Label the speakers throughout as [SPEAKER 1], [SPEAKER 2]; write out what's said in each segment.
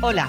[SPEAKER 1] Hola,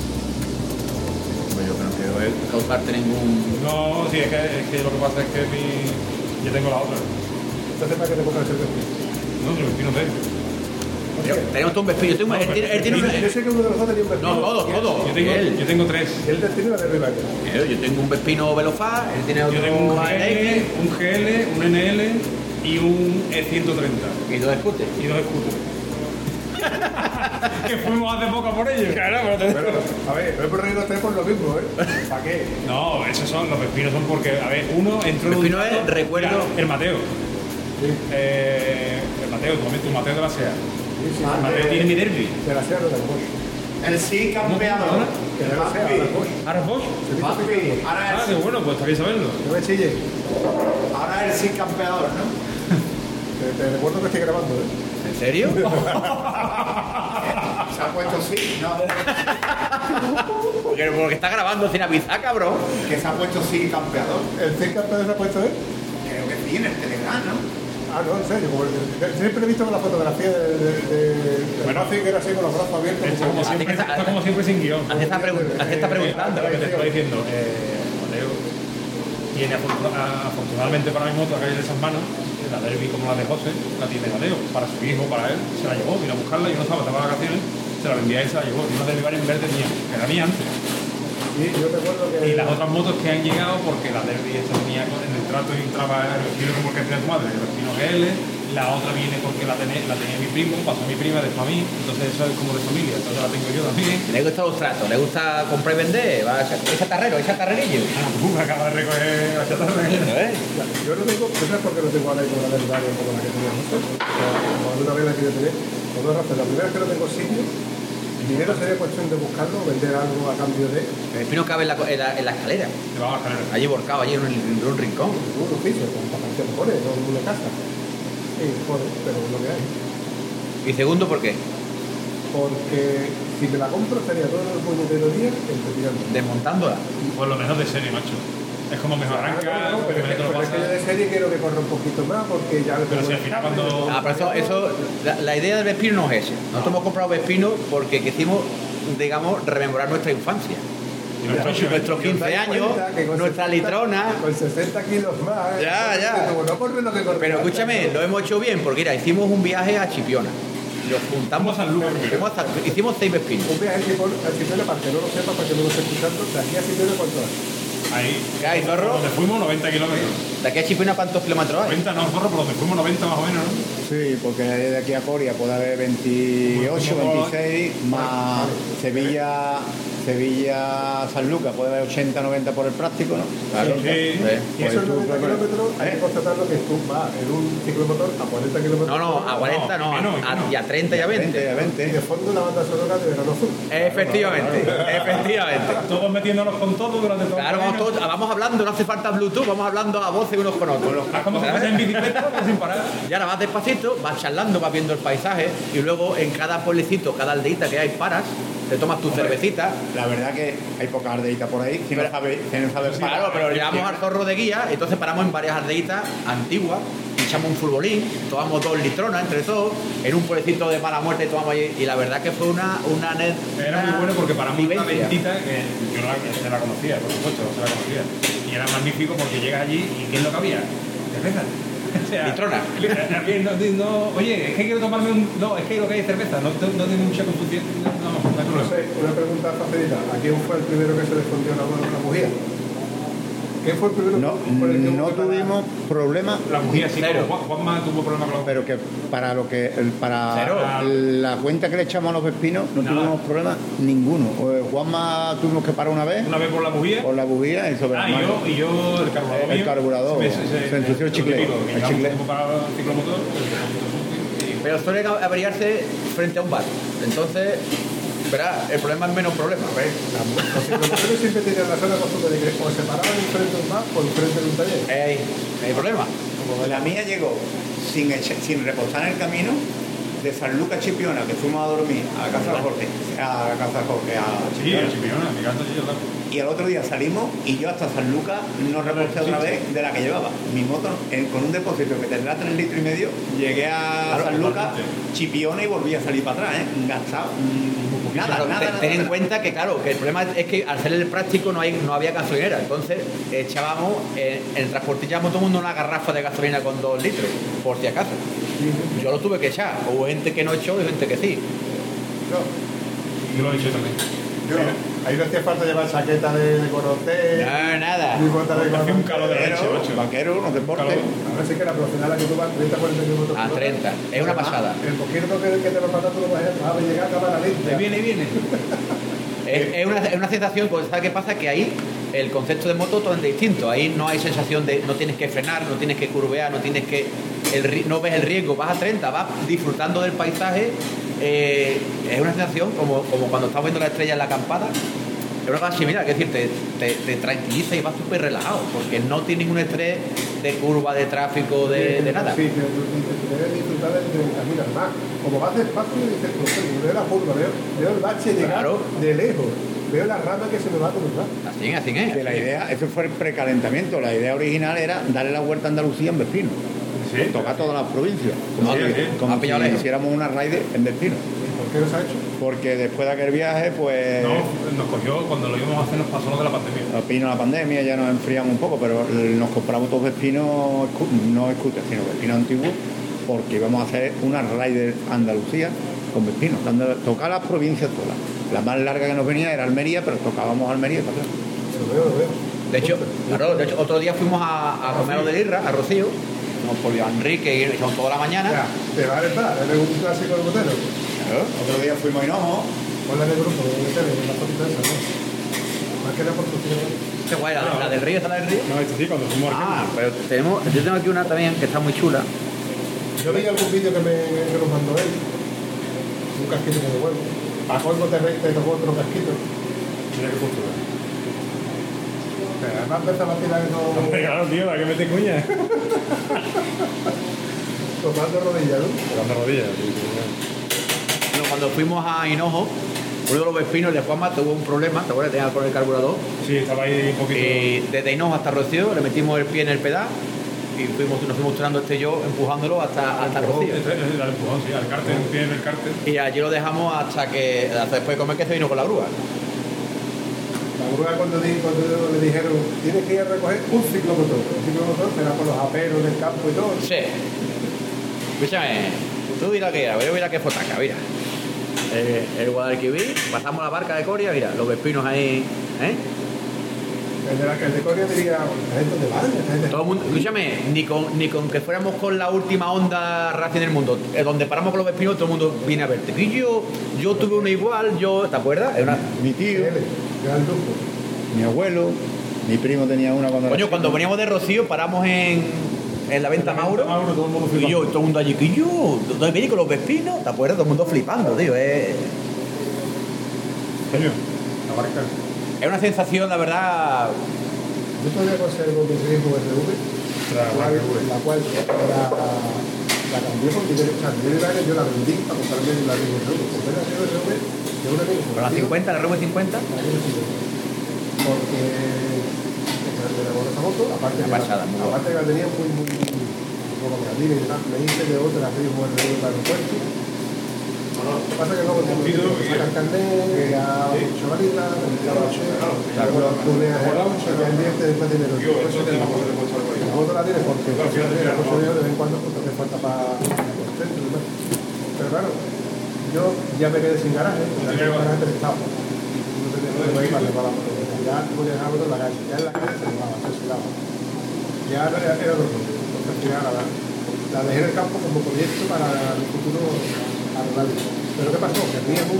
[SPEAKER 2] Pues yo creo que no debe causarte ningún...
[SPEAKER 3] No, sí, es que, es que lo que pasa es que mi... yo tengo la otra.
[SPEAKER 4] Entonces, ¿para qué te pongas el perfil?
[SPEAKER 3] No, se lo empino de él.
[SPEAKER 2] Tenemos todo un vestido. Yo tengo... él, tiene, él tiene
[SPEAKER 4] Yo
[SPEAKER 2] un...
[SPEAKER 4] sé que uno de los dos tenía un perfil.
[SPEAKER 2] No, todos, todos.
[SPEAKER 3] Yo tengo, yo
[SPEAKER 2] Él.
[SPEAKER 3] tengo tres.
[SPEAKER 4] Y él te tiene la de Rivaca.
[SPEAKER 2] Yo, yo tengo un Vespino Velofá, él tiene otro
[SPEAKER 3] Yo tengo un GL,
[SPEAKER 2] ANX
[SPEAKER 3] un GL, un NL y un E130.
[SPEAKER 2] y dos scooters.
[SPEAKER 3] Y dos scooters. que fuimos hace poco por ellos. Claro,
[SPEAKER 4] Bueno, a ver, no he perdido los tres por lo mismo, ¿eh? ¿Para qué?
[SPEAKER 3] No, esos son, los pepinos son porque, a ver, uno entró
[SPEAKER 2] Pepino
[SPEAKER 3] en
[SPEAKER 2] es,
[SPEAKER 3] un... trato-
[SPEAKER 2] recuerdo-
[SPEAKER 3] Mira, el Mateo. Eh, el Mateo, tu, tu Mateo de la SEA.
[SPEAKER 4] Sí, sí,
[SPEAKER 3] El Mateo
[SPEAKER 4] de-
[SPEAKER 3] Ah, tiene mi derby.
[SPEAKER 4] De la Sierra de la Bosch.
[SPEAKER 5] El sí campeado.
[SPEAKER 3] ¿No?
[SPEAKER 4] Que de la Sierra de la Bosch.
[SPEAKER 3] ¿Ahora vos?
[SPEAKER 4] Te estoy pidiendo.
[SPEAKER 5] Ahora
[SPEAKER 3] Ah,
[SPEAKER 5] es,
[SPEAKER 3] qué bueno, pues está bien saberlo.
[SPEAKER 4] No me chilles.
[SPEAKER 5] ahora el sí campeador, ¿no?
[SPEAKER 4] Te, te recuerdo que estoy grabando, ¿eh?
[SPEAKER 2] ¿En serio?
[SPEAKER 5] Se ha puesto sí, no.
[SPEAKER 2] Porque, porque está grabando sin avisar, cabrón.
[SPEAKER 5] Que se ha puesto sí campeador.
[SPEAKER 4] ¿El Zen Campeón se ha puesto, eh?
[SPEAKER 5] Creo que sí, en el Telegram, ¿no?
[SPEAKER 4] Ah, no, en serio. Como, el- siempre he visto con la fotografía de, de, de, del
[SPEAKER 3] Bueno.
[SPEAKER 4] Nazi que era así con los brazos abiertos.
[SPEAKER 3] Está como
[SPEAKER 4] como-
[SPEAKER 3] siempre,
[SPEAKER 2] que está-
[SPEAKER 3] está como siempre sin guión. Eh,
[SPEAKER 2] Así está, pregun- así está preguntando.
[SPEAKER 3] Lo que te estaba diciendo, eh, Mateo tiene afortuna- a- afortunadamente para mi moto la calle de San Manos, eh, la derby como la de José, la tiene Mateo, para su hijo, para él, se la llevó, vino a buscarla, yo no estaba, estaba de vacaciones, se la vendía y se la llevó, tiene una derby bar en verde mía, que era mía antes.
[SPEAKER 4] Y yo recuerdo
[SPEAKER 3] Y
[SPEAKER 4] que...
[SPEAKER 3] las otras motos que han llegado, porque la derby esta venía con- en el trato y entraba el vecino que porque tenía tu madre, el vecino GL, la otra viene porque la, tené- la tenía mi primo, pasó a mi prima, después a mí, entonces eso es como de familia, entonces la tengo yo también.
[SPEAKER 2] Le gusta los tratos, le gusta comprar y vender. Va a echar- echa tarrero, echa tarrerillo.
[SPEAKER 3] Uh, me acaba de recoger la chatarra.
[SPEAKER 2] ¿Eh?
[SPEAKER 4] Yo pues no tengo, yo sé por qué no tengo ahora con la del barrio como la que tenía antes. Como alguna vez la quiero tener, por dos razones. La primera es que no tengo sitio. Dinero sería cuestión de buscarlo, vender algo a cambio de
[SPEAKER 2] El Vespino cabe en la, co- en la- en la escalera.
[SPEAKER 3] Te vamos a ganar.
[SPEAKER 2] Allí volcado, allí en un, en un rincón.
[SPEAKER 4] unos pisos, con bastante mejores, no una casa. Sí, joder, pero lo que hay.
[SPEAKER 2] Y segundo, ¿por qué?
[SPEAKER 4] Porque si me la compro estaría todo el puñetero día entretirando.
[SPEAKER 2] Desmontándola.
[SPEAKER 3] Por lo menos de serie, macho. Es como mejor arranca,
[SPEAKER 4] Pero,
[SPEAKER 3] pero
[SPEAKER 4] es que-
[SPEAKER 3] te lo
[SPEAKER 4] pero es que yo de
[SPEAKER 3] pasa.
[SPEAKER 4] serie quiero que corra un poquito más porque ya le
[SPEAKER 3] Pero si al final cuando-
[SPEAKER 2] Ah, pero eso, eso- la, la idea del Vespino no es esa. Nosotros hemos comprado Vespino porque quisimos, digamos, rememorar nuestra infancia.
[SPEAKER 3] Y nuestro
[SPEAKER 2] Nuestros
[SPEAKER 3] chico,
[SPEAKER 2] nuestros 15 años, nuestra litrona.
[SPEAKER 4] Con 60 kilos más. ¿eh?
[SPEAKER 2] Ya, ya.
[SPEAKER 4] Como no corre lo que corre.
[SPEAKER 2] Pero escúchame, lo hemos hecho bien, porque mira, hicimos un viaje a Chipiona. Nos juntamos
[SPEAKER 3] Vamos a San Lucas primero.
[SPEAKER 2] fuimos hasta- hicimos seis Vespinos.
[SPEAKER 4] Un viaje tipo al Cipelo, para que no lo sepa, para que no lo esté escuchando, de aquí a Cipelo, ¿cuánto hace?
[SPEAKER 3] Ahí.
[SPEAKER 2] ¿Qué hay, zorro?
[SPEAKER 3] Donde fuimos 90 kilómetros.
[SPEAKER 2] De aquí a Chipiona, ¿cuántos kilómetros hay?
[SPEAKER 3] 90 no, zorro, pero donde fuimos 90 más o menos, ¿no?
[SPEAKER 6] Sí, porque de aquí a Coria puede haber 28,
[SPEAKER 3] Bueno,
[SPEAKER 6] 26, más Sevilla, Sevilla, San Lucas puede haber 80, 90 por el práctico, ¿no?
[SPEAKER 2] Claro.
[SPEAKER 3] Sí.
[SPEAKER 4] Y
[SPEAKER 6] Pues
[SPEAKER 4] esos
[SPEAKER 6] tú,
[SPEAKER 4] 90
[SPEAKER 6] claro.
[SPEAKER 4] kilómetros, hay que constatar lo que tú vas en un ciclomotor a 40 kilómetros.
[SPEAKER 2] No, no, a 40 no,
[SPEAKER 3] Ah, No,
[SPEAKER 2] a,
[SPEAKER 3] no.
[SPEAKER 2] a- y a 30 y a 20.
[SPEAKER 6] 20,
[SPEAKER 4] Y de
[SPEAKER 6] 20.
[SPEAKER 4] fondo la banda sonora de Verano Azul.
[SPEAKER 2] Eh. Efectivamente, efectivamente.
[SPEAKER 3] Todos metiéndonos con todo durante todo
[SPEAKER 2] Pues. Claro,
[SPEAKER 3] el
[SPEAKER 2] vamos,
[SPEAKER 3] año.
[SPEAKER 2] todos- vamos hablando, no hace falta Bluetooth, vamos hablando a voces unos con otros.
[SPEAKER 3] Es como si fuese en bicicleta, pero sin parar.
[SPEAKER 2] Y ahora vas despacito, vas charlando, vas viendo el paisaje y luego en cada pueblecito, cada aldeita que hay paras, te tomas tu cervecita.
[SPEAKER 6] La verdad que hay poca ardeita por ahí, si no
[SPEAKER 2] Pero-
[SPEAKER 6] sabe, si no sabe parar.
[SPEAKER 2] Claro, pero llevamos al zorro de guía, entonces paramos en varias aldeitas antiguas, echamos un futbolín, tomamos dos litronas entre todos, en un pueblecito de mala muerte tomamos allí, y la verdad que fue una, una net.
[SPEAKER 3] Era muy bueno porque para mí una
[SPEAKER 2] vivencia.
[SPEAKER 3] ventita que yo no la, se la conocía, por supuesto, se la conocía. Y era magnífico porque llegas allí y ¿qué es lo que había? Cerveza. O sea,
[SPEAKER 2] Litrona.
[SPEAKER 3] eh, No, no, oye, es que quiero tomarme un. No, es que lo que hay es cerveza, no, no, no tiene mucha confusión. No, no, no hay
[SPEAKER 4] No
[SPEAKER 3] problema.
[SPEAKER 4] sé, una pregunta facilita. ¿A quién fue el primero que se le escondió la mano a la mujer? ¿Quién fue el primero
[SPEAKER 6] No,
[SPEAKER 4] por el que
[SPEAKER 6] no
[SPEAKER 4] hubo la-
[SPEAKER 6] tuvimos problemas,
[SPEAKER 3] La mujer sí,
[SPEAKER 2] Cero.
[SPEAKER 3] como Juan, Juanma tuvo problemas con la
[SPEAKER 6] pero que para lo que el-
[SPEAKER 2] Cero.
[SPEAKER 6] para la cuenta que le echamos a los vespinos no
[SPEAKER 3] Nada.
[SPEAKER 6] tuvimos problemas ninguno. Eh, Juanma tuvimos que parar una vez
[SPEAKER 3] Una vez por la mujer.
[SPEAKER 6] por la bujía y sobre
[SPEAKER 3] Ah,
[SPEAKER 6] la
[SPEAKER 3] y yo,
[SPEAKER 6] mano.
[SPEAKER 3] y yo el carburador.
[SPEAKER 6] El
[SPEAKER 3] mío,
[SPEAKER 6] carburador, se ensució el chicle,
[SPEAKER 3] típico, que
[SPEAKER 6] el
[SPEAKER 3] llevamos
[SPEAKER 6] chicle.
[SPEAKER 3] tiempo para el ciclomotor.
[SPEAKER 2] pero suelen averiarse frente a un bar. Entonces, verá, el problema es menos problema, ¿ves?
[SPEAKER 4] Los mujeres siempre tenían la sana costumbre de que o se paraban enfrente de un bar o enfrente de un taller.
[SPEAKER 2] Ey, no hay problema.
[SPEAKER 6] La mía llegó sin, echa- sin reposar en el camino de San Lucas Chipiona, que fuimos a dormir a la casa de Jorge, a la casa de Jorge, a
[SPEAKER 3] Sí,
[SPEAKER 6] Chipiona.
[SPEAKER 3] el chipiona, me encanta allí, ¿verdad?
[SPEAKER 6] Y al otro día salimos y yo hasta San Lucas no reposé otra vez de la que llevaba. Mi moto, en- con un depósito que tendrá 3 litros y medio, llegué a
[SPEAKER 3] Claro,
[SPEAKER 6] San Lucas,
[SPEAKER 3] totalmente.
[SPEAKER 6] chipiona y volví a salir para atrás, ¿eh? Gastado. mm, Nada,
[SPEAKER 2] Claro,
[SPEAKER 6] nada,
[SPEAKER 2] ten,
[SPEAKER 6] nada,
[SPEAKER 2] ten en
[SPEAKER 6] nada.
[SPEAKER 2] cuenta que, claro, que el problema es que al hacer el práctico no, hay, no había gasolinera. Entonces, echábamos, eh, en el transportillábamos todo el mundo una garrafa de gasolina con dos litros, por si acaso. Yo lo tuve que echar. Hubo gente que no echó y gente que sí.
[SPEAKER 4] No,
[SPEAKER 3] Yo lo he hecho también.
[SPEAKER 4] yo, ahí no hacía falta llevar chaqueta de, de
[SPEAKER 2] No,
[SPEAKER 4] corotel,
[SPEAKER 2] nada.
[SPEAKER 4] ni bota de
[SPEAKER 3] Hacía un
[SPEAKER 4] corotel.
[SPEAKER 3] calor de la leche,
[SPEAKER 2] ¿eh?
[SPEAKER 6] Vaquero,
[SPEAKER 3] macho.
[SPEAKER 6] vaquero, no te portes.
[SPEAKER 3] Calor.
[SPEAKER 4] Ahora sí que la profesional la que tú vas 30, 40 kilómetros.
[SPEAKER 2] A
[SPEAKER 4] por hora, ah,
[SPEAKER 2] 30. Ah, Es una pasada.
[SPEAKER 4] El poquito que, que te va a pasar tú lo vas a vas a llegar a cámara limpia.
[SPEAKER 2] viene, viene. Es, es una, es una sensación, pues ¿sabes qué pasa? Que ahí el concepto de moto todo es distinto. Ahí no hay sensación de no tienes que frenar, no tienes que curvear, no tienes que. el ri- no ves el riesgo, vas a 30, vas disfrutando del paisaje. Eh, es una sensación como, como cuando estás viendo la estrella en la acampada. Es una cosa similar, es decir, te, te, te tranquiliza y vas súper relajado, porque no tiene ningún estrés de curva, de tráfico, de, de nada.
[SPEAKER 4] Sí, que tú- tú- tú debes disfrutar de de caminar más. Como vas despacio, dices, "Pues, "Coño, veo la curva, veo, veo el bache llegar
[SPEAKER 2] Claro.
[SPEAKER 4] de lejos, veo la rama que se me va a cruzar.
[SPEAKER 2] Así es, así es.
[SPEAKER 6] Que la idea, eso fue el precalentamiento, la idea original era darle la vuelta a Andalucía en Vespino,
[SPEAKER 3] Sí,
[SPEAKER 6] tocar todas las provincias, como
[SPEAKER 3] Sí,
[SPEAKER 6] si,
[SPEAKER 3] sí.
[SPEAKER 6] como
[SPEAKER 2] Ha pillado
[SPEAKER 6] si
[SPEAKER 2] lejos.
[SPEAKER 6] hiciéramos una raid en Vespino.
[SPEAKER 4] ¿Por qué no se ha hecho?
[SPEAKER 6] Porque después de aquel viaje, pues...
[SPEAKER 3] No, nos cogió, cuando lo íbamos a hacer nos pasó lo de la pandemia.
[SPEAKER 6] Vino la pandemia, ya nos enfriamos un poco, pero nos compramos dos Vespinos, scu- no scooters, sino Vespinos antiguos, porque íbamos a hacer una rider Andalucía con Vespinos, dando- tocar las provincias todas. La más larga que nos venía era Almería, pero tocábamos Almería para atrás.
[SPEAKER 4] Lo veo, lo veo.
[SPEAKER 2] De hecho, claro, de hecho, otro día fuimos a, a comer de Irra, a Rocío, nos volvió a Enrique y echamos toda la
[SPEAKER 4] O sea,
[SPEAKER 2] mañana.
[SPEAKER 4] te va a alentar, eres un clásico del botero.
[SPEAKER 6] Otro día fuimos a Hinojo,
[SPEAKER 4] Ponla en el grupo, en el tele, en la fotito esa, ¿no? Más que la por tu tío.
[SPEAKER 2] ¿Qué guay, la, la del río está la del río.
[SPEAKER 3] No, esto sí, cuando fuimos a
[SPEAKER 2] Ah, pero tenemos, yo tengo aquí una también que está muy chula.
[SPEAKER 4] Yo vi algún vídeo que me que nos mandó él. Un casquito que me devuelvo. A Colmo te reíste con otro casquito.
[SPEAKER 3] Mira qué cultura.
[SPEAKER 4] Pero Además empezaba a tirar
[SPEAKER 3] No,
[SPEAKER 4] con-
[SPEAKER 3] claro, tío, ¿a qué mete cuña?
[SPEAKER 4] tomando rodillas, ¿no?
[SPEAKER 3] Tocando rodillas. tío, tío.
[SPEAKER 2] Bueno, cuando fuimos a Hinojo, uno de los vespinos de Juanma tuvo un problema, ¿te acuerdas? Tenía con el carburador.
[SPEAKER 3] Sí, estaba ahí un poquito.
[SPEAKER 2] Y desde Hinojo hasta Rocío le metimos el pie en el pedal y fuimos, nos fuimos turnando este y yo empujándolo hasta, hasta Rocío.
[SPEAKER 3] Este es el empujón, sí, al cárter, un pie en el cárter.
[SPEAKER 2] Y allí lo dejamos hasta que hasta después de comer que se vino con la grúa.
[SPEAKER 4] La grúa cuando, di- cuando le dijeron, tienes que ir a recoger un ciclomotor. Un ciclomotor será por los aperos del campo y todo.
[SPEAKER 2] Sí. Escúchame, tú dirás que era, yo mira que fotaca, mira. Eh, el Guadalquivir, pasamos la barca de Coria, mira, los vespinos ahí, ¿eh?
[SPEAKER 4] El de, la, el de Coria diría, ¿la gente dónde va? ¿Esta gente-
[SPEAKER 2] Todo el mundo, escúchame, ni con, ni con que fuéramos con la última onda racing del mundo, eh, donde paramos con los vespinos, todo el mundo viene a verte. Y yo, yo tuve una igual, yo, ¿te acuerdas? Era una-
[SPEAKER 6] mi tío,
[SPEAKER 4] L, gran lujo.
[SPEAKER 6] mi abuelo, mi primo tenía una cuando... era
[SPEAKER 2] Coño,
[SPEAKER 6] chico.
[SPEAKER 2] cuando veníamos de Rocío, paramos en, en la venta Mauro.
[SPEAKER 3] Mauro, todo el mundo
[SPEAKER 2] Y
[SPEAKER 3] flipando.
[SPEAKER 2] yo, todo el mundo allí, que yo, ¿dónde viene con los vespinos? ¿Te acuerdas? Todo el mundo flipando, tío. eh.
[SPEAKER 3] Coño, la barca.
[SPEAKER 2] Es una sensación, la verdad,
[SPEAKER 4] Yo todavía conservo mi Grifo RTV, la
[SPEAKER 2] Ah,
[SPEAKER 3] Claro,
[SPEAKER 4] cual,
[SPEAKER 3] RTV.
[SPEAKER 4] la, cual la, la cambié porque yo, o sea, yo era que yo la vendí para comprarme la Grifo RTV. Compré la Grifo RTV de una amigo.
[SPEAKER 2] Con la 50, la Revo 50.
[SPEAKER 4] La Grifo RTV. Porque pues, me la esa moto, aparte,
[SPEAKER 2] Una
[SPEAKER 4] que la-
[SPEAKER 2] pasada, muy guapa.
[SPEAKER 4] aparte que la tenía muy, muy, muy como grandina y demás, me hice de otra Grifo RTV para el puesto. Lo que pasa es que luego tengo que
[SPEAKER 3] Contigo,
[SPEAKER 4] sacar el carnet, a chavalita, a la noche,
[SPEAKER 7] claro.
[SPEAKER 4] luego las cuneas,
[SPEAKER 7] Acordamos,
[SPEAKER 4] eh, pendiente, después dinero.
[SPEAKER 7] Yo,
[SPEAKER 4] Por eso
[SPEAKER 7] eso
[SPEAKER 4] tengo-
[SPEAKER 7] tenemos que reposar por ahí.
[SPEAKER 4] la otra la tienes porque
[SPEAKER 7] Claro, sí, la
[SPEAKER 4] la
[SPEAKER 7] tienes,
[SPEAKER 4] cosa
[SPEAKER 7] ¿no?
[SPEAKER 4] yo de vez en cuando porque te falta para contento y demás. Pero claro, yo ya me quedé sin garaje, porque
[SPEAKER 3] tenía
[SPEAKER 4] el
[SPEAKER 3] garaje.
[SPEAKER 4] garaje estaba. No tenía no iba a irme para la moto. Ya voy a dejar la moto en la calle, ya en la calle se llevaba, se sudaba. Ya era, era otro rollo. Entonces al final la, la dejé en el campo como proyecto para el futuro arreglarlo. Pero ¿qué pasó? Que Riemu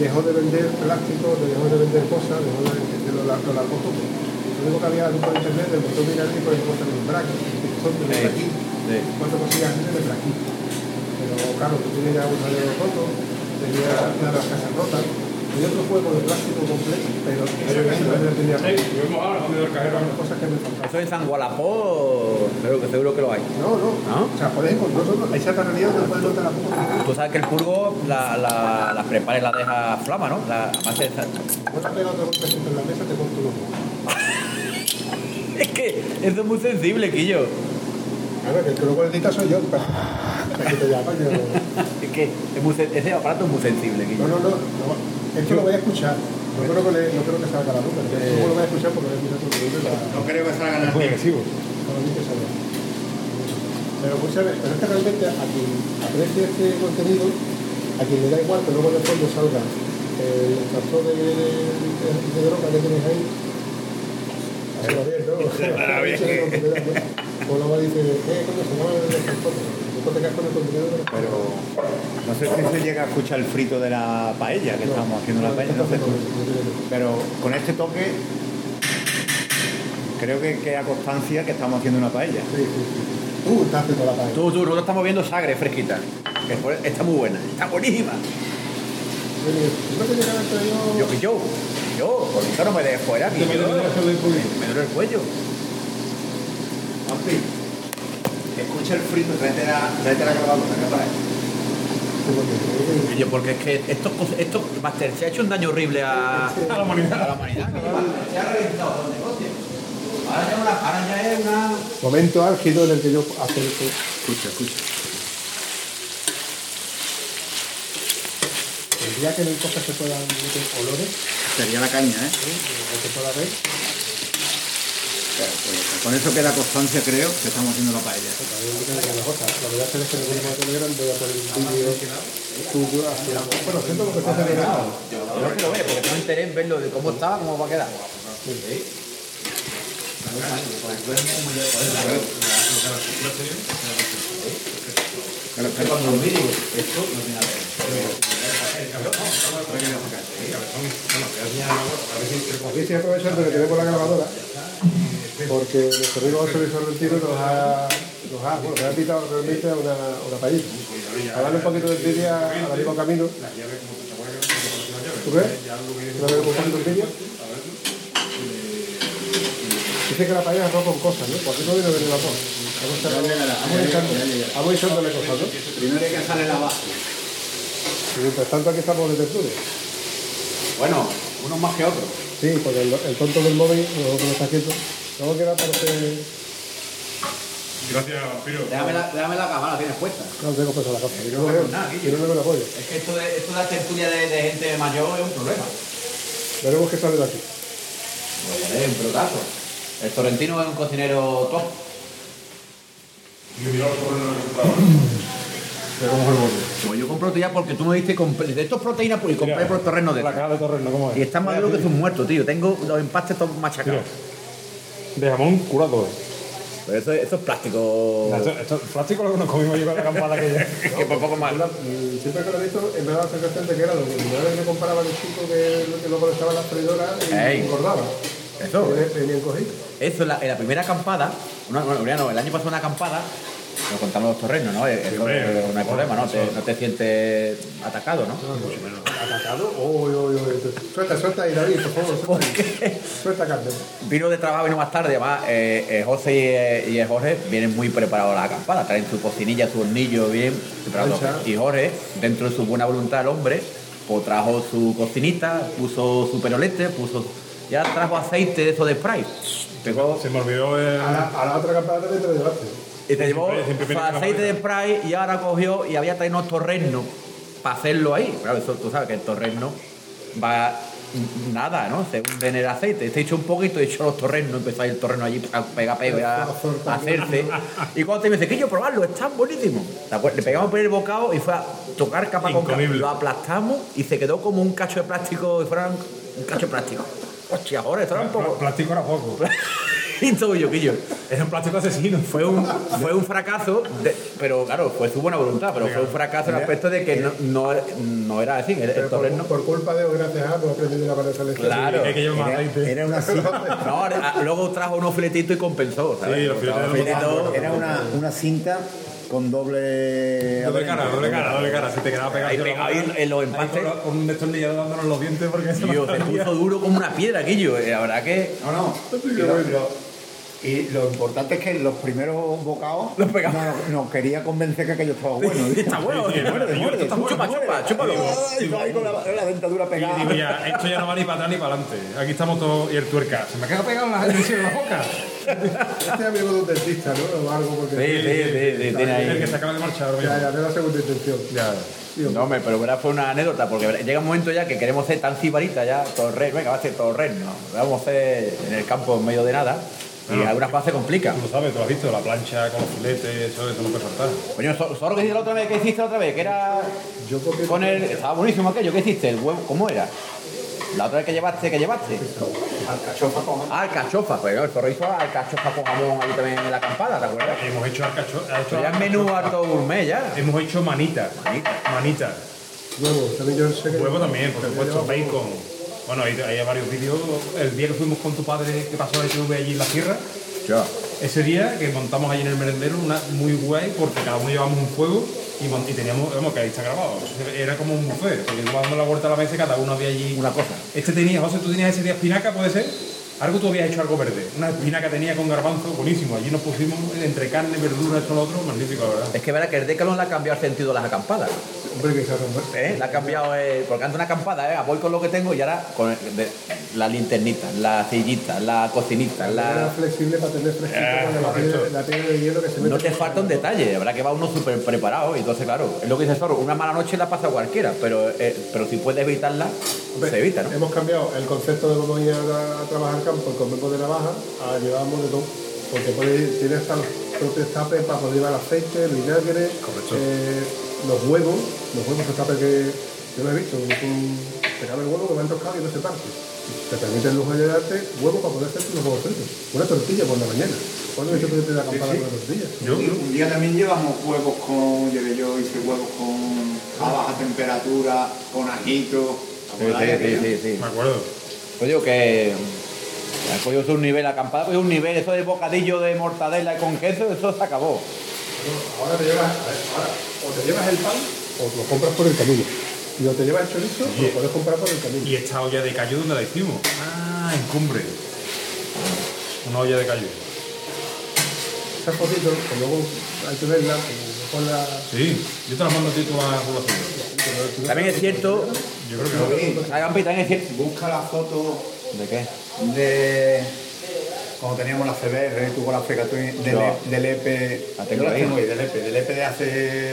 [SPEAKER 4] dejó de vender plástico, dejó de vender cosas, dejó de vender los largos cosas. Lo único que había era por internet del motor de Irani por el motor de los brackets, el motor de los brackets, cuatro cosillas antes de brackets. Pero claro, tú tienes ya un taller roto, tenía una de las casas rotas, tenía otro juego de plástico completo, pero pero yo también tenía
[SPEAKER 3] Sí, vivimos ahora, vamos a ver el cajero.
[SPEAKER 4] las cosas que me faltaban.
[SPEAKER 2] Eso en San Gualapó, seguro, que- seguro que lo hay.
[SPEAKER 4] No, no,
[SPEAKER 2] ¿No?
[SPEAKER 4] o sea, por ejemplo, nosotros, hay ciertas realidades que no puedes notar tampoco.
[SPEAKER 2] Tú sabes que el purgo la, la, la prepara y la deja flama, ¿no? La, además de esa-
[SPEAKER 4] No te pega otro golpe en la mesa, te corto los ojos.
[SPEAKER 2] Es que eso es muy sensible, Quillo.
[SPEAKER 4] A ver, que el que luego edita soy yo, pero... Aquí te llama, yo...
[SPEAKER 2] Es que es muy sen- ese aparato es muy sensible, Quillo.
[SPEAKER 4] No, no, no, no, esto lo voy a escuchar. No creo que, le, no creo que salga a la luz, pero
[SPEAKER 2] Eh.
[SPEAKER 4] luego lo voy a escuchar porque voy a escuchar tu libro y la-
[SPEAKER 8] No creo que salgan las
[SPEAKER 6] muy agresivo.
[SPEAKER 4] solamente se habla. Pero, pues, a ver, pero es que realmente a quien aprecia este contenido, a quien le da igual que luego en el fondo salga el extractor de, de, de droga que tienes ahí, así va bien, ¿no?
[SPEAKER 6] Ahora bien.
[SPEAKER 4] O luego dice, ¿qué coño se llama el extractor? Y Tú te quedas con el contenido de la-
[SPEAKER 6] Pero no sé si se llega a escuchar el frito de la paella que estamos haciendo la paella, no sé. Pero con este toque creo que queda constancia que estamos haciendo una paella.
[SPEAKER 4] Sí, sí, sí. Tú estás haciendo la paella.
[SPEAKER 2] Tú, tú, nosotros estamos viendo sagre fresquita. Que por- Está muy buena, está buenísima.
[SPEAKER 4] Yo le digo, "Yo creo que llegaba el traído-
[SPEAKER 2] Yo, que yo, yo, por eso no me dejes fuera,
[SPEAKER 3] Te
[SPEAKER 2] Quillo.
[SPEAKER 3] voy a tener que hacerlo incluido.
[SPEAKER 2] Me duele el cuello.
[SPEAKER 8] Papi, escucha el frito, tráete la, tráete la grabadora, ¿qué tal?
[SPEAKER 4] Como que-
[SPEAKER 2] Quillo, porque es que estos, cos- estos Master se ha hecho un daño horrible a,
[SPEAKER 3] A la humanidad.
[SPEAKER 2] a la humanidad. Se ha reventado todo el negocio. Ahora ya, una- ahora ya es una...
[SPEAKER 4] Momento álgido en el que yo acerco.
[SPEAKER 2] Escucha, escucha.
[SPEAKER 4] El día que no hay cosas que puedan meter olores,
[SPEAKER 6] Sería la caña, ¿eh?
[SPEAKER 4] ¿eh? o que pueda ver,
[SPEAKER 6] Con eso queda constancia, creo, que estamos haciendo la paella.
[SPEAKER 4] también depende de las cosas. Lo que voy a hacer es que en el grupo de Telegram voy a poner un vídeo tuyo haciendo. Bueno, haciendo lo que estás haciendo.
[SPEAKER 2] Yo creo que lo ve, porque tengo interés en verlo de cómo está, cómo va a quedar.
[SPEAKER 4] Aquí estoy aprovechando que tenemos la grabadora, porque nuestro amigo José Luis Florentino nos ha, nos ha, bueno, nos ha invitado realmente a una, a una paella. A darle un poquito de envidia al amigo Camino. ¿Tú crees? ¿Tú le ves un poquito de envidia? Dice que la paella es arroz con cosas, ¿no? ¿Por qué no viene del vapor? Vamos a- vamos echándole- Vamos echándole cosas, ¿no?
[SPEAKER 6] Primero hay que salir la base.
[SPEAKER 4] Y mientras tanto aquí estamos de tertulia.
[SPEAKER 2] Bueno, uno más que otro.
[SPEAKER 4] Sí, porque el, el tonto del móvil, lo que lo está haciendo, luego queda para que...
[SPEAKER 3] Gracias, Piro.
[SPEAKER 2] Déjame la, déjame la cámara, tienes puesta.
[SPEAKER 4] No tengo puesto la cosa, yo no veo, yo no veo el apoyo.
[SPEAKER 2] Es que esto de, esto de la tertulia de, de gente mayor es un problema.
[SPEAKER 4] Veremos qué sale de aquí.
[SPEAKER 2] Pues es un pelotazo. El torrentino es un cocinero top.
[SPEAKER 3] Y yo por el resultado.
[SPEAKER 2] Como Pues yo compro ya porque tú me diste compre- de estos proteínas pues, y compré por el terreno de
[SPEAKER 3] La caja de torreno, ¿cómo
[SPEAKER 2] Y
[SPEAKER 3] es?
[SPEAKER 2] está más duro que un muerto, tío. Tengo los empastes todos machacados.
[SPEAKER 3] De jamón curado. eh.
[SPEAKER 2] Pero eso, esto es plástico.
[SPEAKER 3] Esto, esto es plástico lo que nos comimos yo con la campana aquella.
[SPEAKER 2] que por poco más.
[SPEAKER 4] Una- mm, siempre que lo he visto, eh, me da la sensación de que era lo que yo comparaba el chico que, que luego estaba en las freidoras y
[SPEAKER 2] Ey.
[SPEAKER 4] engordaba.
[SPEAKER 2] Eso.
[SPEAKER 4] Venía- Venía encogido.
[SPEAKER 2] Eso, en la, en la primera acampada, una, bueno, mira, no, el año pasado una acampada, nos contamos los terrenos, ¿no? Eso,
[SPEAKER 3] hombre,
[SPEAKER 2] eh, no hay
[SPEAKER 3] bueno,
[SPEAKER 2] problema, ¿no? Te- no te sientes atacado, ¿no?
[SPEAKER 4] ¿Atacado? Uy, uy, uy. Suelta, suelta ahí, David, por favor. Suelta, ahí. suelta carne.
[SPEAKER 2] Vino de trabajo, vino más tarde, además eh, eh, José y, eh, y, eh, Jorge vienen muy preparados a la acampada, traen su cocinilla, su hornillo bien preparados.
[SPEAKER 4] Mancha.
[SPEAKER 2] Y Jorge, dentro de su buena voluntad el hombre, pues trajo su cocinita, puso su perolete, puso. Ya trajo aceite de eso de spray. Pegó-
[SPEAKER 3] Se me olvidó el...
[SPEAKER 4] A la, a la otra campana también te lo llevaste.
[SPEAKER 2] y te llevó
[SPEAKER 3] Siempre- siempre viene
[SPEAKER 2] su
[SPEAKER 3] con la
[SPEAKER 2] aceite de spray y ahora cogió y había traído unos torreznos para hacerlo ahí. Claro, eso tú sabes que el torrezno va nada, ¿no? Se hunde en el aceite. Este hecho un poquito, hecho los torreznos, empezó ahí el torreno allí a pegar pego, a, a hacerse. Y cuando te dice, que yo probarlo, está buenísimo. ¿Te acuerdas? Le pegamos por el bocado y fue a tocar capa con capa.
[SPEAKER 3] Incomible.
[SPEAKER 2] Lo aplastamos y se quedó como un cacho de plástico, y fuera un, un cacho de plástico. Hostia, ahora esto era un
[SPEAKER 3] Pl-
[SPEAKER 2] poco.
[SPEAKER 3] Plástico era poco.
[SPEAKER 2] y todo yo, que yo.
[SPEAKER 3] Es un plástico asesino.
[SPEAKER 2] Fue un, fue un fracaso, de- pero claro, fue su buena voluntad, pero fue un fracaso en el aspecto de que no, no, no era así, el, el
[SPEAKER 4] Pero por,
[SPEAKER 2] torreno.
[SPEAKER 4] por culpa de o gracias a no aprendí de la pareja de
[SPEAKER 2] Claro.
[SPEAKER 3] Hay que llevar más aceite.
[SPEAKER 6] Era una, cinta,
[SPEAKER 2] No, a- luego trajo unos filetitos y compensó, ¿sabes?
[SPEAKER 3] Sí, los filetes
[SPEAKER 2] Trajo
[SPEAKER 3] de
[SPEAKER 2] filetitos.
[SPEAKER 6] era una, una cinta
[SPEAKER 9] con doble.
[SPEAKER 3] Doble cara, doble cara, doble cara. Se te quedaba pegado.
[SPEAKER 2] Ahí
[SPEAKER 3] yo la
[SPEAKER 2] pegado
[SPEAKER 3] mano,
[SPEAKER 2] en- en los
[SPEAKER 3] ahí
[SPEAKER 2] empates.
[SPEAKER 3] con lo- Con un destornillador dándonos los dientes porque se
[SPEAKER 2] Tío,
[SPEAKER 3] nos
[SPEAKER 2] se
[SPEAKER 3] salía.
[SPEAKER 2] puso duro como una piedra aquello. eh, La verdad que.
[SPEAKER 9] No, no. Y lo, lo- y lo importante es que en los primeros bocados
[SPEAKER 2] Los pegamos.
[SPEAKER 9] no- nos quería convencer que aquello estaba bueno.
[SPEAKER 2] Está bueno,
[SPEAKER 9] Muerde,
[SPEAKER 3] tío,
[SPEAKER 9] muerde,
[SPEAKER 3] tío, esto está bueno,
[SPEAKER 9] muerde.
[SPEAKER 2] chupa, Ah, chúpalo.
[SPEAKER 9] Y yo ahí con la, la dentadura pegada.
[SPEAKER 3] Y digo, ya, esto ya no va ni para atrás ni para adelante. Aquí estamos todos. Y el tuerca. Se me ha quedado pegado en la, en el cielo de la boca.
[SPEAKER 4] Este amigo de un dentista, ¿no? O algo, porque.
[SPEAKER 2] Sí, sí, sí, sí, tiene
[SPEAKER 3] El que
[SPEAKER 2] ahí.
[SPEAKER 3] se acaba de marchar ahora mismo.
[SPEAKER 4] Ya, ya, de la segunda intención.
[SPEAKER 3] Ya.
[SPEAKER 4] Tío,
[SPEAKER 2] No, hombre, pero verás, fue una anécdota, porque verás, llega un momento ya que queremos ser tan cibarita ya, torres, venga, va a ser torres, no. Vamos a hacer en el campo en medio de nada, y
[SPEAKER 3] No.
[SPEAKER 2] algunas cosas se complican.
[SPEAKER 3] Tú lo sabes, tú lo has visto, la plancha con los filetes, eso, eso no puede faltar.
[SPEAKER 2] Coño, so- zorro que hiciste la otra vez, ¿qué hiciste la otra vez? Que era
[SPEAKER 4] Yo porque.
[SPEAKER 2] con el. Estaba buenísimo aquello, ¿qué hiciste? El huevo, ¿cómo era? La otra vez que llevaste, que llevaste.
[SPEAKER 6] Alcachofa con
[SPEAKER 2] Ah, alcachofa, pues no, el zorro hizo alcachofa con jamón ahí también en la acampada, ¿te acuerdas?
[SPEAKER 3] Hemos hecho arcacho.
[SPEAKER 2] Pero ya es menú harto gourmet ya.
[SPEAKER 3] Hemos hecho manita.
[SPEAKER 2] Manita.
[SPEAKER 3] Manita.
[SPEAKER 4] Huevo, también yo sé que.
[SPEAKER 3] Huevo también, por supuesto, bacon. Bueno, ahí ahí hay varios vídeos. El día que fuimos con tu padre, que pasó la TV allí en la sierra,
[SPEAKER 2] Yo.
[SPEAKER 3] ese día que montamos allí en el merendero, una muy guay, porque cada uno llevamos un fuego y, mon- y teníamos, vamos, que ahí está grabado. Era como un buffet, porque iba dando la vuelta a la mesa y cada uno había allí.
[SPEAKER 2] Una cosa.
[SPEAKER 3] Este tenía, José, tú tenías ese día espinaca, puede ser. Algo tú habías hecho algo verde. Una espinaca tenía con garbanzo, buenísimo. Allí nos pusimos entre carne, verdura, esto, lo otro, magnífico, la verdad.
[SPEAKER 2] Es que verás que el Decalón le ha cambiado el sentido a las acampadas.
[SPEAKER 4] Hombre, que se rompe.
[SPEAKER 2] ¿eh? Le ha cambiado, eh, porque antes una acampada, ¿eh? voy con lo que tengo y ahora con el- de- la linternita, la sillita, la cocinita,
[SPEAKER 4] Era
[SPEAKER 2] la...
[SPEAKER 4] flexible para tener fresquito
[SPEAKER 3] Ah,
[SPEAKER 4] con la
[SPEAKER 3] correcto.
[SPEAKER 4] piel- la piel de hielo que se mete.
[SPEAKER 2] No te falta un detalle, la verdad que va uno súper preparado y entonces, claro, es lo que dice Zorro, una mala noche la pasa cualquiera, pero, eh, pero si puedes evitarla,
[SPEAKER 4] Hombre,
[SPEAKER 2] se evita, ¿no?
[SPEAKER 4] Hemos cambiado el concepto de cómo ir a, a trabajar campo, el concepto de navaja, a llevar moletón. Porque puedes, tiene hasta los propios tapes para poder llevar aceite, vinagre,
[SPEAKER 3] Correcto.
[SPEAKER 4] eh, los huevos, los huevos, los tapes que yo lo he visto, es un- te cabe el huevo que va enroscado y no se parte. Te permite el lujo de darte huevo para poder hacerte unos huevos fritos. Una tortilla por la mañana. ¿Cuándo he hecho que te la campana
[SPEAKER 3] sí.
[SPEAKER 4] con una tortilla?
[SPEAKER 3] Yo,
[SPEAKER 6] Un, un día también llevamos huevos con, llevé yo, hice huevos con a baja temperatura, con ajito.
[SPEAKER 2] Sí, sí, sí, sí, sí.
[SPEAKER 3] me acuerdo.
[SPEAKER 2] Pues digo que ha cogido usted un nivel, la acampada ha cogido un nivel, eso de bocadillo de mortadela con queso, eso se acabó.
[SPEAKER 4] Ahora te llevas, a ver, ahora, o te llevas el pan o lo compras por el camino. Y o te llevas el chorizo o lo puedes comprar por el camino.
[SPEAKER 3] Y esta olla de callo, ¿dónde la hicimos? Ah, en cumbre. Una olla de callo.
[SPEAKER 4] Esas fotitos, que luego hay que verlas, que con la...
[SPEAKER 3] Sí, yo te la mando a ti tú a población.
[SPEAKER 2] También es cierto,
[SPEAKER 3] Yo creo que
[SPEAKER 6] Sí,
[SPEAKER 2] la campita también es cierto.
[SPEAKER 6] Busca la foto
[SPEAKER 2] ¿De qué?
[SPEAKER 6] de cuando teníamos la CBR, tuvo ¿eh? la FECA,
[SPEAKER 2] Yo-
[SPEAKER 6] del, del EP.
[SPEAKER 2] La tengo
[SPEAKER 6] yo la
[SPEAKER 2] ahí.
[SPEAKER 6] tengo ahí, del EP, del EP de hace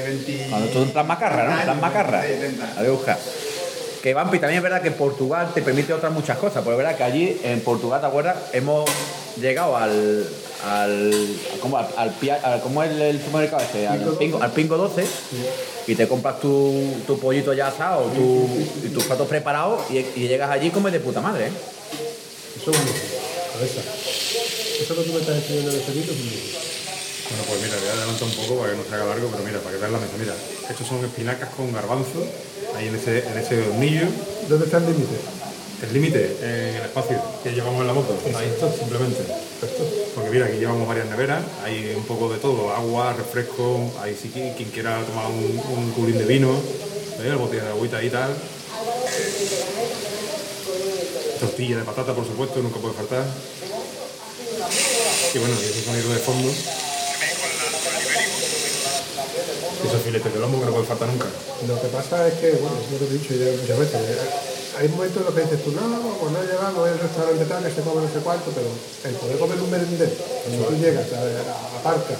[SPEAKER 6] 20.
[SPEAKER 2] Cuando tú entras macarra, ¿no? Entras macarra.
[SPEAKER 6] Sí, intenta.
[SPEAKER 2] A ver, busca. Que Vampi, también es verdad que Portugal te permite otras muchas cosas, porque es verdad que allí en Portugal, ¿te acuerdas? Hemos llegado al. al. ¿Cómo, al, al pia- al- ¿cómo es el, el supermercado este? Al
[SPEAKER 4] Pingo
[SPEAKER 2] pingo, al pingo 12 y te compras tu, tu pollito ya asado tu, y tus platos preparados y, y llegas allí y comes de puta madre, ¿eh?
[SPEAKER 4] Eso es un lujo, cabeza. Eso que tú me estás enseñando de fotitos es un lujo.
[SPEAKER 3] Bueno, pues mira, voy a adelantar un poco para que no se haga largo, pero mira, para que veas la mesa. Mira, estos son espinacas con garbanzo, ahí en ese, en ese hornillo.
[SPEAKER 4] ¿Dónde está el límite?
[SPEAKER 3] El límite en el espacio que llevamos en la moto. Ahí está, simplemente. Porque mira, aquí llevamos varias neveras, hay un poco de todo, agua, refresco, ahí sí que quien quiera tomar un, un culín de vino, ¿eh? el botella de agüita y tal. Tortilla de patata, por supuesto, nunca puede faltar. Y bueno, y ese sonido de fondo. Esos filetes de lomo que no pueden faltar nunca.
[SPEAKER 4] Lo que pasa es que, bueno, es lo que te he dicho ya muchas veces, eh, hay momentos en los que dices tú, no, pues no llegamos, voy al restaurante tal, que se come no sé cuánto, pero el poder comer un merendero, cuando tú llegas, a- a- aparcas,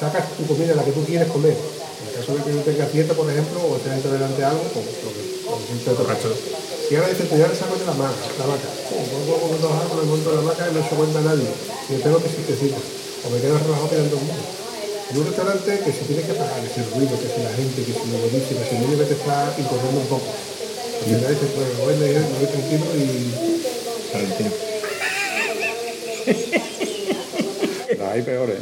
[SPEAKER 4] sacas tu comida, la que tú quieres comer, en caso de que no tengas dieta, por ejemplo, o estés intolerante a algo, pues lo que- lo que siempre te toca. Y ahora dices, tú ya le saco de la mano, la vaca, pongo como dos árboles, monto la vaca y no se cuenta a nadie, y me tengo que sustecitar, o me quedo relajado pegando mucho. En un restaurante que se tiene que pagar, que si el ruido, que si la gente, que si lo buenísimo, que si el niño que te está incorporando un poco. Al final dices, "Pues, bueno, voy, me me voy tranquilo y...
[SPEAKER 9] No, hay peores.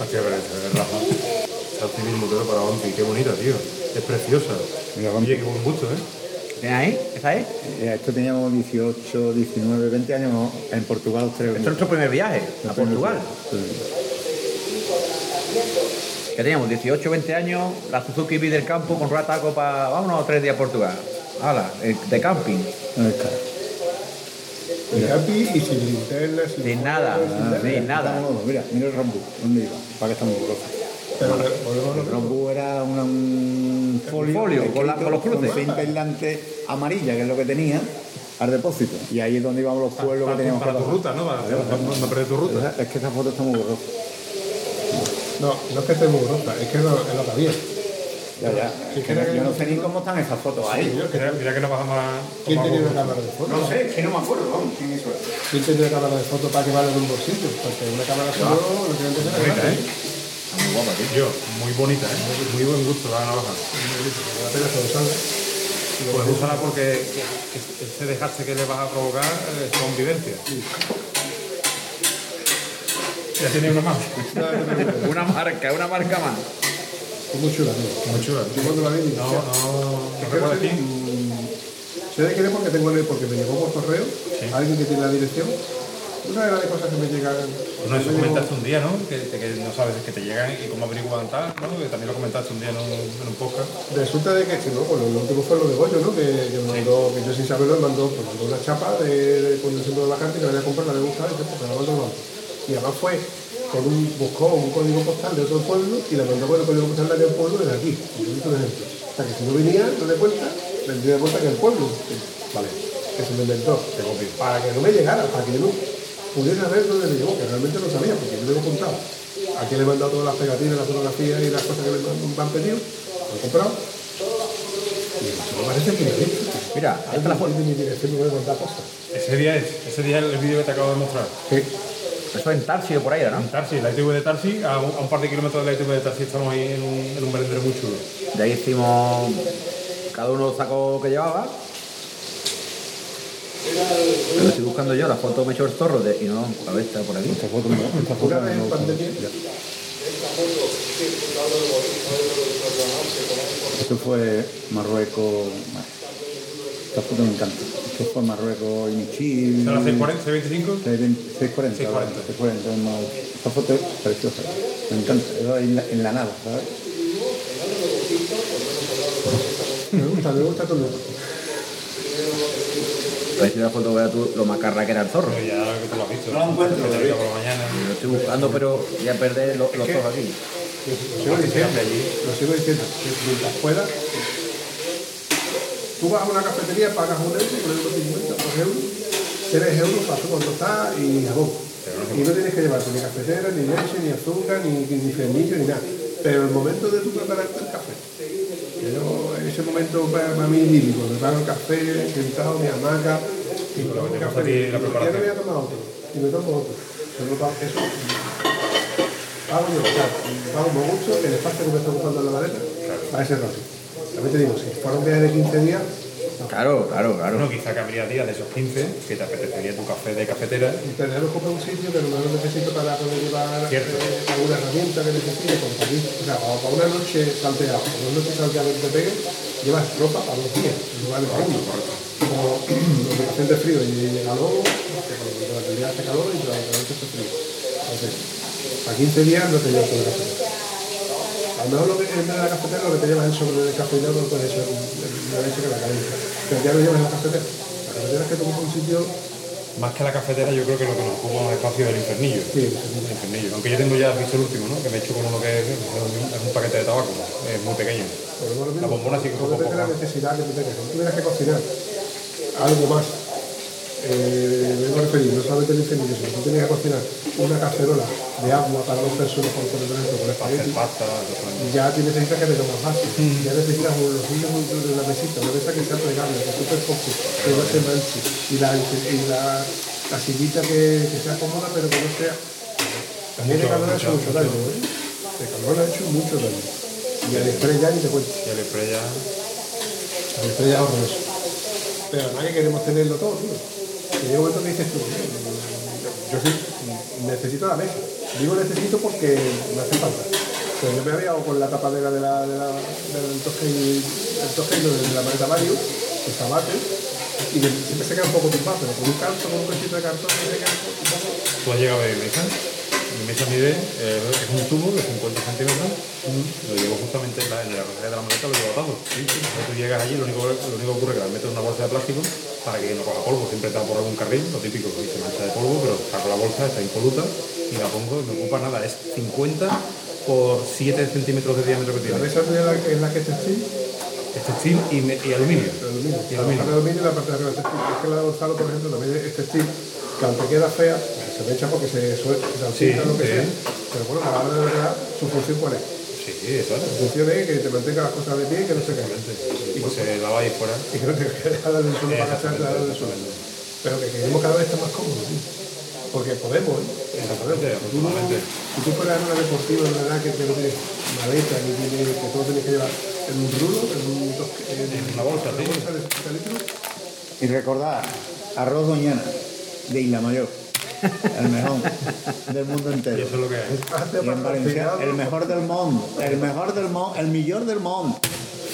[SPEAKER 3] Hostia, pero es Rafa. Está aquí mismo todo para Bampi, qué bonita, tío. Es preciosa.
[SPEAKER 9] Mira, Bampi.
[SPEAKER 3] Oye, qué buen gusto, ¿eh?
[SPEAKER 2] ¿Tienes ahí? ¿Esa es?
[SPEAKER 9] Eh, Esto teníamos 18, 19, 20 años en Portugal, los tres.
[SPEAKER 2] Este es nuestro primer viaje a Portugal.
[SPEAKER 9] Sí.
[SPEAKER 10] que teníamos 18, 20 años, la Suzuki vi del campo con rataco para, vámonos tres días a Portugal. Hala, eh, de camping,
[SPEAKER 6] Ahí está.
[SPEAKER 4] El capi y sin linterna, sin.
[SPEAKER 10] Sin nada,
[SPEAKER 4] nada.
[SPEAKER 10] sí, nada.
[SPEAKER 6] No, no, mira, mira el Rambo, ¿dónde iba? Para que está muy grosso.
[SPEAKER 4] Pero volvemos a
[SPEAKER 6] El
[SPEAKER 4] lo
[SPEAKER 6] Rambo era una- un folio,
[SPEAKER 10] folio, con la-
[SPEAKER 6] escrito
[SPEAKER 10] con los cruces.
[SPEAKER 6] Con cinta aislante amarilla, que es lo que tenía, al depósito. Y ahí es donde íbamos los pueblos que teníamos
[SPEAKER 3] para tu
[SPEAKER 6] que
[SPEAKER 3] ruta, ¿no? Para, para no- no perder tu ruta.
[SPEAKER 6] Esa- Es que esa foto está muy borrosa.
[SPEAKER 4] No, no es que esté muy rota, es que es lo, es lo que había.
[SPEAKER 6] Ya, ya.
[SPEAKER 4] Sí,
[SPEAKER 6] Que no-
[SPEAKER 4] creo que
[SPEAKER 6] Yo no
[SPEAKER 4] no-
[SPEAKER 6] sé ni cómo están esas fotos ahí.
[SPEAKER 4] Yo creo-
[SPEAKER 3] Mira, mira que nos bajamos a.
[SPEAKER 4] ¿Quién
[SPEAKER 3] tomar
[SPEAKER 4] tenía una
[SPEAKER 3] algo.
[SPEAKER 4] cámara de fotos?
[SPEAKER 11] No sé, es que no me acuerdo, vamos, quién hizo eso.
[SPEAKER 4] ¿Quién tenía una cámara de fotos para que valga en un bolsillo? Porque una cámara solo lo que antes era grande. ¿eh?
[SPEAKER 3] Yo, muy bonita, ¿eh? Muy buen gusto la navaja.
[SPEAKER 4] La pena se lo salga.
[SPEAKER 3] Pues úsala porque ese desgaste que le vas a provocar eh, es convivencia. Ya tiene una más.
[SPEAKER 10] Una marca, una marca más.
[SPEAKER 4] Es muy chula, tío.
[SPEAKER 3] Muy chula.
[SPEAKER 4] Yo cuando la vi dije,
[SPEAKER 3] No,
[SPEAKER 4] "Hostia,
[SPEAKER 3] no. ¿No
[SPEAKER 4] creo
[SPEAKER 3] recuerdas
[SPEAKER 4] que-
[SPEAKER 3] quién?
[SPEAKER 4] Sé de quién es porque tengo el porque me llegó por correo, alguien que tiene la dirección. Una de las cosas que me llegan.
[SPEAKER 3] No, eso
[SPEAKER 4] me llegó-
[SPEAKER 3] comentaste un día, ¿no? Que, te- que no sabes que te llegan y cómo averiguan tal, ¿no? Que también lo comentaste un día en un, en un podcast.
[SPEAKER 4] Resulta de que, si no, bueno, lo último fue lo de Goyo, ¿no? Que, que mandó, que yo sin saberlo mandó, pues, mandó una chapa de, de con el símbolo de la gente que la había comprado, la había buscado y tal, pues, me la mandó al banco. Y además fue con un, buscó un código postal de otro pueblo y la mandó con el código postal de aquel pueblo de aquí. Yo hice un ejemplo. O sea que si no venía, no de cuenta, vendría de vuelta que el pueblo. Vale, que se me inventó. Para que no me llegara, para que yo no pudiera ver dónde me llegó, que realmente no sabía, porque yo lo he contado. Aquí le he mandado todas las pegatinas, las fotografías y las cosas que me han- me han pedido, lo he comprado. Me parece que
[SPEAKER 10] Mira,
[SPEAKER 4] Ahí está la foto de mi dirección me voy a contar cosas.
[SPEAKER 3] Ese día es, ese día el vídeo que te acabo de mostrar.
[SPEAKER 10] eso en Tarsi o por ahí, ¿no?
[SPEAKER 3] En Tarsi, la ITV de Tarsi, a un, a un par de kilómetros de la ITV de Tarsi estamos ahí en un, en un merendero muy chulo.
[SPEAKER 10] De ahí hicimos, cada uno sacó lo que llevaba. Pero estoy buscando yo la foto me echó el zorro de, y no, a ver, está por aquí.
[SPEAKER 6] Esa foto no, esa foto
[SPEAKER 4] Una
[SPEAKER 6] no
[SPEAKER 4] vez en
[SPEAKER 6] me gusta.
[SPEAKER 4] pandemia,
[SPEAKER 6] Esto fue Marruecos. bueno, Esta foto me encanta. Esto fue Marruecos y Michil.
[SPEAKER 3] ¿Son las 6.40, 6.25?
[SPEAKER 6] 640,
[SPEAKER 3] 6.40.
[SPEAKER 6] vale, 640, no, esta foto es preciosa, me encanta, eso en la, en la nada, ¿sabes?
[SPEAKER 4] me gusta, me gusta todo.
[SPEAKER 10] A ver si la foto vea tú lo macarra que era el zorro.
[SPEAKER 3] Pero ya que tú lo has visto.
[SPEAKER 11] No lo encuentro,
[SPEAKER 3] Que te he
[SPEAKER 11] todavía.
[SPEAKER 3] visto por la mañana.
[SPEAKER 10] Lo estoy buscando, pero voy a perder lo- los zorros aquí.
[SPEAKER 4] Lo sigo diciendo, lo sigo diciendo. que Mientras pueda, tú vas a una cafetería, pagas un euro, un euro cincuenta, dos euros, tres euros para tú cuando estás y jabón. Y no tienes que llevarte ni cafetera, ni leche, ni azúcar, ni, ni frenillo, ni nada. Pero el momento de tú prepararte el café, Yo, ese momento para, para mí es idílico, me paro el café, sentado, mi hamaca, y me tomo un
[SPEAKER 3] gusta
[SPEAKER 4] café.
[SPEAKER 3] a ti la
[SPEAKER 4] Y digo,
[SPEAKER 3] preparación.
[SPEAKER 4] "Ya me voy a tomar otro, y me tomo otro. Yo no pago eso. Pago yo, claro, pago por mucho el espacio que me está ocupando en la maleta para ese rato. También te digo, si fuera un viaje de 15 días,
[SPEAKER 10] Claro, claro, claro.
[SPEAKER 3] Bueno, quizá que habría días de esos 15 que te apetecería tu café de cafetera.
[SPEAKER 4] tener ocupa un sitio que a lo mejor necesito para poder llevar
[SPEAKER 3] Cierto.
[SPEAKER 4] eh, alguna herramienta que necesite compartir. O sea, para para una noche salteada, para una noche salteada en pegue, llevas ropa para dos días, no vale para uno. Como los que hacen de frío y de calor, que cuando durante el día hace calor y durante la noche hace frío. Entonces, para 15 días no te llevas todo el café. A lo mejor lo que, en vez de la cafetera lo que te llevas es sobre el cafeinado, pues eso, la leche que la calienta. Pero ya lo llevas en la cafetera. La cafetera es que te ocupa un sitio
[SPEAKER 3] Más que la cafetera, yo creo que lo que nos ocupa es un espacio del infernillo.
[SPEAKER 4] Sí, sí,
[SPEAKER 3] El infernillo. Aunque yo tengo ya visto el último, ¿no? Que me he hecho con uno que es, es un, es un paquete de tabaco, es muy pequeño.
[SPEAKER 4] pero no lo mismo.
[SPEAKER 3] La bombona sí que
[SPEAKER 4] Todo
[SPEAKER 3] ocupa
[SPEAKER 4] depende de la
[SPEAKER 3] poco.
[SPEAKER 4] necesidad que tú tengas. Si tuvieras que cocinar algo más, eh, me voy a referir, no solamente el incendio, sino que tú tienes que cocinar una cacerola de agua para dos personas, por poner ejemplo, con
[SPEAKER 3] Para hacer
[SPEAKER 4] espagueti,
[SPEAKER 3] pasta, eso
[SPEAKER 4] ya tú necesitas que te lo más fácil.
[SPEAKER 3] Mm.
[SPEAKER 4] Ya necesitas un bolsillo muy duro de la mesita, una mesa que sea plegable, que súper poco, que no se manche, y la, y la, la sillita que, que sea cómoda, pero que no sea. También el
[SPEAKER 3] Mucho,
[SPEAKER 4] calor ha hecho
[SPEAKER 3] mucho,
[SPEAKER 4] mucho daño, ¿eh? El calor ha hecho mucho daño. Y el estrés ya ni te cuento.
[SPEAKER 3] es. Y el spray ya...
[SPEAKER 4] El estrés ya es horroroso. Pero además que queremos tenerlo todo, tío. Que llega un momento que dices tú, yo sí, necesito la mesa. Digo necesito porque me hace falta. Pero yo me había dado con la tapadera de la, de la, del toque del toque de la maleta Mario, el sabate, y de- siempre se queda un poco tumbado, pero con un canto, con un cosito de cartón, de cartón, un poco
[SPEAKER 3] ¿Tú has llegado a beber mesa?
[SPEAKER 4] yo
[SPEAKER 3] mi mesa mide, eh, es un tubo de 50 centímetros, lo llevo justamente en la, en la carretera de la maleta, lo llevo atado. Entonces Tú llegas allí, lo único, lo único que ocurre es que la metes en una bolsa de plástico para que no coja polvo, siempre está por algún carril, lo típico, que se mancha de polvo, pero saco la bolsa, está impoluta y la pongo y me ocupa nada, es 50 por 7 centímetros de diámetro que tiene.
[SPEAKER 4] La mesa tuya es la, es la que es textil,
[SPEAKER 3] Es textil y, me- y aluminio.
[SPEAKER 4] el aluminio.
[SPEAKER 3] Y
[SPEAKER 4] La parte
[SPEAKER 3] aluminio.
[SPEAKER 4] de aluminio y la parte de arriba es textil. Es que la de Gonzalo, por ejemplo, también es textil, que aunque queda fea, se me echa porque se suelta, se salpita,
[SPEAKER 3] Sí,
[SPEAKER 4] lo que
[SPEAKER 3] sí.
[SPEAKER 4] sea. Pero bueno, a la hora de verdad, su función cuál es.
[SPEAKER 3] Sí, eso
[SPEAKER 4] Su
[SPEAKER 3] es.
[SPEAKER 4] función es que te mantenga las cosas de pie y que no se caigan.
[SPEAKER 3] Y pues se lava ahí fuera.
[SPEAKER 4] Y que no tengas que dejarla en el suelo para agacharte la del suelo. Pero que queremos cada vez estar más cómodos, tío. Porque podemos, ¿eh?
[SPEAKER 3] Exactamente,
[SPEAKER 4] Tú no-
[SPEAKER 3] afortunadamente.
[SPEAKER 4] Si tú fueras en una deportiva, en verdad, que te no tienes maleta, ni tienes, que todo tienes que llevar en un rulo, en un dos- en
[SPEAKER 3] una bolsa, sí.
[SPEAKER 4] bolsa de 50 litros,
[SPEAKER 6] Y recordad, arroz doñana, de Isla Mayor, el mejor del mundo
[SPEAKER 3] Y
[SPEAKER 6] entero.
[SPEAKER 3] eso es lo que es.
[SPEAKER 4] hace
[SPEAKER 6] Y en Valencia, el mejor del mundo, el mejor del mundo, el millón del mundo.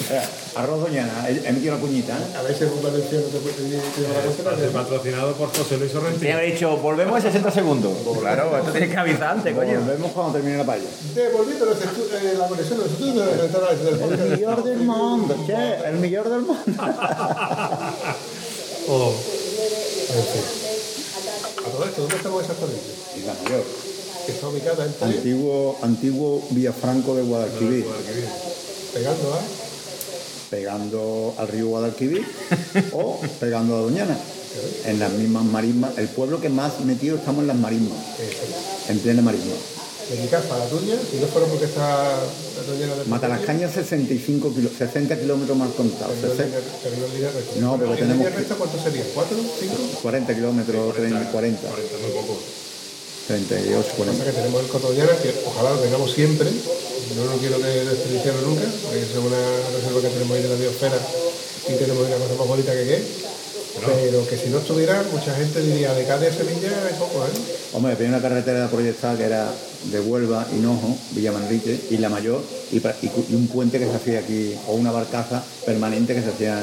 [SPEAKER 6] Espera, Arroz doñana, he he metido la cuñita, ¿eh?
[SPEAKER 4] A veces un valenciano te puede venir y te lleva la bolsa,
[SPEAKER 3] Está patrocinado por José
[SPEAKER 2] Tenía
[SPEAKER 3] Luis Sorrentino.
[SPEAKER 2] que haber dicho, volvemos en 60 segundos.
[SPEAKER 10] Pues Claro, esto tiene que avisar antes,
[SPEAKER 6] Volvemos cuando termine la paella.
[SPEAKER 4] Devolviendo los estu- eh, la conexión de los estudios de la ventana del
[SPEAKER 6] El
[SPEAKER 4] podcast.
[SPEAKER 6] millón del mundo, che, el millón del mundo. Oh,
[SPEAKER 3] O
[SPEAKER 4] A todo esto, ¿dónde estamos exactamente?
[SPEAKER 6] Isla Mayor,
[SPEAKER 4] Que está ubicada en Tallinn,
[SPEAKER 6] antiguo, antiguo Villafranco de Guadalquivir,
[SPEAKER 4] pegando a...
[SPEAKER 6] pegando al río Guadalquivir o pegando a Doñana. En las mismas marismas, el pueblo que más metido estamos en las marismas,
[SPEAKER 4] Eso.
[SPEAKER 6] en plena marisma.
[SPEAKER 4] De eh, mi casa a la tuya, si no fuera porque está la doñera de...
[SPEAKER 6] Mata las cañas 65 kilo- 60 kilómetros más contados,
[SPEAKER 4] Pero no línea- pero no línea recta.
[SPEAKER 6] No, porque
[SPEAKER 4] Pero en
[SPEAKER 6] tenemos
[SPEAKER 4] línea recta, ¿Cuánto sería? ¿Cuatro? ¿Cinco?
[SPEAKER 6] 40 kilómetros, 30, 40,
[SPEAKER 3] 40, muy poco.
[SPEAKER 6] 38,
[SPEAKER 4] O sea
[SPEAKER 6] 40.
[SPEAKER 4] que tenemos el Cotoñana, que ojalá lo tengamos siempre. No lo quiero de- desperdiciarlo nunca, porque es una reserva que tenemos ahí de la biosfera y tenemos una cosa más bonita que qué. Pero que si no estuviera, mucha gente diría de Cádiz a Sevilla es poco, ¿eh?
[SPEAKER 6] Hombre, tenía una carretera proyectada que era de Huelva, Hinojo, Villamanrique, Isla Mayor y, pa- y cu- y un puente que se hacía aquí, o una barcaza permanente que se hacía.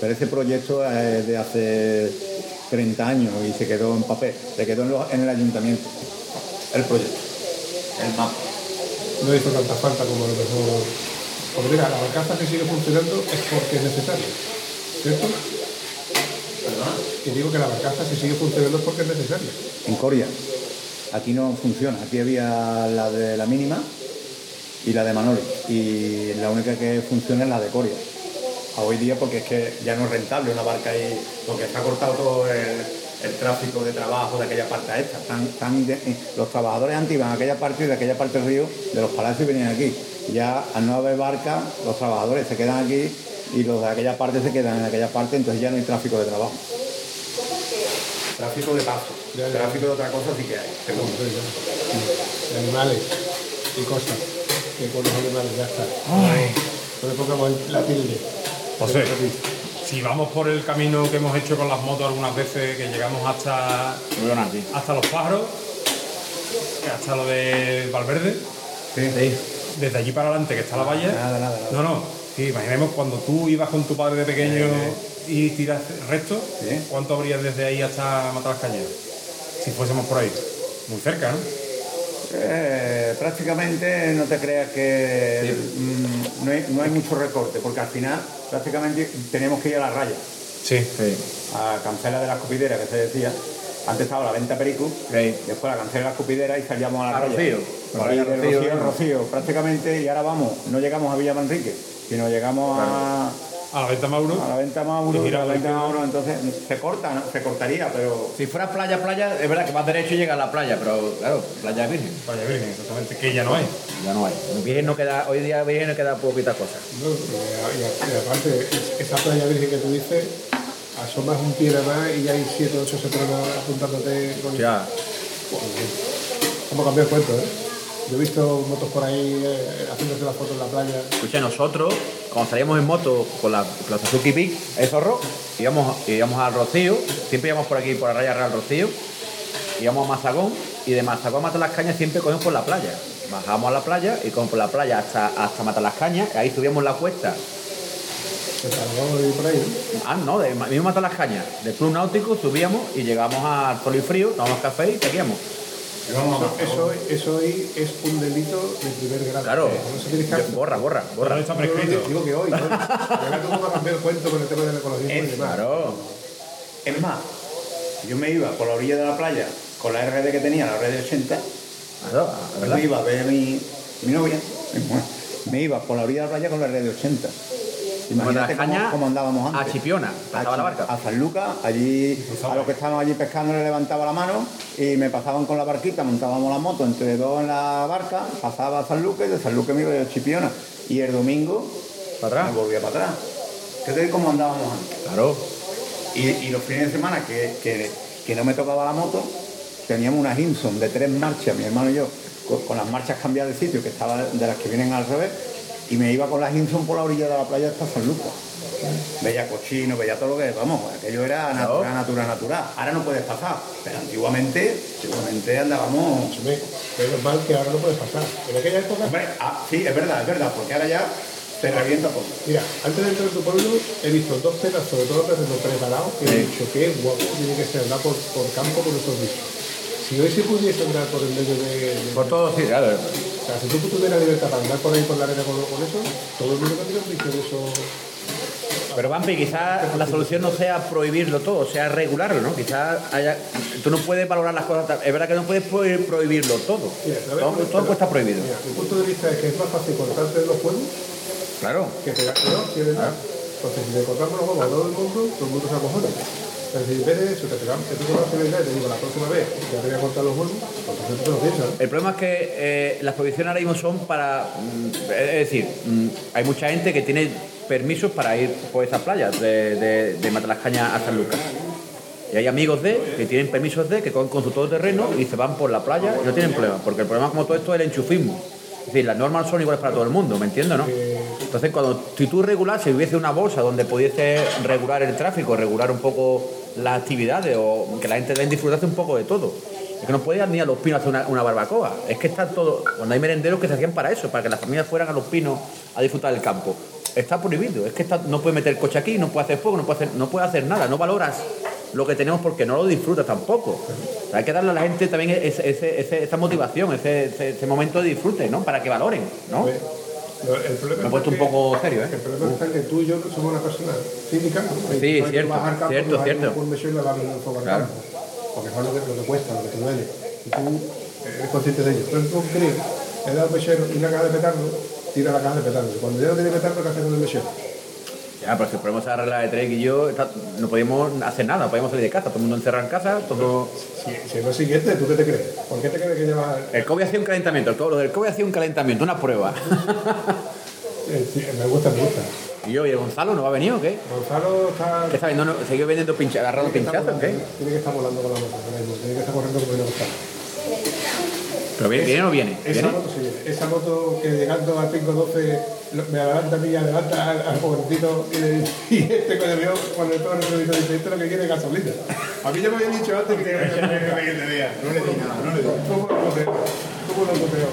[SPEAKER 6] Pero ese proyecto es de hace 30 años y se quedó en papel, se quedó en, lo- en el ayuntamiento. El proyecto, el mapa.
[SPEAKER 4] No hizo tanta falta como lo mejor. Porque mira, la barcaza que sigue funcionando es porque es necesario, ¿cierto? Y digo que la barcaza si sigue funcionando es porque es necesario.
[SPEAKER 6] en Coria. Aquí no funciona. Aquí había la de la mínima y la de Manolo. Y la única que funciona es la de Coria. A hoy día porque es que ya no es rentable una barca ahí, porque está cortado todo el, el tráfico de trabajo de aquella parte a esta. Tan- tan de- los trabajadores antes iban a aquella parte y de aquella parte del río, de los palacios, y venían aquí. Ya al no haber barca, los trabajadores se quedan aquí y los de aquella parte se quedan en aquella parte, entonces ya no hay tráfico de trabajo. Tráfico de paso.
[SPEAKER 4] Ya, ya.
[SPEAKER 6] Tráfico de otra cosa sí que hay. seguro.
[SPEAKER 4] De animales y cosas. Que con los animales ya está.
[SPEAKER 2] Ah.
[SPEAKER 4] No le pongamos el- la tilde.
[SPEAKER 3] José, si vamos por el camino que hemos hecho con las motos algunas veces, que llegamos hasta,
[SPEAKER 10] pues,
[SPEAKER 2] No veo nada, tío.
[SPEAKER 3] hasta los pájaros, hasta lo de Valverde, desde allí para adelante que está la valla.
[SPEAKER 6] Nada, nada, nada.
[SPEAKER 3] No, no. Sí, imaginemos cuando tú ibas con tu padre de pequeño y tiras recto,
[SPEAKER 6] Sí.
[SPEAKER 3] ¿cuánto habrías desde ahí hasta Matar las Cañas? Si fuésemos por ahí. Muy cerca, ¿no?
[SPEAKER 6] Eh, prácticamente no te creas que mm, no, hay, no hay mucho recorte, porque al final prácticamente tenemos que ir a la raya,
[SPEAKER 3] Sí.
[SPEAKER 6] a cancela de la escupidera que se decía. Antes estaba la venta Perico, después la cancela de la escupidera y salíamos a la
[SPEAKER 2] A
[SPEAKER 6] raya.
[SPEAKER 2] Rocío.
[SPEAKER 6] Por ahí de Rocío, en Rocío, prácticamente, y ahora vamos, no llegamos a Villa Manrique, sino llegamos a,
[SPEAKER 3] A la venta Mauro.
[SPEAKER 6] a la venta
[SPEAKER 3] Y
[SPEAKER 6] Mauro,
[SPEAKER 3] gira a
[SPEAKER 6] a Pues la
[SPEAKER 3] la
[SPEAKER 6] venta
[SPEAKER 3] izquierda.
[SPEAKER 6] Mauro, entonces se corta, ¿no? se cortaría, pero
[SPEAKER 10] Si fuera playa, playa, es verdad que más derecho llega a la playa, pero claro, playa virgen.
[SPEAKER 3] Vaya Virgen, exactamente, que ya no hay.
[SPEAKER 10] Ya no hay.
[SPEAKER 2] Virgen no queda, hoy día Virgen no queda poquita cosa.
[SPEAKER 4] No, y, a- y aparte, esa playa virgen que tú dices, asomas un pie nada más y ya hay siete o 8 semanas apuntándote con
[SPEAKER 2] Ya.
[SPEAKER 4] Hemos cambiado el cuento, ¿eh? Yo he visto motos por ahí eh, haciéndose las fotos en la playa.
[SPEAKER 2] Escucha, nosotros, cuando salíamos en moto con la, con la Suzuki Big, el zorro, íbamos, íbamos al Rocío, siempre íbamos por aquí, por la raya Real Rocío, íbamos a Mazagón, y de Mazagón a Matar las Cañas siempre cogíamos por la playa. Bajábamos a la playa y cogíamos por la playa hasta, hasta Matar las Cañas, y ahí subíamos la cuesta.
[SPEAKER 4] Que salgamos de por ahí, ¿no?
[SPEAKER 2] Ah, no, de mismo Matar las Cañas, del Club Náutico subíamos y llegamos al Sol y Frío, tomamos café y seguíamos.
[SPEAKER 3] Íbamos a
[SPEAKER 4] Eso,
[SPEAKER 3] Mazagón.
[SPEAKER 4] eso, eso ahí es un delito de primer grado.
[SPEAKER 2] Claro,
[SPEAKER 4] No se tiene que
[SPEAKER 2] yo- borra, borra, borra.
[SPEAKER 3] Todo está
[SPEAKER 4] Yo lo
[SPEAKER 3] prescrito.
[SPEAKER 4] digo que hoy, ¿no? Ahora todo va a cambiar el cuento con el tema del ecologismo y
[SPEAKER 6] Es-
[SPEAKER 4] demás.
[SPEAKER 2] Claro.
[SPEAKER 6] Es más, yo me iba por la orilla de la playa con la RD que tenía, la RD 80,
[SPEAKER 2] Claro, la
[SPEAKER 6] me
[SPEAKER 2] ¿verdad?
[SPEAKER 6] iba a ver a mi, mi novia, mi mujer, me iba por la orilla de la playa con la RD 80.
[SPEAKER 2] Como de
[SPEAKER 6] Imagínate
[SPEAKER 2] las
[SPEAKER 6] cómo,
[SPEAKER 2] cañas
[SPEAKER 6] cómo andábamos
[SPEAKER 2] a
[SPEAKER 6] antes.
[SPEAKER 2] Chipiona, pasaba la barca.
[SPEAKER 6] A San Lucas, allí
[SPEAKER 3] Cruzaba.
[SPEAKER 6] a los que estaban allí pescando le levantaba la mano y me pasaban con la barquita, montábamos la moto entre dos en la barca, pasaba a San Lucas y de San Lucas me iba a Chipiona. Y el domingo
[SPEAKER 2] ¿Para
[SPEAKER 6] me
[SPEAKER 2] atrás?
[SPEAKER 6] volvía para atrás. Fíjate cómo andábamos antes.
[SPEAKER 2] Claro.
[SPEAKER 6] Y, y los fines de semana que, que- que no me tocaba la moto, teníamos una Hinson de tres marchas, mi hermano y yo, con, con las marchas cambiadas de sitio, que estaba de las que vienen al revés, y me iba con la Hinson por la orilla de la playa hasta San Lucas. Veía cochino, veía todo lo que, vamos, aquello era
[SPEAKER 2] Claro.
[SPEAKER 6] natural, natural, natural. Ahora no puedes pasar, pero antiguamente, antiguamente andábamos...
[SPEAKER 4] Escúchame, Menos mal que ahora no puedes pasar. En aquella época,
[SPEAKER 6] Hombre, ah, sí, es verdad, es verdad, porque ahora ya te revienta todo.
[SPEAKER 4] mira, antes de entrar a tu pueblo he visto dos cenas, sobre todo terreno preparado, que he dicho que guapo tiene que ser andar por, por campo con esos bichos. Si hoy se pudiese andar por el medio de. de-
[SPEAKER 2] Por todo, sí, claro.
[SPEAKER 4] O sea, si tú tuvieras libertad para andar por ahí por la arena con, con eso, todo el mundo tendría un bicho de esos.
[SPEAKER 2] Pero Bambi, quizás la solución no sea prohibirlo todo, sea regularlo, ¿no? Quizás haya... Tú no puedes valorar las cosas... tan- Es verdad que no puedes pro- prohibirlo todo.
[SPEAKER 4] Mira, te voy a
[SPEAKER 2] Todo,
[SPEAKER 4] comentar-
[SPEAKER 2] todo está prohibido.
[SPEAKER 4] Mira, mi punto de vista es que es más fácil cortarte los pueblos
[SPEAKER 2] Claro.
[SPEAKER 4] que pegarte dos, ¿sí, verdad? Entonces, si le cortamos los huevos a todo el mundo, todo el mundo se acojona. Pero si en vez de eso te pegamos, que tú te vas a y te digo la próxima vez, ya te voy a cortar los huevos, pues entonces tú te lo piensas.
[SPEAKER 2] El problema es que eh, las prohibiciones ahora mismo son para. mm, Es decir, mm, hay mucha gente que tiene permisos para ir por esas playas de, de, de Matalascaña a San Lucas. Y hay amigos de que tienen permisos de que con, con su todoterreno y se van por la playa y no tienen problema. Porque el problema, como todo esto, es el enchufismo. Es decir, las normas son iguales para todo el mundo, ¿me entiendes, no? Entonces, cuando si tú regulas, si hubiese una bolsa donde pudiese regular el tráfico, regular un poco las actividades o que la gente disfrutase un poco de todo. Es que no podías ni a los pinos a hacer una, una barbacoa. Es que está todo. Cuando hay merenderos que se hacían para eso, para que las familias fueran a los pinos a disfrutar del campo. Está prohibido. Es que está- no puedes meter coche aquí, no puedes hacer fuego, no puedes hacer, no puedes hacer nada. No valoras lo que tenemos porque no lo disfrutas tampoco. O sea, hay que darle a la gente también ese- ese- ese- esa motivación, ese, ese- ese momento de disfrute, ¿no? Para que valoren, ¿no?
[SPEAKER 4] Oye, lo- El problema
[SPEAKER 2] Me he puesto
[SPEAKER 4] está
[SPEAKER 2] un
[SPEAKER 4] que-
[SPEAKER 2] poco serio, ¿eh?
[SPEAKER 4] El problema está que tú y yo no somos una persona física.
[SPEAKER 2] Sí, cierto, cierto, cierto.
[SPEAKER 4] Un beso y le darle un fuego al
[SPEAKER 2] Claro.
[SPEAKER 4] campo. Porque es lo que, lo que cuesta, lo que te duele. Y tú eh, eres consciente de ello. Pero tú crees, le das un mechero y una caja de petardo, tira la caja de petardo. Cuando ya no tiene petardo, ¿qué haces con el mechero?
[SPEAKER 2] Ya, pero si ponemos esa regla de tres y yo, está- no podemos hacer nada, no podemos salir de casa, todo el mundo encerrado en casa, todo...
[SPEAKER 4] Si, si es lo siguiente, ¿tú qué te crees? ¿Por qué te crees que llevas
[SPEAKER 2] El COVID hacía un calentamiento, el COVID, lo del COVID hacía un calentamiento, una prueba.
[SPEAKER 4] Eh, sí, me gusta, me gusta.
[SPEAKER 2] y yo, ¿y el Gonzalo no va a venir o qué?
[SPEAKER 4] Gonzalo está.
[SPEAKER 2] ¿Qué está vendiendo? ¿Seguió vendiendo pincha, agarrando
[SPEAKER 4] tiene que estar
[SPEAKER 2] pinchazos o qué?
[SPEAKER 4] volando, Tiene que estar volando con la moto, ahora mismo, tiene que estar corriendo como no está.
[SPEAKER 2] ¿Pero viene, viene o no viene?
[SPEAKER 4] Esa
[SPEAKER 2] ¿Viene?
[SPEAKER 4] moto, sí, esa moto que llegando al 512 lo- me levanta a mí, levanta al, al pobrecito y, le- y este con el avión, con el torre y dice, este lo que quiere es gasolina. A mí ya me habían dicho antes que era gasolina.
[SPEAKER 11] No le di nada, no le di nada.
[SPEAKER 4] ¿Cómo lo coteo? ¿Cómo lo coteo?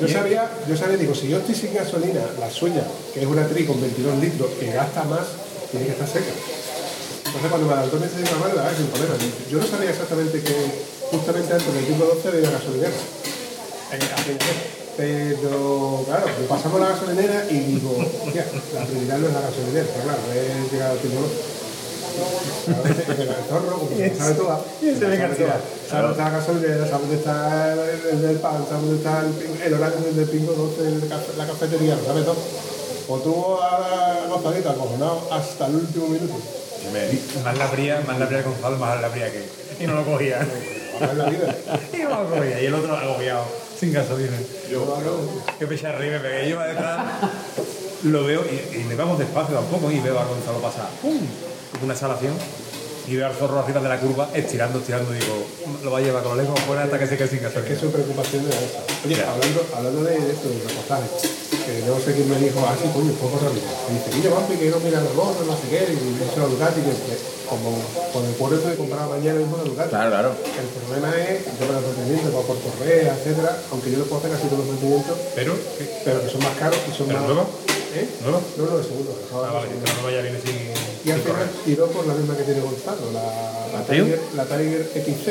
[SPEAKER 4] Yo sabía, yo sabía, digo, si yo estoy sin gasolina, la suya, que es una tri con 22 litros, que gasta más, tiene que estar seca. Entonces cuando me adelantó me dice, mamá, la verdad, sin problema. Yo no sabía exactamente que justamente antes del 512 había una gasolinera. En- aquella vez. Pero claro, me pasamos la gasolinera y digo, hostia, la prioridad no es la gasolinera, pero claro, es llegar al 512. A veces, pero el zorro, como se sabe toda. se
[SPEAKER 6] ve
[SPEAKER 4] sabe
[SPEAKER 6] García.
[SPEAKER 4] toda. Sabe dónde está la gasolinera, sabe dónde está el- el del pan, sabe dónde está el, pin- el horario del pingo 12, el caf- la cafetería, lo sabe todo. O tú a Gonzalito acojonado hasta el último minuto.
[SPEAKER 3] Más la abría, más la abría Gonzalo, más la abría que. Y no lo cogía.
[SPEAKER 4] Ahora en la vida.
[SPEAKER 3] Y no lo cogía. Y el otro agobiado, sin gasolina.
[SPEAKER 4] Yo, claro,
[SPEAKER 3] Que pecha arriba, me pegué yo para detrás. Lo veo y, y me vamos despacio tampoco y veo a Gonzalo pasar. ¡Pum! Como una salación. Y veo al zorro arriba de la curva, estirando, estirando. Digo, lo va a llevar con los lejos fuera hasta que se quede sin
[SPEAKER 4] Es que
[SPEAKER 3] gasolina.
[SPEAKER 4] su preocupación era esa. Oye,
[SPEAKER 3] Ya.
[SPEAKER 4] hablando, hablando de esto, del reportaje, que no sé quién me dijo, ah, sí, coño, poco rápido. Y dice, mira, vamos, que no mira los gorros, no sé qué, y me hizo la Ducati, que que como con el cuarto que compraba mañana mismo la Ducati.
[SPEAKER 2] Claro, claro.
[SPEAKER 4] El problema es, yo me los rendimientos, va por correa, etcétera, aunque yo lo puedo hacer casi todos los rendimientos,
[SPEAKER 3] Pero, ¿qué?
[SPEAKER 4] pero que son más caros y son
[SPEAKER 3] ¿Pero
[SPEAKER 4] más...
[SPEAKER 3] nuevo?
[SPEAKER 4] ¿Eh?
[SPEAKER 3] ¿Nuevo?
[SPEAKER 4] No, no, de segundo. dejaba
[SPEAKER 3] Ah, vale,
[SPEAKER 4] de segundo.
[SPEAKER 3] que no vaya bien sin.
[SPEAKER 4] Y al
[SPEAKER 3] sin correr.
[SPEAKER 4] final tiró por la misma que tiene Gonzalo, la, la,
[SPEAKER 2] ¿Triumph?
[SPEAKER 4] Tiger, la Tiger XC.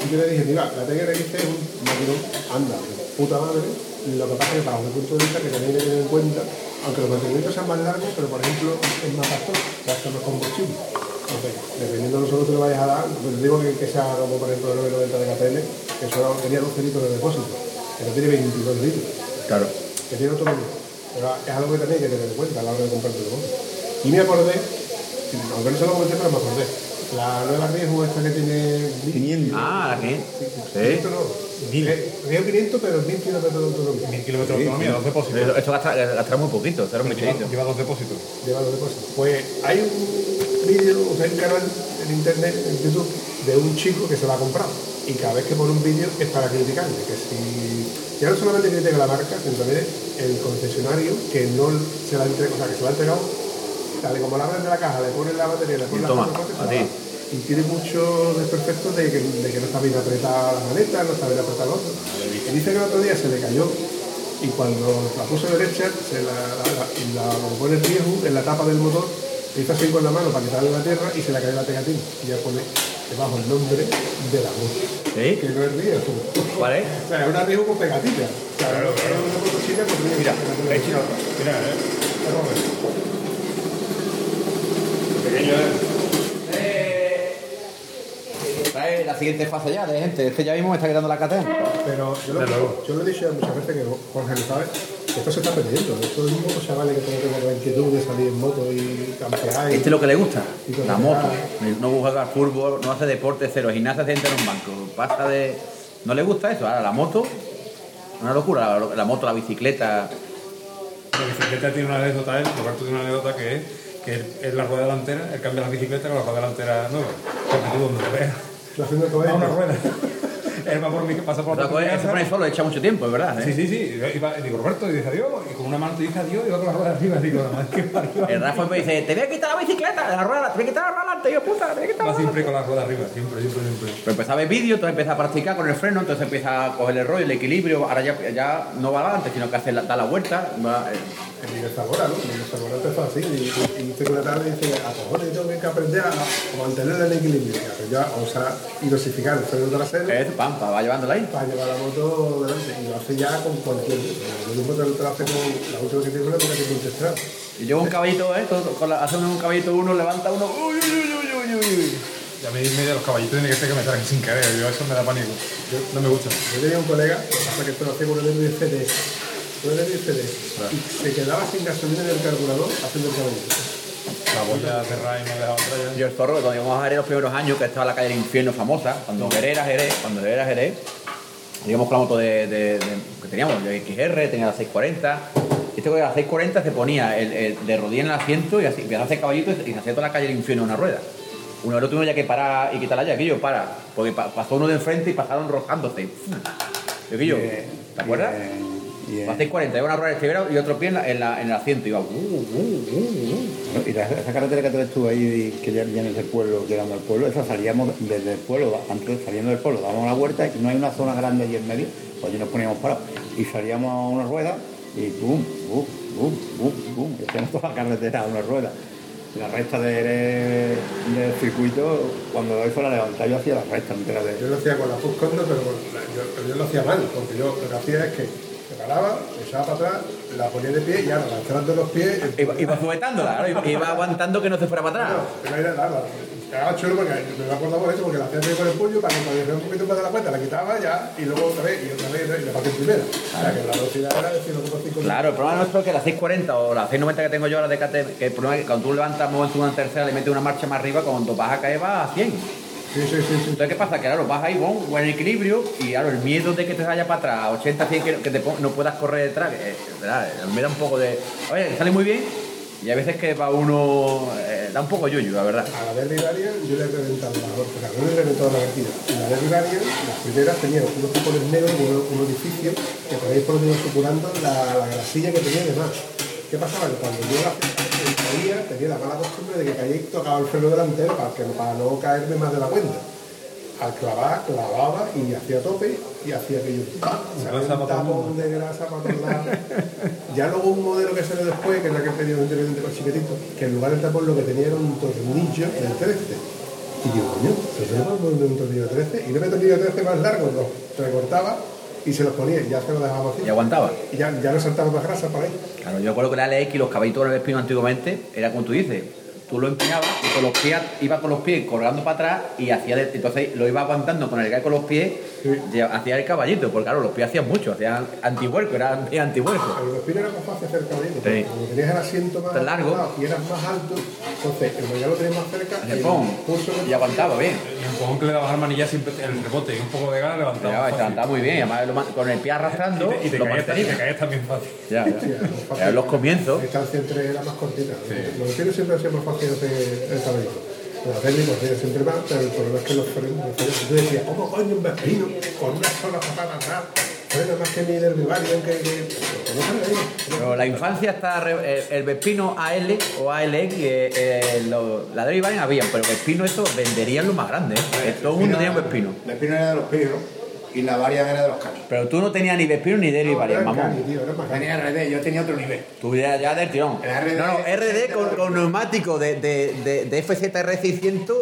[SPEAKER 4] Y yo le dije, mira, la técnica que viste es un maquinón, anda, de puta madre. Lo que pasa es que para un punto de vista que también hay que tener en cuenta, aunque los mantenimientos sean más largos, pero por ejemplo es más pastoso, o sea, esto no es combustible. Entonces, dependiendo de nosotros que le vayas a dar, pues digo que, que sea como por ejemplo el 90 de KTL, que solo tenía 12 litros de depósito, que no tiene 22 litros,
[SPEAKER 2] Claro.
[SPEAKER 4] que tiene autonomía. Pero es algo que también hay que tener en cuenta a la hora de comprar tu negocio. Y me acordé, aunque no se lo comenté, pero me acordé, la nueva riesgo esta que tiene
[SPEAKER 6] 500.
[SPEAKER 2] Ah, la gente. Sí.
[SPEAKER 4] 500 no. Eh, Río 500, pero 1000 kilómetros de autonomía.
[SPEAKER 3] Mil kilómetros de autonomía, dos
[SPEAKER 2] Eso,
[SPEAKER 3] depósitos.
[SPEAKER 2] eso gasta, gasta muy poquito, será muy
[SPEAKER 3] Lleva,
[SPEAKER 2] chiquito.
[SPEAKER 3] lleva dos depósitos.
[SPEAKER 4] Lleva los depósitos. Pues hay un vídeo, o sea, hay un canal en internet, en YouTube, de un chico que se la ha comprado. Y cada vez que pone un vídeo es para criticarle. Que si. Ya no solamente critica la marca, sino también el concesionario que no se la ha entregado, o sea, que se la ha entregado, tal y como la abren de la caja, le ponen la batería, le ponen
[SPEAKER 2] Y
[SPEAKER 4] la
[SPEAKER 2] toma,
[SPEAKER 4] foto, se la
[SPEAKER 2] así.
[SPEAKER 4] da. Y tiene muchos desperfectos de que, de que no está bien apretada la maleta, no está bien apretada el otro. Y dice que el otro día se le cayó y cuando la puso derecha, se la, la, la- la- como pone el viejo en la tapa del motor, hizo así con la mano para quitarle la tierra y se le cayó la pegatina. Y ya pone debajo el nombre de la voz.
[SPEAKER 2] ¿Sí?
[SPEAKER 4] Que no es viejo.
[SPEAKER 2] ¿Vale?
[SPEAKER 4] O sea, es una viejo con pegatina. Claro, claro. Una motocicleta con una
[SPEAKER 3] Mira,
[SPEAKER 4] pegatina.
[SPEAKER 3] ahí sí. Mira, eh. Vamos a ver. Pequeño, eh.
[SPEAKER 10] Trae la siguiente fase ya de gente. Este ya mismo me está quedando la cadena.
[SPEAKER 4] Pero yo lo,
[SPEAKER 3] Desde luego.
[SPEAKER 4] yo lo he dicho ya muchas veces que Jorge lo sabe, que esto se está perdiendo. Esto es un poco chavales que tengo la inquietud de salir en moto y campear. y-
[SPEAKER 2] Este es lo que le gusta,
[SPEAKER 4] Y con
[SPEAKER 2] la
[SPEAKER 4] el
[SPEAKER 2] moto.
[SPEAKER 4] pedal.
[SPEAKER 2] No juega al fútbol, no hace deporte, cero gimnasia, se entra en un banco. Pasa de... No le gusta eso. Ahora la moto, una locura. La, la moto, la bicicleta.
[SPEAKER 3] La bicicleta tiene una anécdota, él, Roberto tiene una anécdota que es que él- es la rueda delantera, él cambia la bicicleta con la rueda delantera nueva. Porque tú donde te veas,
[SPEAKER 4] Lo haciendo el
[SPEAKER 3] da
[SPEAKER 4] cohete.
[SPEAKER 3] una rueda. él va por mi, pasa por
[SPEAKER 2] Pero
[SPEAKER 3] la
[SPEAKER 2] se pone solo, echa mucho tiempo, es verdad. ¿eh?
[SPEAKER 3] Sí, sí, sí. Y yo iba- y digo, Roberto, y dice adiós, y con una mano te dice adiós, y va con la rueda arriba, digo, la madre que parió.
[SPEAKER 2] El Rafa me dice, te voy a quitar la bicicleta de la rueda, te voy a quitar la rueda delante, yo puta, te voy a quitar la
[SPEAKER 3] Va
[SPEAKER 2] rueda.
[SPEAKER 3] siempre con la rueda arriba, siempre, siempre, siempre.
[SPEAKER 2] Pero empezaba a ver vídeo, entonces empieza a practicar con el freno, entonces empieza a coger el rollo, el equilibrio, ahora ya, ya no va adelante, sino que hace la, da la vuelta. va, eh,
[SPEAKER 4] En Miguel Zamora, ¿no? Miguel Zamora empezó así y, y dice que una tarde dice, a cojones yo tengo que aprender a, a mantener el equilibrio, que aprender a usar y dosificar el freno trasero
[SPEAKER 2] es, pampa, va llevándola ahí.
[SPEAKER 4] para llevar la moto delante. Y lo hace ya con cualquier... Lo mismo te lo hace con la última que tiene una porque tiene un testrado.
[SPEAKER 2] Y lleva un caballito, eh, con- con la- hace un caballito uno, levanta uno, uy, uy, uy, uy, uy, uy.
[SPEAKER 3] Y a mí me de los caballitos tiene que ser que me traen sin querer, yo eso me da pánico. No me gusta.
[SPEAKER 4] Yo tenía un colega, lo que pasa es que esto lo hacía con el Elvis FDS, con el Elvis FDS, y se quedaba sin gasolina en el carburador haciendo el caballito.
[SPEAKER 3] La boya cerrada y me ha dejado otra
[SPEAKER 2] Yo el zorro, cuando íbamos a Jerez los primeros años, que estaba la calle del infierno famosa, cuando Jerez era Jerez, cuando Jerez era Jerez, íbamos con la moto de, de- de- que teníamos, de XR, tenía la 640, y este colega de la 640 se ponía el, el- de rodilla en el asiento y así, empezaba a hacer caballitos y se hacía toda la calle del infierno en una rueda. Uno del otro uno ya que para y quitarla ya, aquello para, porque pa- pasó uno de enfrente y pasaron rozándose. Yo, aquello, ¿te acuerdas?
[SPEAKER 6] Y, eh,
[SPEAKER 2] La 640, iba una rueda de y otro pie en, la- en la- en el asiento, iba. "Uh, uh, uh, uh".
[SPEAKER 6] y la- esa carretera que traes tú ahí, que ya vienes del pueblo, llegando al pueblo, esa salíamos desde el pueblo, antes saliendo del pueblo, dábamos la vuelta y no hay una zona grande allí en medio, pues allí nos poníamos parados. Y salíamos a una rueda y bum, bum, bum, bum, bum, y hacíamos toda la carretera a una rueda. La recta de- de- del circuito, cuando eso la levantaba, yo hacía la recta entera de
[SPEAKER 4] Yo lo hacía con la Fuscondo, pero con la- yo, pero yo lo hacía mal, porque yo lo que hacía es que me paraba, me echaba para atrás, la ponía de pie y ahora arrastrando los pies. eh,
[SPEAKER 2] Iba, iba sujetándola, ¿no? iba aguantando que no se fuera para atrás.
[SPEAKER 4] no, pero era nada. Era chulo porque me lo acordaba por eso, porque la hacía así con el puño para que cuando llegara un poquito más de la cuenta, la quitaba ya y luego otra vez y otra vez y otra vez, y la partí en primera. O sea que la velocidad era de 1,5
[SPEAKER 2] Claro, el problema nuestro es que la 640 o la 690 que tengo yo ahora de KT, que el problema es que cuando tú levantas mueves una tercera, le metes una marcha más arriba, cuando vas a caer vas a 100.
[SPEAKER 4] Sí, sí, sí, sí.
[SPEAKER 2] Entonces, ¿qué pasa? Que claro, vas ahí con buen equilibrio y claro, el miedo de que te vaya para atrás, 80, 100, que, que te pon- no puedas correr detrás, que, eh, ¿verdad? me da un poco de... Oye, sale muy bien y a veces que va uno... eh, da un poco yoyo, la verdad.
[SPEAKER 4] A la Derby Darien yo le he reventado la o sea, no le he reventado la vertida. Y la Derby Darien, las primeras tenían unos cupones negros con unos, unos edificios que por ahí por donde iba supurando la, la grasilla que tenía de más. ¿Qué pasaba? Que cuando yo la eh, caía, tenía la mala costumbre de que caía y tocaba el freno delantero para, que, para no caerme más de la cuenta. Al clavar, clavaba y hacía tope y hacía que yo
[SPEAKER 3] Grasa para todo el
[SPEAKER 4] tapón de grasa para todos lados. Ya luego un modelo que salió después, que es la que he tenido anteriormente con chiquitito, que en lugar del tapón lo que tenía era un tornillo del 13. Y digo, coño, pero yo me pongo un tornillo 13 y no me tornillo 13 más largo, lo recortaba y se los ponía y ya se lo dejábamos así.
[SPEAKER 2] Y aguantaba.
[SPEAKER 4] Y ya, ya no saltaba más grasa por ahí.
[SPEAKER 2] Claro, yo recuerdo que la LX, los caballitos de espino antiguamente, era como tú dices, tú lo empeñabas y con los pies, iba con los pies colgando para atrás y hacía, de- entonces lo iba aguantando con el gai con los pies, lle- hacía el caballito, porque claro, los pies hacían mucho, hacían antihuerco, era anti- antihuerco.
[SPEAKER 4] El respiro era más fácil hacer el caballito,
[SPEAKER 2] Sí.
[SPEAKER 4] porque como tenías el asiento más
[SPEAKER 2] Tan largo.
[SPEAKER 4] apretado y eras más alto, entonces el regalo lo tenías más cerca
[SPEAKER 2] Le
[SPEAKER 4] el
[SPEAKER 2] pon,
[SPEAKER 4] pulso
[SPEAKER 2] y aguantaba bien.
[SPEAKER 3] El empujón que le dabas al manillar siempre te- el rebote y un poco de gana levantaba.
[SPEAKER 2] Ya,
[SPEAKER 3] fácil.
[SPEAKER 2] estaba muy bien, además lo man- con el pie
[SPEAKER 3] Y
[SPEAKER 2] arrastrando,
[SPEAKER 3] te, y te
[SPEAKER 2] lo
[SPEAKER 3] caías, y te
[SPEAKER 2] mantenía.
[SPEAKER 3] caías también fácil.
[SPEAKER 2] Ya, ya.
[SPEAKER 4] Sí, era más fácil.
[SPEAKER 2] Eran los comienzos.
[SPEAKER 4] La distancia entre era más cortita. Los vecinos siempre hacían más fácil hacer el cabello. La tele corría siempre más, pero el problema es que los frenos, los frenos, tú decías, ¿cómo coño un vecino con una sola patada atrás? Frena más que mi del Vivarium, que... que... pero no frena, ¿no?
[SPEAKER 2] Pero la infancia está re- eh, el, el Vespino AL o ALX, eh, eh, lo- la de Iván habían, pero Vespino eso venderían lo más grande. ¿eh? Todo el mundo tenía un Vespino.
[SPEAKER 11] El espino era de los perros y la varian era de los canis.
[SPEAKER 2] Pero tú no tenías ni Vespino ni Derby
[SPEAKER 4] Era
[SPEAKER 2] Varian,
[SPEAKER 4] cani,
[SPEAKER 2] mamón.
[SPEAKER 4] tío, era más cani.
[SPEAKER 11] Tenía RD, yo tenía otro nivel.
[SPEAKER 2] Tú ya, ya del tirón.
[SPEAKER 11] El RD
[SPEAKER 2] No, no, RD con, con neumático de, de, de, de FZR600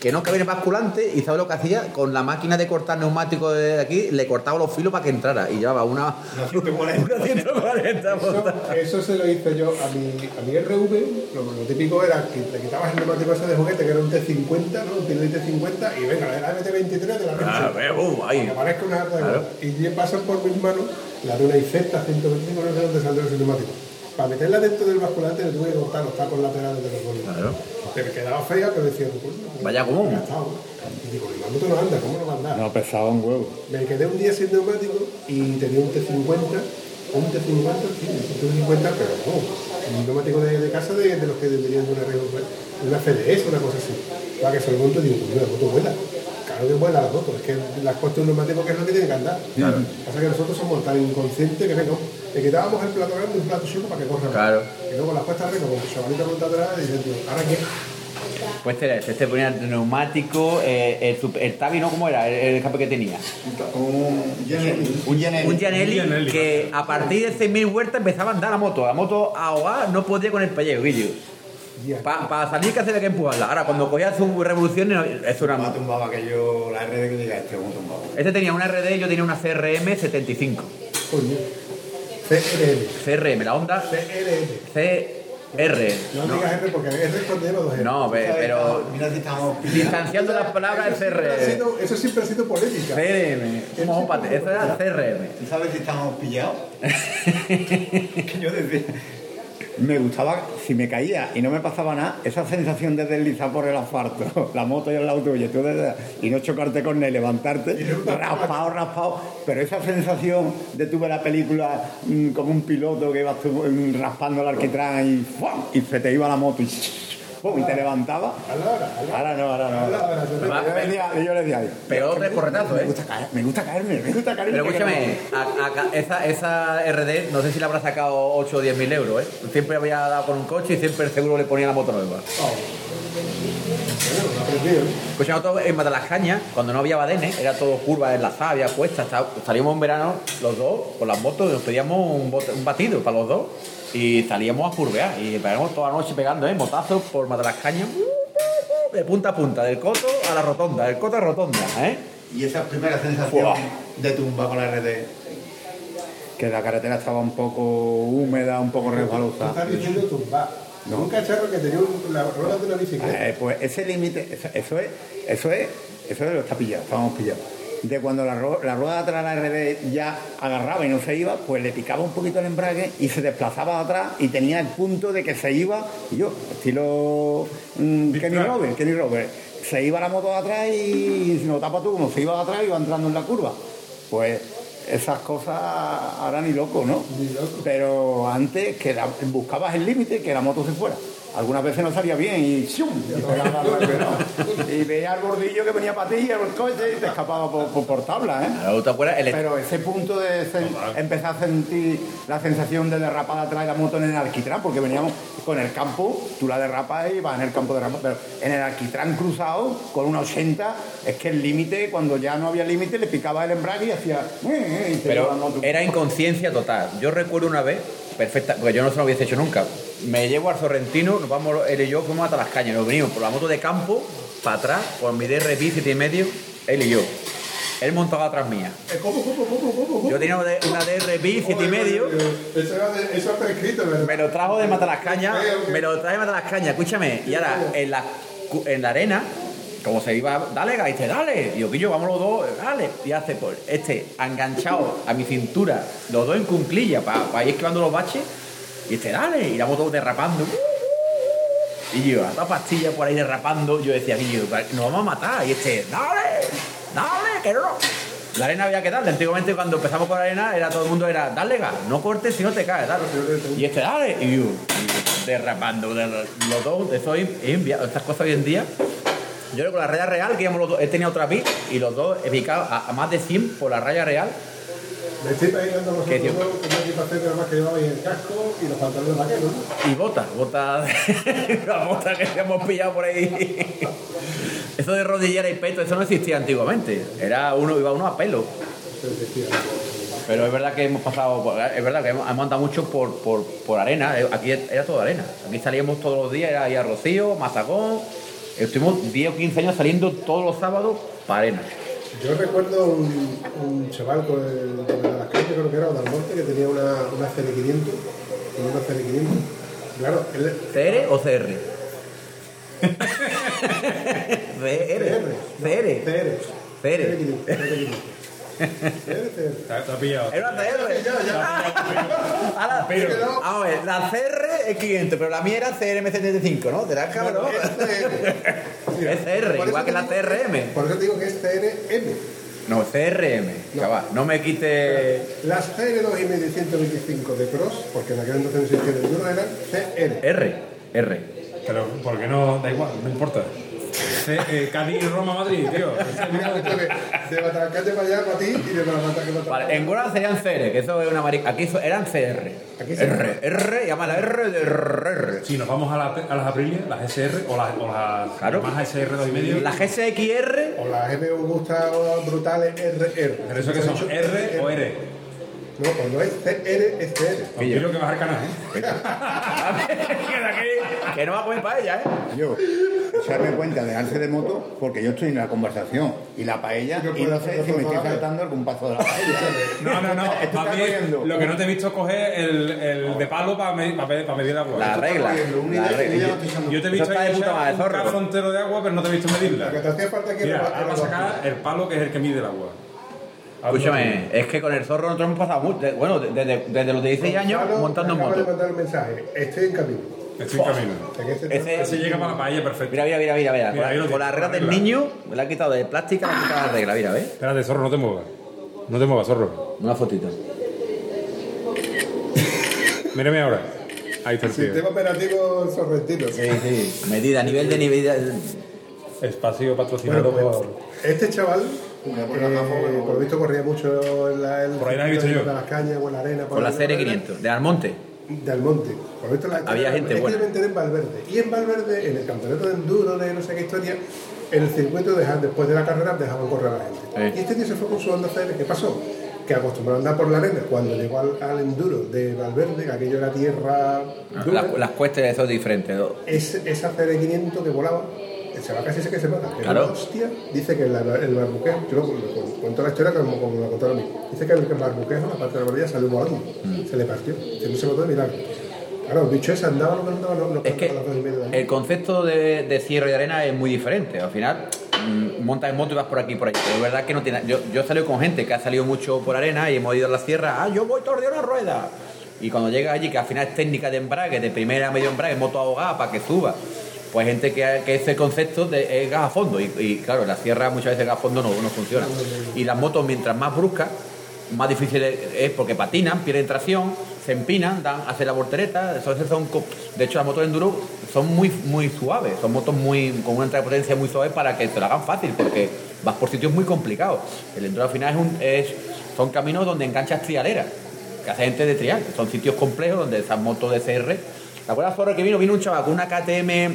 [SPEAKER 2] que no cabía en el basculante y ¿sabes lo que hacía? Con la máquina de cortar neumático de aquí, le cortaba los filos para que entrara y llevaba una... Una
[SPEAKER 11] 140.
[SPEAKER 2] 140
[SPEAKER 4] Eso,
[SPEAKER 2] voltadas.
[SPEAKER 4] eso se lo hice yo a mi, a mi RV. Lo, lo típico era que te quitabas el neumático ese de juguete, que era un T50, ¿no? Un Pirelli T50, y venga, la MT23 de la
[SPEAKER 2] Ah,
[SPEAKER 4] noche.
[SPEAKER 2] ve, uh,
[SPEAKER 4] que
[SPEAKER 2] ahí.
[SPEAKER 4] parezca una lata de
[SPEAKER 2] Claro.
[SPEAKER 4] coca. Y bien pasan por mis manos la Luna IZ 125, no sé dónde saldrá ese neumático. Para meterla dentro del basculante le tuve que cortar los tacos laterales de los bolos.
[SPEAKER 2] Claro.
[SPEAKER 4] Te quedaba fea, pero decía, pues, no,
[SPEAKER 2] Vaya
[SPEAKER 4] no,
[SPEAKER 2] gomón.
[SPEAKER 4] gastado. Y digo, la moto no anda, ¿cómo no va a andar?
[SPEAKER 6] No, pesaba un huevo.
[SPEAKER 4] Me quedé un día sin neumático y tenía un T50, un T50, sí, un T50, pero no, un neumático de, de casa de, de los que deberían de una, de una FDS, una cosa así. Para que se lo monto y digo, pues mira, la moto vuela. Claro que vuela la moto, es que la has puesto un neumático que es lo que tiene que andar. Claro. Pasa que nosotros somos tan inconscientes que venga, le quitábamos el plato grande y un plato chico para que corra. más.
[SPEAKER 2] Claro.
[SPEAKER 4] Y luego las puestas arriba, con su chavalita montada atrás, y diciendo, ¿ahora qué?
[SPEAKER 2] Pues este era ese, este ponía el neumático, eh, el, sup- el Tabi, ¿no? ¿Cómo era? El, el escape que tenía.
[SPEAKER 11] Un Yanelli. Un
[SPEAKER 6] Eh,
[SPEAKER 11] Yanelli.
[SPEAKER 2] Un Gianelli,
[SPEAKER 3] Un Gianelli,
[SPEAKER 2] que a partir de 6.000 vueltas empezaba a andar la moto. La moto AOA no podía con el pellejo, Guillo.
[SPEAKER 4] Y aquí,
[SPEAKER 2] Para salir que hacía que empujarla. Ahora, cuando cogía su revolución, no- eso era
[SPEAKER 11] Me
[SPEAKER 2] moto.
[SPEAKER 11] tumbaba que yo, la RD que diga, este me tumbaba.
[SPEAKER 2] Este tenía una RD, yo tenía una CRM 75.
[SPEAKER 4] coño. CRM,
[SPEAKER 2] CRM, la Honda
[SPEAKER 4] CRM.
[SPEAKER 2] CR.
[SPEAKER 4] No, digas R porque R es cuando lleva dos R.
[SPEAKER 2] No, ve- pero
[SPEAKER 11] Mira si estamos
[SPEAKER 2] distanciando las palabras, el
[SPEAKER 4] Eso siempre ha
[SPEAKER 2] CRM.
[SPEAKER 4] sido- Eso siempre ha sido polémica.
[SPEAKER 2] CRM. Un ojo pate, Eso era CRM.
[SPEAKER 11] ¿Tú sabes si estamos pillados? que yo decía.
[SPEAKER 6] Me gustaba, si me caía y no me pasaba nada, esa sensación de deslizar por el asfalto, la moto y el auto y, tú desde- y no chocarte con él, levantarte, raspado, raspado. Pero esa sensación de tú ver la película mm, como un piloto que ibas tú mm, raspando el arquitrán y, ¡fuam! y se te iba la moto y, ¡fum! y te levantaba. Ahora no, ahora no. ahora no.
[SPEAKER 2] Además,
[SPEAKER 6] Yo le decía- Yo le decía,
[SPEAKER 2] Pegó tres corretazos,
[SPEAKER 6] me
[SPEAKER 2] ¿eh?
[SPEAKER 6] gusta, caer- me gusta caerme, me gusta caerme.
[SPEAKER 2] Pero escúchame, a- a- esa, esa RD, no sé si la habrá sacado 8 o 10 mil euros, ¿eh? Siempre había dado con un coche y siempre el seguro le ponía la moto nueva.
[SPEAKER 4] Bueno, lo aprendió.
[SPEAKER 2] Pues nosotros en Matalascaña, cuando no había badenes, era todo curva, enlazada, había cuestas. tal. Salíamos en verano los dos con las motos, nos pedíamos un, bot- un batido para los dos y salíamos a curvear. Y pegamos toda la noche pegando, ¿eh? Motazos por Matalascaña, uh, de punta a punta, del coto a la rotonda, del coto a la rotonda, ¿eh?
[SPEAKER 11] Y esa primera sensación
[SPEAKER 2] Buah.
[SPEAKER 11] de tumba con la RD.
[SPEAKER 6] Que la carretera estaba un poco húmeda, un poco resbalosa.
[SPEAKER 4] Estás diciendo tumbar. Un cacharro que tenía un- la rueda de una bicicleta.
[SPEAKER 6] Eh, pues ese límite, eso, eso es, eso es, eso lo está pillado, estábamos pillados. De cuando la, ro- la rueda de atrás de la RD ya agarraba y no se iba, pues le picaba un poquito el embrague y se desplazaba atrás y tenía el punto de que se iba, y yo, estilo mm, Kenny Robert, Kenny Robert, se iba la moto de atrás y si no tapa tú, como se iba de atrás, iba entrando en la curva. Pues esas cosas ahora ni loco, ¿no? Pero antes que la- buscabas el límite que la moto se fuera. Algunas veces no salía bien y, ¡shum! y, pegaba al barberón. Y veía al gordillo que venía para ti y el coche y te escapaba por, por, por tabla, ¿eh?
[SPEAKER 2] Ahora, ¿Te acuerdas? El,
[SPEAKER 6] Pero ese punto de sen- empezar a sentir la sensación de derrapar atrás de la moto en el alquitrán, porque veníamos con el campo, tú la derrapas y vas en el campo de derrapa, pero en el alquitrán cruzado con una 80, es que el límite, cuando ya no había límite, le picaba el embrague y hacía. "Eh, eh", y se iba la
[SPEAKER 2] Pero
[SPEAKER 6] moto.
[SPEAKER 2] era inconsciencia total. Yo recuerdo una vez, perfecta, porque yo no se lo hubiese hecho nunca. Me llevo al Sorrentino, nos vamos él y yo, fuimos hasta las cañas, nos vinimos por la moto de campo para atrás, por mi DRP, siete y medio, él y yo. Él montaba atrás mía.
[SPEAKER 4] Eh, ¿Cómo, cómo, cómo, cómo? cómo?
[SPEAKER 2] Yo tenía una una DRP, siete y
[SPEAKER 4] Oye,
[SPEAKER 2] medio.
[SPEAKER 4] oye, oye, Eso era de- eso es prescrito, ¿verdad?
[SPEAKER 2] Me lo trajo de Matalascaña, me lo traje de Matalascaña, escúchame. Y ahora, en la, cu- en la arena, como se iba, dale, Gai", dice, dale. Y yo, Quillo, vamos los dos, dale. Y hace, pues, este, ha enganchado a mi cintura, los dos en cunclilla, para ir esquivando los baches. Y este, dale. Y la moto derrapando. Y yo, a la pastilla por ahí derrapando, yo decía, Guillo, nos vamos a matar. Y este, dale, dale, que no. La arena había que darle. Antiguamente cuando empezamos con la arena, era todo el mundo era, dale gas, no cortes si no te caes, dale. Y este, dale. Y yo, derrapando, derra- los dos, eso es enviado, estas cosas hoy en día. Yo creo que con la raya real, que íbamos los dos, él tenía otra pick y los dos he picado a, a más de 100 por la raya real.
[SPEAKER 4] Le estoy pegando a
[SPEAKER 2] ¿Qué,
[SPEAKER 4] vosotros
[SPEAKER 2] tío?
[SPEAKER 4] dos con una equipación de más que llevabais el casco y los pantalones vaqueros, ¿no?
[SPEAKER 2] Y botas, botas, la bota que hemos pillado por ahí. Eso de rodillera y peto, eso no existía antiguamente. Era uno, iba uno a pelo. Pero es verdad que hemos pasado, por- es verdad que hemos hemos andado mucho por, por, por arena. Eh, Aquí era todo arena. Aquí salíamos todos los días, era ahí a Rocío, Mazagón. Estuvimos 10 o 15 años saliendo todos los sábados para arena.
[SPEAKER 4] Yo recuerdo un, un chaval con el, con el Alascante, creo que era, o del Monte, que tenía una, una CL500, con una CL500. Claro, él
[SPEAKER 2] ¿CR o CR? CR. CR.
[SPEAKER 4] CR.
[SPEAKER 2] CR.
[SPEAKER 4] CL500. CR.
[SPEAKER 3] Está, está pillado.
[SPEAKER 2] Era una CR. Ahora,
[SPEAKER 3] Pero-
[SPEAKER 2] a ver, la CR es 500, pero la mía era CRM75, ¿no? ¿Te das cabrón?
[SPEAKER 4] Mira,
[SPEAKER 2] Es CR, igual
[SPEAKER 4] por eso
[SPEAKER 2] que
[SPEAKER 4] te
[SPEAKER 2] la
[SPEAKER 4] digo-
[SPEAKER 2] CRM.
[SPEAKER 4] Por eso te digo que es CRM.
[SPEAKER 2] No, CRM, chaval, no me quite
[SPEAKER 4] Las CR2 y medio 125 de Cross, porque en aquel entonces no existía ninguna, eran CR.
[SPEAKER 2] R, R.
[SPEAKER 3] Pero, ¿por qué no? Da igual, no importa. C- eh, Cádiz, Roma, Madrid, tío. Este
[SPEAKER 4] Mira, escúchame, de Batalacate para allá, para ti, y de Batalacate para
[SPEAKER 2] Vale, en Golan serían CR, que eso es una marica. Aquí eso- eran CR.
[SPEAKER 4] Aquí sí.
[SPEAKER 2] R, R, llama la R de RR.
[SPEAKER 3] Si nos vamos a, la- a las Aprilia, las SR o las, o las
[SPEAKER 2] Claro.
[SPEAKER 3] más SR 2,5. y medio.
[SPEAKER 2] La GSXR,
[SPEAKER 4] O las M Gusta o brutales RR.
[SPEAKER 3] ¿Pero eso que son? ¿R o R?
[SPEAKER 4] No, cuando es CR, es CR.
[SPEAKER 3] Yo creo que vas al canal, ¿eh?
[SPEAKER 2] que no va a comer paella, ¿eh?
[SPEAKER 6] Yo, echarme cuenta, dejarse de moto, porque yo estoy en la conversación y la paella,
[SPEAKER 4] Yo
[SPEAKER 6] y no
[SPEAKER 4] puedo
[SPEAKER 6] sé
[SPEAKER 4] hacer
[SPEAKER 6] si me estoy
[SPEAKER 4] otro
[SPEAKER 6] saltando algún paso de la paella.
[SPEAKER 3] No, no, no.
[SPEAKER 6] Esto
[SPEAKER 3] Más
[SPEAKER 6] está
[SPEAKER 3] bien,
[SPEAKER 6] corriendo.
[SPEAKER 3] lo que no te he visto es coger el, el de palo para medir el agua.
[SPEAKER 2] La regla. La regla.
[SPEAKER 3] Yo te
[SPEAKER 2] Eso
[SPEAKER 3] he visto
[SPEAKER 2] está de
[SPEAKER 3] ahí
[SPEAKER 2] puta
[SPEAKER 3] echar
[SPEAKER 2] madre,
[SPEAKER 3] un
[SPEAKER 2] zorro.
[SPEAKER 3] cazo entero de agua, pero no te he visto medirla.
[SPEAKER 4] Lo que te hacía falta aquí
[SPEAKER 3] Mira,
[SPEAKER 4] era-
[SPEAKER 3] ahora
[SPEAKER 4] era
[SPEAKER 3] vas a sacar el palo que es el que mide el agua.
[SPEAKER 2] Escúchame, es que con el zorro nosotros hemos pasado mucho. de- Bueno, de- desde, desde los 16 años
[SPEAKER 4] Gonzalo
[SPEAKER 2] Este montando en
[SPEAKER 4] Este acaba de
[SPEAKER 2] moto.
[SPEAKER 4] mandar un mensaje. Estoy en camino.
[SPEAKER 3] Estoy en camino.
[SPEAKER 4] En este
[SPEAKER 2] Ese-
[SPEAKER 4] tema-
[SPEAKER 3] Ese llega para la paella, perfecto.
[SPEAKER 2] Mira, mira, mira, mira, mira.
[SPEAKER 3] Mira, ahí lo
[SPEAKER 2] Con,
[SPEAKER 3] tiene,
[SPEAKER 2] la regla
[SPEAKER 3] la
[SPEAKER 2] del
[SPEAKER 3] regla.
[SPEAKER 2] niño, me la ha quitado de plástica, me ha quitado la regla, mira, ¿ves?
[SPEAKER 3] Espérate, zorro, no te muevas. No te muevas, zorro.
[SPEAKER 2] Una fotito.
[SPEAKER 3] Mírame ahora. Ahí está el tío.
[SPEAKER 4] Sistema operativo sorrentino.
[SPEAKER 2] Sí, sí. Medida, nivel de nivel.
[SPEAKER 3] Espacio patrocinado
[SPEAKER 4] Bueno,
[SPEAKER 3] por...
[SPEAKER 4] pues, este chaval, eh, por lo visto corría mucho en la... en
[SPEAKER 3] Por ahí la he visto yo.
[SPEAKER 4] en las cañas o en la arena. por
[SPEAKER 2] Con la
[SPEAKER 4] ahí,
[SPEAKER 2] serie 500, de Almonte.
[SPEAKER 4] Del monte. Por lo visto la
[SPEAKER 2] Había gente
[SPEAKER 4] es que
[SPEAKER 2] buena.
[SPEAKER 4] yo me enteré en Valverde. Y en Valverde, en el campeonato de enduro, de no sé qué historia, en el circuito dejaban- después de la carrera dejaban correr a la gente.
[SPEAKER 2] Sí.
[SPEAKER 4] Y este tío se fue con su Honda CR. ¿Qué pasó? Que acostumbrado a andar por la arena. Cuando llegó al, al enduro de Valverde, que aquello era tierra dura,
[SPEAKER 2] Las, las cuestas de esos diferentes. dos.
[SPEAKER 4] es, esa CR500 que volaba, se va casi se que se mata. Que
[SPEAKER 2] Claro.
[SPEAKER 4] una hostia, dice que el, el barbuqueo, yo lo- lo- cuento la historia como, como me la contaron a mí, dice que el barbuqueo, la parte de la rodilla salió volando,
[SPEAKER 2] Mm.
[SPEAKER 4] se le partió, se no se mató de milagro. Claro, el bicho ese andaba, no andaba, no, no
[SPEAKER 2] Es que
[SPEAKER 4] andaba a las dos y media de la
[SPEAKER 2] el concepto de, de cierre de arena es muy diferente. Al final, mm, montas en moto y vas por aquí y por allí. Pero es verdad que no tiene. Yo, yo he salido con gente que ha salido mucho por arena y hemos ido a la sierra. Ah, yo voy todo el día a una rueda. Y cuando llegas allí, que al final es técnica de embrague, de primera a medio embrague, moto ahogada para que suba. Pues gente que, que ese concepto de, es gas a fondo. Y, y claro, en la sierra muchas veces gas a fondo no, no funciona. Y las motos, mientras más bruscas, más difícil es, es porque patinan, pierden tracción, se empinan, dan, hacen la voltereta, entonces son co- de hecho las motos de enduro son muy muy suaves, son motos muy con una entrada de potencia muy suave para que te lo hagan fácil porque vas por sitios muy complicados. El enduro al final es un- es- son caminos donde enganchas trialeras, que hace gente de trial, son sitios complejos donde esas motos de CR. ¿Te acuerdas Zorro que vino? Vino un chaval con una KTM, ¿te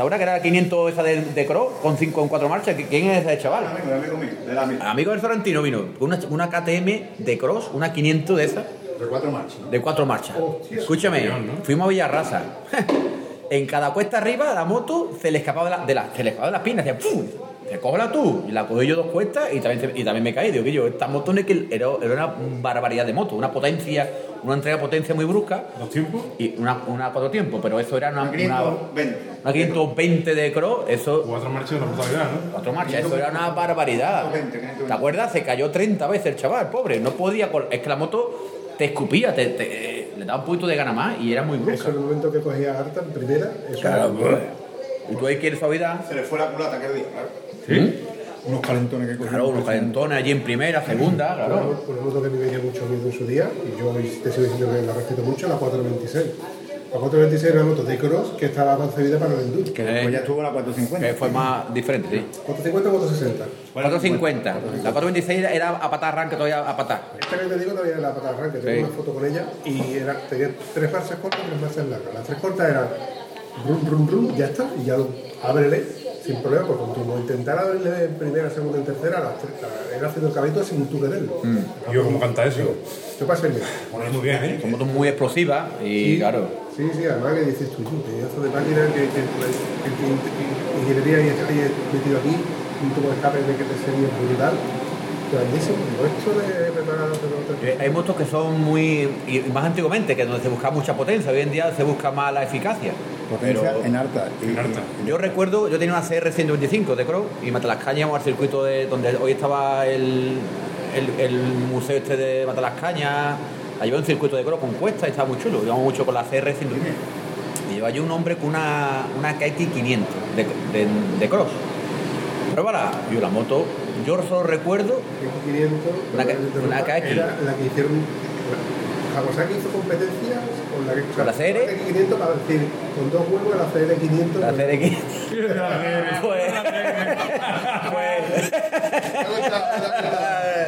[SPEAKER 2] acuerdas que era la 500 esa de, de Cross con 5 en 4 marchas? ¿Qui- ¿Quién es ese chaval?
[SPEAKER 11] de la mitad.
[SPEAKER 2] Amigo del Florentino vino con una, una KTM de Cross, una 500 de esas
[SPEAKER 11] De cuatro marchas.
[SPEAKER 2] de cuatro marchas.
[SPEAKER 4] Hostia.
[SPEAKER 2] Escúchame,
[SPEAKER 3] Campeón, ¿no?
[SPEAKER 2] fuimos a Villarraza. en cada cuesta arriba la moto se le escapaba de, la, de, la- se le escapaba de las piernas, decía, ¡pum! Te cógela tú. Y la cogí yo dos cuestas y también, se- y también me caí. Digo, que yo, esta moto no es que era, era una barbaridad de moto, una potencia, una entrega de potencia muy brusca
[SPEAKER 3] Los tiempos.
[SPEAKER 2] y una, una cuatro tiempos, pero eso era una, una,
[SPEAKER 11] 520.
[SPEAKER 2] una 520 de cross, eso
[SPEAKER 3] Cuatro marchas de la brutalidad, ¿no?
[SPEAKER 2] Cuatro marchas, eso era una barbaridad.
[SPEAKER 11] 520, 520.
[SPEAKER 2] ¿Te acuerdas? Se cayó 30 veces el chaval, pobre. No podía. col- Es que la moto te escupía, te, te- le daba un poquito de gana más y era muy
[SPEAKER 4] Eso
[SPEAKER 2] brusca.
[SPEAKER 4] en el momento que cogía harta en primera, eso
[SPEAKER 2] Claro,
[SPEAKER 4] era-
[SPEAKER 2] pues. Y tú ahí quieres suavidad.
[SPEAKER 11] Se le fue la culata aquel día, claro.
[SPEAKER 2] ¿Sí?
[SPEAKER 6] Unos calentones que
[SPEAKER 2] Claro, unos calentones allí en primera, segunda, claro.
[SPEAKER 4] Una moto que me venía mucho miedo en su día, y yo hoy te sigo diciendo que la respeto mucho, la 426. La 426 era una moto de cross que estaba concebida para el enduro.
[SPEAKER 6] Que después Pues ya estuvo la 450.
[SPEAKER 2] Que fue más diferente, sí.
[SPEAKER 4] 450 460.
[SPEAKER 2] 450. La 426 era a patar arranque todavía a patar.
[SPEAKER 4] Esta que te digo todavía es la pata de arranque, tengo
[SPEAKER 2] Sí.
[SPEAKER 4] una foto con ella y era, tenía tres marchas cortas y tres marchas largas. Las tres cortas eran rum, rum, rum, ya está, y ya lo ábrele sin problema, porque como intentar abrirle en primera, segunda y tercera, las tres, la- era haciendo el caballito sin tú quererlo.
[SPEAKER 2] Mm.
[SPEAKER 3] Yo, como canta eso?
[SPEAKER 4] Yo pasé bien.
[SPEAKER 3] Bueno, muy bien, ¿eh?
[SPEAKER 2] Son motos muy explosivas y claro.
[SPEAKER 4] Sí, sí, además que dices tú, tú, pedazo de máquina que, que, que, que, que ingeniería y este metido aquí, un tubo de escape de que te sería brutal. Grandísimo, Digo, esto de preparar los
[SPEAKER 2] Eh, Hay motos que son muy. Y más antiguamente, que donde se buscaba mucha potencia. Hoy en día se busca más la eficacia.
[SPEAKER 6] Potencia
[SPEAKER 2] Pero-
[SPEAKER 6] en harta. Y-
[SPEAKER 3] En harta.
[SPEAKER 2] Yo recuerdo, yo tenía una CR125 de Crow y Matalascaña íbamos al circuito de donde hoy estaba el, el, el museo este de Matalascaña. Allí había un circuito de Crow con cuesta y estaba muy chulo. Íbamos mucho con la CR125. Y llevaba allí un hombre con una, una KX500 de, de, de Cross. Pruébala. Yo la moto, yo solo recuerdo.
[SPEAKER 4] 500,
[SPEAKER 2] Una ca-
[SPEAKER 4] perdón,
[SPEAKER 2] una
[SPEAKER 4] interrumpa,
[SPEAKER 2] KX.
[SPEAKER 4] era la que hicieron. Kawasaki hizo competencia con la que
[SPEAKER 2] ¿Con la CR?
[SPEAKER 4] 500 para decir, con dos huevos la E CR500.
[SPEAKER 2] La E.
[SPEAKER 4] pero-
[SPEAKER 2] CRX. Pues,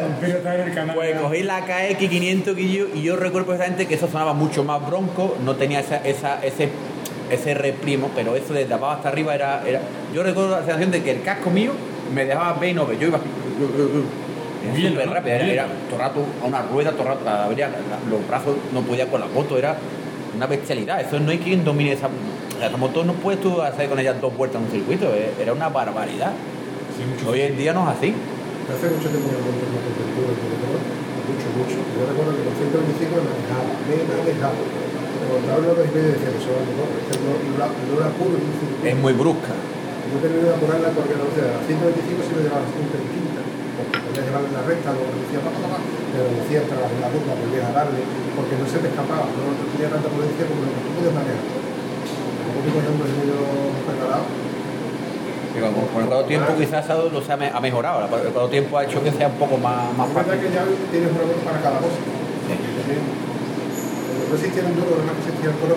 [SPEAKER 3] Vampiro está en el canal.
[SPEAKER 2] Pues cogí la KX500 Guillo, y yo recuerdo perfectamente que eso sonaba mucho más bronco, no tenía esa, esa- ese, ese reprimo, pero eso desde abajo hasta arriba era, era- Yo recuerdo la sensación de que el casco mío me dejaba ver y no ver, yo iba así, era
[SPEAKER 3] Bien,
[SPEAKER 2] súper
[SPEAKER 3] ¿no?
[SPEAKER 2] rápido, era,
[SPEAKER 3] Bien.
[SPEAKER 2] era todo el rato a una rueda, todo el rato, la- abría la- los brazos, no podía con la moto, era una bestialidad, eso no hay quien domine esa... o sea, Esa moto no puedes tú hacer con ella dos vueltas en un circuito, eh, era una barbaridad.
[SPEAKER 3] Sí, mucho.
[SPEAKER 2] Hoy en día no es así.
[SPEAKER 4] Hace mucho tiempo que no monto una competitiva de motor, mucho, mucho. Yo recuerdo que con 125 me manejaba, me manejaba. Me contaba una vez y media y decía que solo el motor, este no, no, la- no la apuro ni un circuito.
[SPEAKER 2] Es muy brusca.
[SPEAKER 4] Yo terminé de apurarla porque no sé, a 125 siempre llevaba la 125, porque podía llevarla en la recta, luego me decía, papá, papá, pero decía hasta la, la curva, volvías a darle, porque no se te escapaba, no, no tenía tanta potencia como lo que tú puedes manejar. Tampoco te cogía un medio preparado.
[SPEAKER 2] Digo, Con, con el cuarto tiempo quizás esa lo se ha, me- ha mejorado, la- el cuarto tiempo ha hecho que sea un poco más, más
[SPEAKER 4] Es verdad
[SPEAKER 2] fácil.
[SPEAKER 4] que ya tienes una moto para cada cosa. También. No existía el enduro, además existía el coro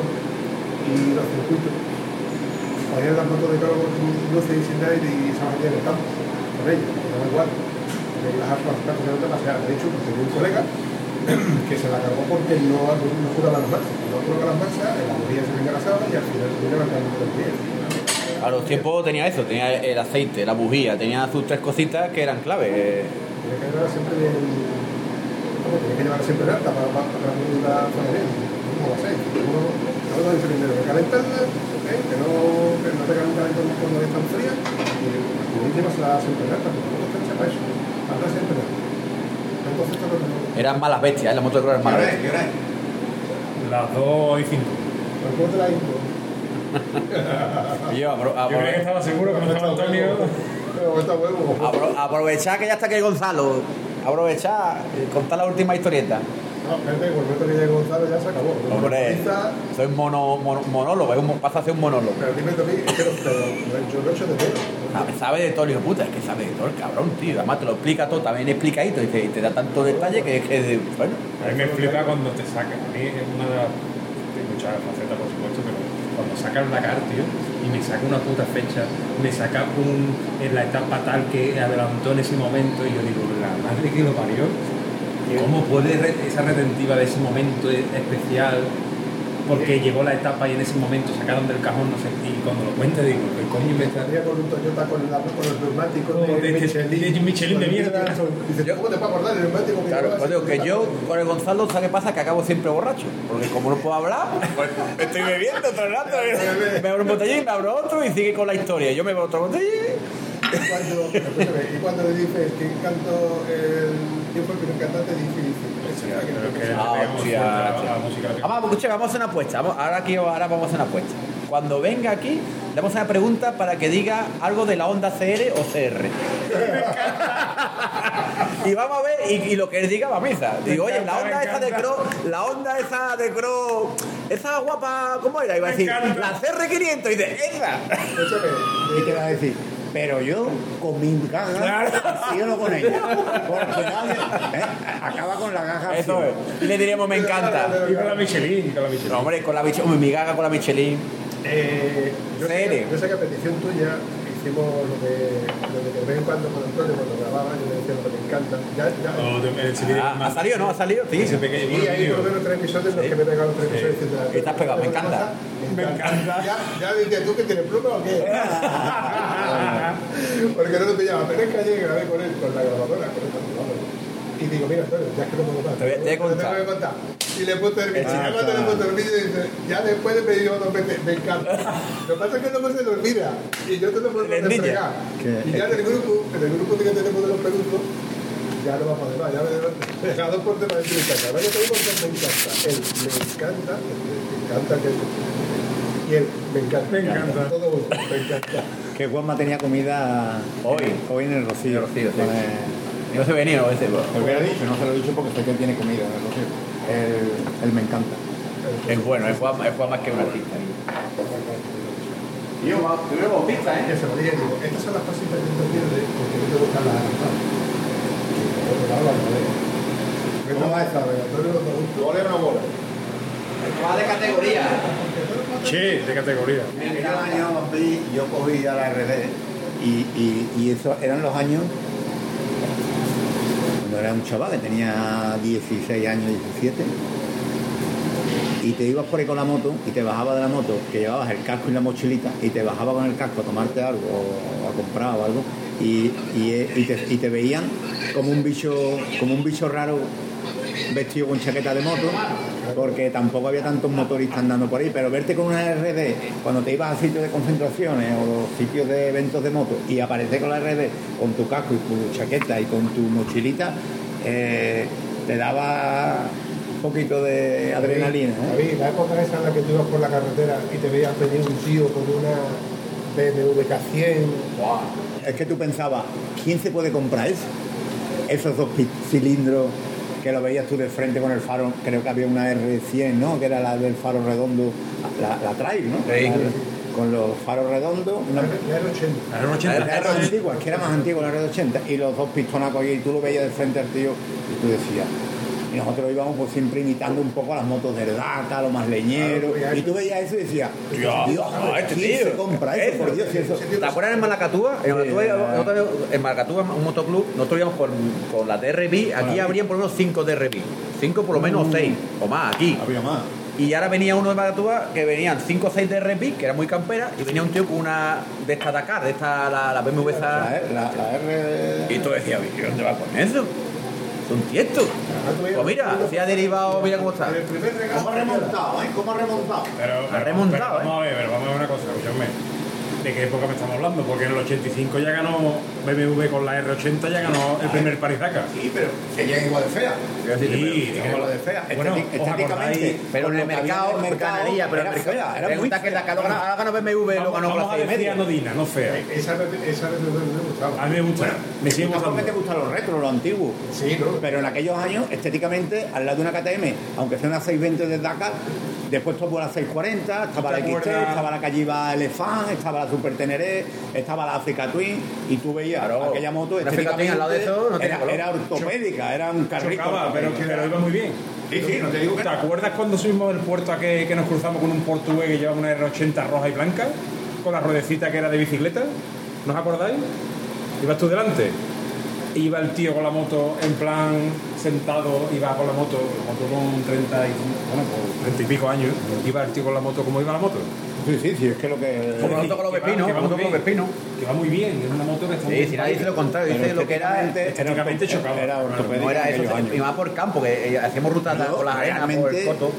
[SPEAKER 4] y los circuitos. Ponían las motos de coro con sus luces y sin aire y se bajaban en el campo con ellos, no da igual. Porque las alfas no te paseaban. De hecho, pues, tenía un colega que se la cargó porque no, no curaba las masas. No curaba las masas, la bujía se le engrasaba y al final se le levantaba el pie.
[SPEAKER 2] A los tiempos tenía eso, tenía el aceite, la bujía, tenía sus tres cositas que eran clave. eh,
[SPEAKER 4] Tenía que llevar siempre bien. Bueno, tenía que llevar siempre alta para para para la faena. ¿Cómo va a ser? Uno, uno dice primero que calentarla, ¿eh? que no que no te calientan cuando es tan fría, y y llevas la siempre alta, porque no está hecha para eso. Para siempre alta. Entonces esto es lo que
[SPEAKER 2] Eran malas bestias, eh, la moto de color era
[SPEAKER 11] ¿Qué
[SPEAKER 2] mala
[SPEAKER 11] hora es?
[SPEAKER 2] bestia.
[SPEAKER 11] ¿Qué hora es?
[SPEAKER 3] Las 2 y 5.
[SPEAKER 4] no- ¿Cómo te la info?
[SPEAKER 2] Y yo, apro-
[SPEAKER 3] Yo creía que
[SPEAKER 2] apro-
[SPEAKER 3] estaba seguro que no estaba Antonio.
[SPEAKER 4] Pero está huevo.
[SPEAKER 2] apro- aprovechar que ya está aquí Gonzalo, aprovechar, eh, contar la última historieta.
[SPEAKER 4] No, gente, con el momento que llegue Gonzalo ya se acabó.
[SPEAKER 2] Hombre,
[SPEAKER 4] Quizá-
[SPEAKER 2] soy mono, mono- monólogo, es un, pasa a ser un monólogo.
[SPEAKER 4] Pero dime tú a mí, es que no- pero yo lo he hecho de menos.
[SPEAKER 2] Sabe, sabe de todo, hijo puta, es que sabe de todo el cabrón, tío. Además te lo explica todo, también explicadito y te, te da tanto detalle que es que, bueno.
[SPEAKER 3] A mí me flipa cuando te sacan. A mí es una de las. Hay muchas facetas, por supuesto, pero cuando sacan la carta, tío, y me saca una puta fecha, me saca un, en la etapa tal que adelantó en ese momento, y yo digo, la madre que lo parió, ¿cómo puede re- esa retentiva de ese momento e- especial porque llegó la etapa y en ese momento sacaron del cajón, no sé, y cuando lo cuente digo, ¿qué coño me está
[SPEAKER 4] Estaría con un Toyota con, la, con los neumáticos
[SPEAKER 3] No,
[SPEAKER 4] de,
[SPEAKER 3] de- de-
[SPEAKER 4] Michelin.
[SPEAKER 3] de Michelin de
[SPEAKER 4] Con-
[SPEAKER 3] mierda.
[SPEAKER 4] con- Dice, yo cómo te puedo acordar el neumático que
[SPEAKER 2] Claro,
[SPEAKER 4] llevabas?
[SPEAKER 2] pues digo que yo con el Gonzalo, ¿sabes qué pasa? Que acabo siempre borracho. Porque como no puedo hablar, pues estoy bebiendo todo el rato. ¿eh? Me abro un botellín, me abro otro y sigue con la historia. Yo me bebo otro botellín.
[SPEAKER 4] Y cuando, escúchame, y cuando le dices que canto el quién fue el primer cantante, dice, dice, ese era que no
[SPEAKER 3] que
[SPEAKER 4] fue.
[SPEAKER 2] Ah,
[SPEAKER 3] le pegamos
[SPEAKER 2] hostia,
[SPEAKER 3] fuerte a la- a la
[SPEAKER 2] hostia.
[SPEAKER 3] música, le pegamos.
[SPEAKER 2] Vamos, escucha, vamos a hacer una apuesta. Vamos- ahora, aquí, ahora vamos a hacer una apuesta. Cuando venga aquí, le vamos a hacer una pregunta para que diga algo de la onda CR o CR. y vamos a ver, y, y lo que él diga va a misa. Digo, oye, la onda esa de Cro, la onda esa de Cro, esa guapa, ¿cómo era? Iba a decir, la CR500, y dice, esa.
[SPEAKER 6] Y te va a decir, pero yo con mi gaga sigo con ella. Porque nadie ¿eh? acaba con la gaga.
[SPEAKER 2] Eso
[SPEAKER 6] así.
[SPEAKER 2] es. Y le diríamos, me encanta.
[SPEAKER 3] Y con la Michelin, con la Michelin.
[SPEAKER 2] No, hombre, con la Michelin, hombre, mi gaga con la Michelin.
[SPEAKER 4] Eh, yo, sé que,
[SPEAKER 2] Serio.
[SPEAKER 4] yo sé que a petición tuya hicimos lo de, lo de que de vez en cuando con Antonio cuando grababa, yo le decía lo que me encanta. Ya, ya,
[SPEAKER 3] No, de- el CD
[SPEAKER 2] Ah, ¿Ha
[SPEAKER 3] más-
[SPEAKER 2] salido, no? ¿Ha salido? Sí.
[SPEAKER 3] ese pequeño
[SPEAKER 4] Y hay por
[SPEAKER 3] vídeo.
[SPEAKER 4] lo menos tres episodios en los
[SPEAKER 2] Sí.
[SPEAKER 4] que me he pegado tres episodios diciendo
[SPEAKER 2] Y te has pegado, me encanta.
[SPEAKER 4] Me encanta. Ya, ya dices tú que tienes pluma o qué. Porque no te pillaba, pero es que ayer grabé con él, con la grabadora, con el grabador. Y digo, mira, Antonio, ya es que no puedo contar.
[SPEAKER 2] Te voy a- te voy a
[SPEAKER 4] Te
[SPEAKER 2] contar.
[SPEAKER 4] voy a contar. Y le puse el vídeo.
[SPEAKER 6] Ah,
[SPEAKER 4] Ya cuando le
[SPEAKER 6] claro.
[SPEAKER 4] puse el vídeo, dice, ya después de pedir dos veces, me encanta. Lo que pasa es que no se lo olvida. Y yo te lo puedo
[SPEAKER 2] Le envidia.
[SPEAKER 4] refregar.
[SPEAKER 6] ¿Qué?
[SPEAKER 4] Y ya del grupo, en el grupo que tenemos de los preguntos, ya lo vamos a demás, ya me he dejado por tema de decir, ahora que tengo que me encanta, él me encanta, me encanta que y él me encanta,
[SPEAKER 3] Me encanta.
[SPEAKER 4] todo junto, me encanta.
[SPEAKER 6] Que Juanma tenía comida
[SPEAKER 2] Hoy.
[SPEAKER 6] hoy en el Rocío.
[SPEAKER 2] En el Rocío, sí.
[SPEAKER 6] Con el-
[SPEAKER 2] No se venía, no, ese. pues.
[SPEAKER 6] Lo hubiera dicho, no se lo he dicho porque sé que él tiene comida en el Rocío. Él, él me encanta.
[SPEAKER 2] Es bueno, es Juan, es Juan más que un artista.
[SPEAKER 12] Tío, tuvimos bautista,
[SPEAKER 4] Que se lo diga y digo, estas son las cositas que te pierdes porque no te gustan las armas. ¿Cómo va esta?
[SPEAKER 12] ¿Gol o no gol?
[SPEAKER 2] Va de categoría.
[SPEAKER 3] Che, de categoría.
[SPEAKER 6] Aquellos años vi, yo cogí ya la RD y, y, y eso eran los años cuando era un chaval, que tenía 16 años, 17. Y te ibas por ahí con la moto y te bajabas de la moto, que llevabas el casco y la mochilita, y te bajabas con el casco a tomarte algo o a comprar o algo, y, y- y te, y te veían como un bicho, como un bicho raro vestido con chaqueta de moto, porque tampoco había tantos motoristas andando por ahí, pero verte con una RD, cuando te ibas a sitios de concentraciones o los sitios de eventos de moto y aparecer con la RD, con tu casco y tu chaqueta y con tu mochilita, eh, te daba un poquito de adrenalina. ¿eh?
[SPEAKER 4] David, la época esa en la que tú ibas por la carretera y te veías venir un tío con una BMW K100
[SPEAKER 6] Es que tú pensabas, ¿quién se puede comprar eso? Esos dos pi- cilindros que lo veías tú de frente con el faro, creo que había una R100, ¿no? Que era la del faro redondo, la, la trail, ¿no?
[SPEAKER 2] Sí.
[SPEAKER 6] La- con los faros redondos, una,
[SPEAKER 4] Ya era 80.
[SPEAKER 3] Era un 80.
[SPEAKER 6] la R antigua, que era más antigua, la R80, y los dos pistonacos ahí, y tú lo veías de frente al tío, y tú decías, y nosotros íbamos pues siempre imitando un poco a las motos de data, lo más leñero,
[SPEAKER 4] Claro,
[SPEAKER 6] y tú veías eso y decías, Dios,
[SPEAKER 2] Dios, no, este
[SPEAKER 6] ¿quién
[SPEAKER 2] tío,
[SPEAKER 6] se compra eso? Por Dios, si eso...
[SPEAKER 2] ¿Te acuerdas en Malacatúa? En Malacatúa,
[SPEAKER 6] Sí,
[SPEAKER 2] íbamos-
[SPEAKER 6] eh.
[SPEAKER 2] nosotros- en Malacatúa, un motoclub, nosotros íbamos con, con la DRB, aquí habrían por lo menos 5 DRB. 5 por lo menos o 6 o más aquí.
[SPEAKER 6] Había más.
[SPEAKER 2] Y ahora venía uno de Magatúa que venían 5 o 6 DRB, que era muy campera, y venía un tío con una de esta Dakar, de esta la, la BMW esa.
[SPEAKER 6] La, E, la- la R...
[SPEAKER 2] Y tú decías, "¿Y dónde va con eso? Es un tiesto. Pues mira, se ha derivado, mira cómo está.
[SPEAKER 4] El primer regalo.
[SPEAKER 6] ¿Cómo ha remontado, eh? ¿Cómo ha remontado?
[SPEAKER 3] Pero,
[SPEAKER 2] Ha
[SPEAKER 3] pero-
[SPEAKER 2] remontado,
[SPEAKER 3] pero Vamos a ver, pero vamos a ver una cosa, escúchame. ¿De qué época me estamos hablando? Porque en el 85 ya ganó BMW con la R80, ya ganó el primer Parizaca.
[SPEAKER 6] Sí, pero ella es igual de fea.
[SPEAKER 2] Sí,
[SPEAKER 6] Igual de fea.
[SPEAKER 3] Bueno,
[SPEAKER 6] Estéti-
[SPEAKER 3] os acordáis,
[SPEAKER 6] estéticamente.
[SPEAKER 2] Pero
[SPEAKER 6] con
[SPEAKER 2] en el
[SPEAKER 6] lo que había
[SPEAKER 2] mercado,
[SPEAKER 6] en el mercado,
[SPEAKER 2] ganaría, pero
[SPEAKER 6] era
[SPEAKER 2] en el mercado.
[SPEAKER 6] fea, era muy
[SPEAKER 2] pregunta que
[SPEAKER 6] fea.
[SPEAKER 2] la ganó, ahora ganó BMW, luego
[SPEAKER 3] vamos,
[SPEAKER 2] ganó
[SPEAKER 3] vamos a
[SPEAKER 2] clase de
[SPEAKER 3] decir
[SPEAKER 2] media.
[SPEAKER 3] anodina, no fea.
[SPEAKER 4] Esa vez- esa vez me gustaba.
[SPEAKER 3] A mí me gusta, me sigue
[SPEAKER 6] Tampoco que te
[SPEAKER 3] gustando.
[SPEAKER 6] gustan los retros, los antiguos.
[SPEAKER 4] Sí, ¿no?
[SPEAKER 6] Pero en aquellos años, estéticamente, al lado de una KTM, aunque sea una 620 de Dakar, después tuvo la 640, estaba la
[SPEAKER 3] ¿Te
[SPEAKER 6] XT,
[SPEAKER 3] acuerdas?
[SPEAKER 6] estaba la Calliva Elefant, estaba la Super Teneré, estaba la Africa Twin, y tú veías
[SPEAKER 2] Claro.
[SPEAKER 6] aquella moto
[SPEAKER 2] Una Africa Twin al lado de
[SPEAKER 6] estéticamente,
[SPEAKER 2] eso no tiene
[SPEAKER 6] era,
[SPEAKER 2] color.
[SPEAKER 6] era ortopédica, era un carrito.
[SPEAKER 3] Chocaba, pero,
[SPEAKER 6] ortopédico.
[SPEAKER 3] pero iba muy bien.
[SPEAKER 6] Sí, sí, no te digo que
[SPEAKER 3] ¿Te
[SPEAKER 6] no.
[SPEAKER 3] acuerdas cuando subimos del puerto a que, que nos cruzamos con un portugués que llevaba una R80 roja y blanca? Con la ruedecita que era de bicicleta. ¿Nos acordáis? Ibas tú delante. iba el tío con la moto en plan sentado, iba con la moto, la moto con 30 y, bueno, con 30 y pico años, iba el tío con la moto como iba la moto.
[SPEAKER 6] pues, Sí, sí, sí, es que lo
[SPEAKER 2] Como
[SPEAKER 6] que.
[SPEAKER 2] la moto con los
[SPEAKER 3] Que va-
[SPEAKER 2] pepinos,
[SPEAKER 3] que va
[SPEAKER 2] moto
[SPEAKER 3] muy
[SPEAKER 2] con los
[SPEAKER 3] bien,
[SPEAKER 2] pepinos.
[SPEAKER 3] Que va muy bien, es una moto que está muy
[SPEAKER 2] Sí, si nadie dice lo contrario, dice lo que era antes.
[SPEAKER 3] estéticamente
[SPEAKER 6] orto-
[SPEAKER 3] chocaba.
[SPEAKER 6] Era ortopédico
[SPEAKER 2] No era
[SPEAKER 6] en aquellos
[SPEAKER 2] eso,
[SPEAKER 6] años.
[SPEAKER 2] y más por campo, que eh, hacíamos rutas
[SPEAKER 6] Yo,
[SPEAKER 2] por la arena, por el
[SPEAKER 6] realmente,
[SPEAKER 2] coto.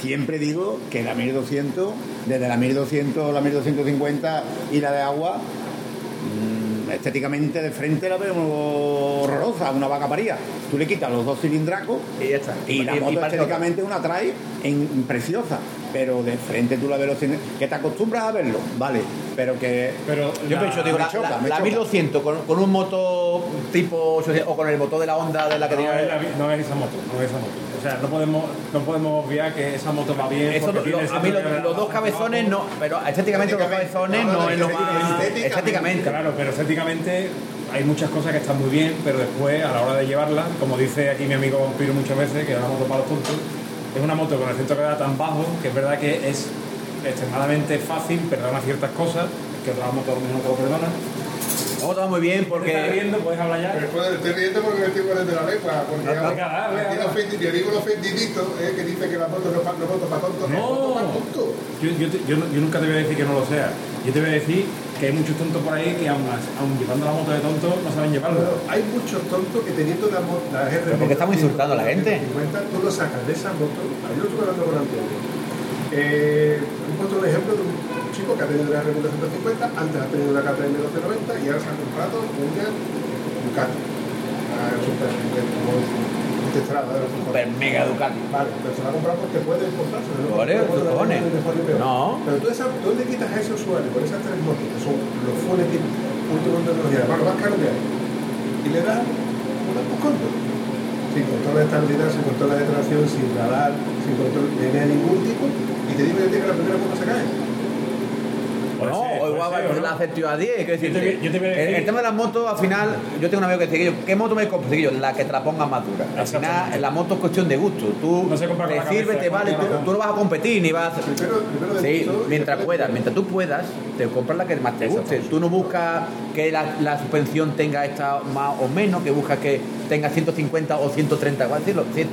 [SPEAKER 6] Siempre digo que la 1200, desde la 1200, la 1250 y la de agua, mm, estéticamente de frente la vemos horrorosa, una vaca paría. Tú le quitas los dos cilindracos
[SPEAKER 2] Y ya está.
[SPEAKER 6] y la
[SPEAKER 2] Y- y
[SPEAKER 6] moto
[SPEAKER 2] parte
[SPEAKER 6] estéticamente una trae en, preciosa, pero de frente tú la ves los cilin- que te acostumbras a verlo, vale, pero que
[SPEAKER 3] Pero
[SPEAKER 10] Yo
[SPEAKER 3] la-
[SPEAKER 10] pienso, digo,
[SPEAKER 6] me
[SPEAKER 10] la,
[SPEAKER 6] choca,
[SPEAKER 10] la-
[SPEAKER 6] me
[SPEAKER 10] la
[SPEAKER 6] choca.
[SPEAKER 10] 1200 con, con un moto tipo o con el motor de la Honda de la que
[SPEAKER 3] no,
[SPEAKER 10] tenía.
[SPEAKER 3] es la- no es esa moto, no es esa moto. O sea, no podemos, no podemos obviar que esa moto va bien.
[SPEAKER 10] Eso,
[SPEAKER 3] porque
[SPEAKER 10] lo-
[SPEAKER 3] tiene
[SPEAKER 10] a mí lo-
[SPEAKER 3] esa-
[SPEAKER 10] los dos cabezones no, pero estéticamente los dos cabezones no es lo más.
[SPEAKER 11] Estéticamente.
[SPEAKER 10] Estéticamente.
[SPEAKER 3] Claro, pero estéticamente hay muchas cosas que están muy bien, pero después a la hora de llevarla, como dice aquí mi amigo Vampiro muchas veces, que es una moto para los tontos, es una moto con el centro de gravedad tan bajo que es verdad que es extremadamente fácil perdona ciertas cosas, que otra moto a lo mejor no te lo perdona.
[SPEAKER 10] Vamos todo muy bien
[SPEAKER 3] Porque estás
[SPEAKER 10] porque.
[SPEAKER 3] viendo, puedes hablar ya.
[SPEAKER 4] Pero después estoy riendo porque me estoy poniendo la lengua.
[SPEAKER 3] No,
[SPEAKER 4] Porque
[SPEAKER 3] no,
[SPEAKER 4] ahora-
[SPEAKER 3] venga, dale,
[SPEAKER 4] aquí
[SPEAKER 3] dale.
[SPEAKER 4] los ofendi- yo digo los ofendiditos eh, que dicen que la moto no es pa- no es moto para tontos, no es moto para tontos.
[SPEAKER 3] Yo, yo, te- yo no- yo nunca te voy a decir que no lo sea. Yo te voy a decir que hay muchos tontos por ahí que aun, aun llevando la moto de tonto no saben llevarla.
[SPEAKER 4] Pero hay muchos tontos que teniendo una moto, la R.
[SPEAKER 10] ¿Pero por qué estamos insultando a la gente?
[SPEAKER 4] 50, tú lo sacas de esa moto. Ahí lo estuve hablando con Antonio. Eh, un otro ejemplo de un chico que ha tenido la R1250, antes ha tenido la KTM 1290 y ahora se ha comprado una Ducati. Ah, Una super, un testrada de los
[SPEAKER 2] Super mega Ducati.
[SPEAKER 4] Vale, pero se la ha comprado porque puede importarse. ¿no?
[SPEAKER 2] Vale,
[SPEAKER 4] Porque
[SPEAKER 2] ¿qué cojones?
[SPEAKER 4] puede mejor y peor.
[SPEAKER 2] No.
[SPEAKER 4] Pero tú, esa, tú le quitas a ese usuario con esas tres motos, que son los full equip, últimos tecnología, además lo más caro que hay, y le das unos desconto. Sin control de estabilidad, sin control de tracción, sin radar, sin control de ningún tipo, y te digo yo que la primera moto se cae.
[SPEAKER 2] O
[SPEAKER 3] Puede
[SPEAKER 2] no,
[SPEAKER 3] ser,
[SPEAKER 2] o
[SPEAKER 3] puede
[SPEAKER 2] igual
[SPEAKER 3] ser,
[SPEAKER 2] va-
[SPEAKER 3] ¿no?
[SPEAKER 2] la aceptó a 10. quiero
[SPEAKER 3] pues Yo te
[SPEAKER 2] decirte.
[SPEAKER 3] voy- yo te voy a
[SPEAKER 2] El-
[SPEAKER 3] decir-
[SPEAKER 2] El tema de las motos, al final, yo tengo un amigo que dice que yo, ¿qué moto me compro? Digo yo, la que te la ponga más dura. Al
[SPEAKER 3] Exactamente.
[SPEAKER 2] final, la moto es cuestión de gusto. Tú
[SPEAKER 3] No se compra con
[SPEAKER 2] te
[SPEAKER 3] la
[SPEAKER 2] sirve,
[SPEAKER 3] cabeza,
[SPEAKER 2] te vale,
[SPEAKER 3] con
[SPEAKER 2] tú,
[SPEAKER 3] la mano.
[SPEAKER 2] tú no vas a competir ni vas a...
[SPEAKER 4] Primero, primero de
[SPEAKER 2] Sí,
[SPEAKER 4] todo,
[SPEAKER 2] mientras
[SPEAKER 4] después-
[SPEAKER 2] puedas, mientras tú puedas, te compras la que más te guste. Tú no buscas que la, la suspensión tenga esta más o menos, que buscas que tenga 150 o 130, ¿cómo decirlo? 100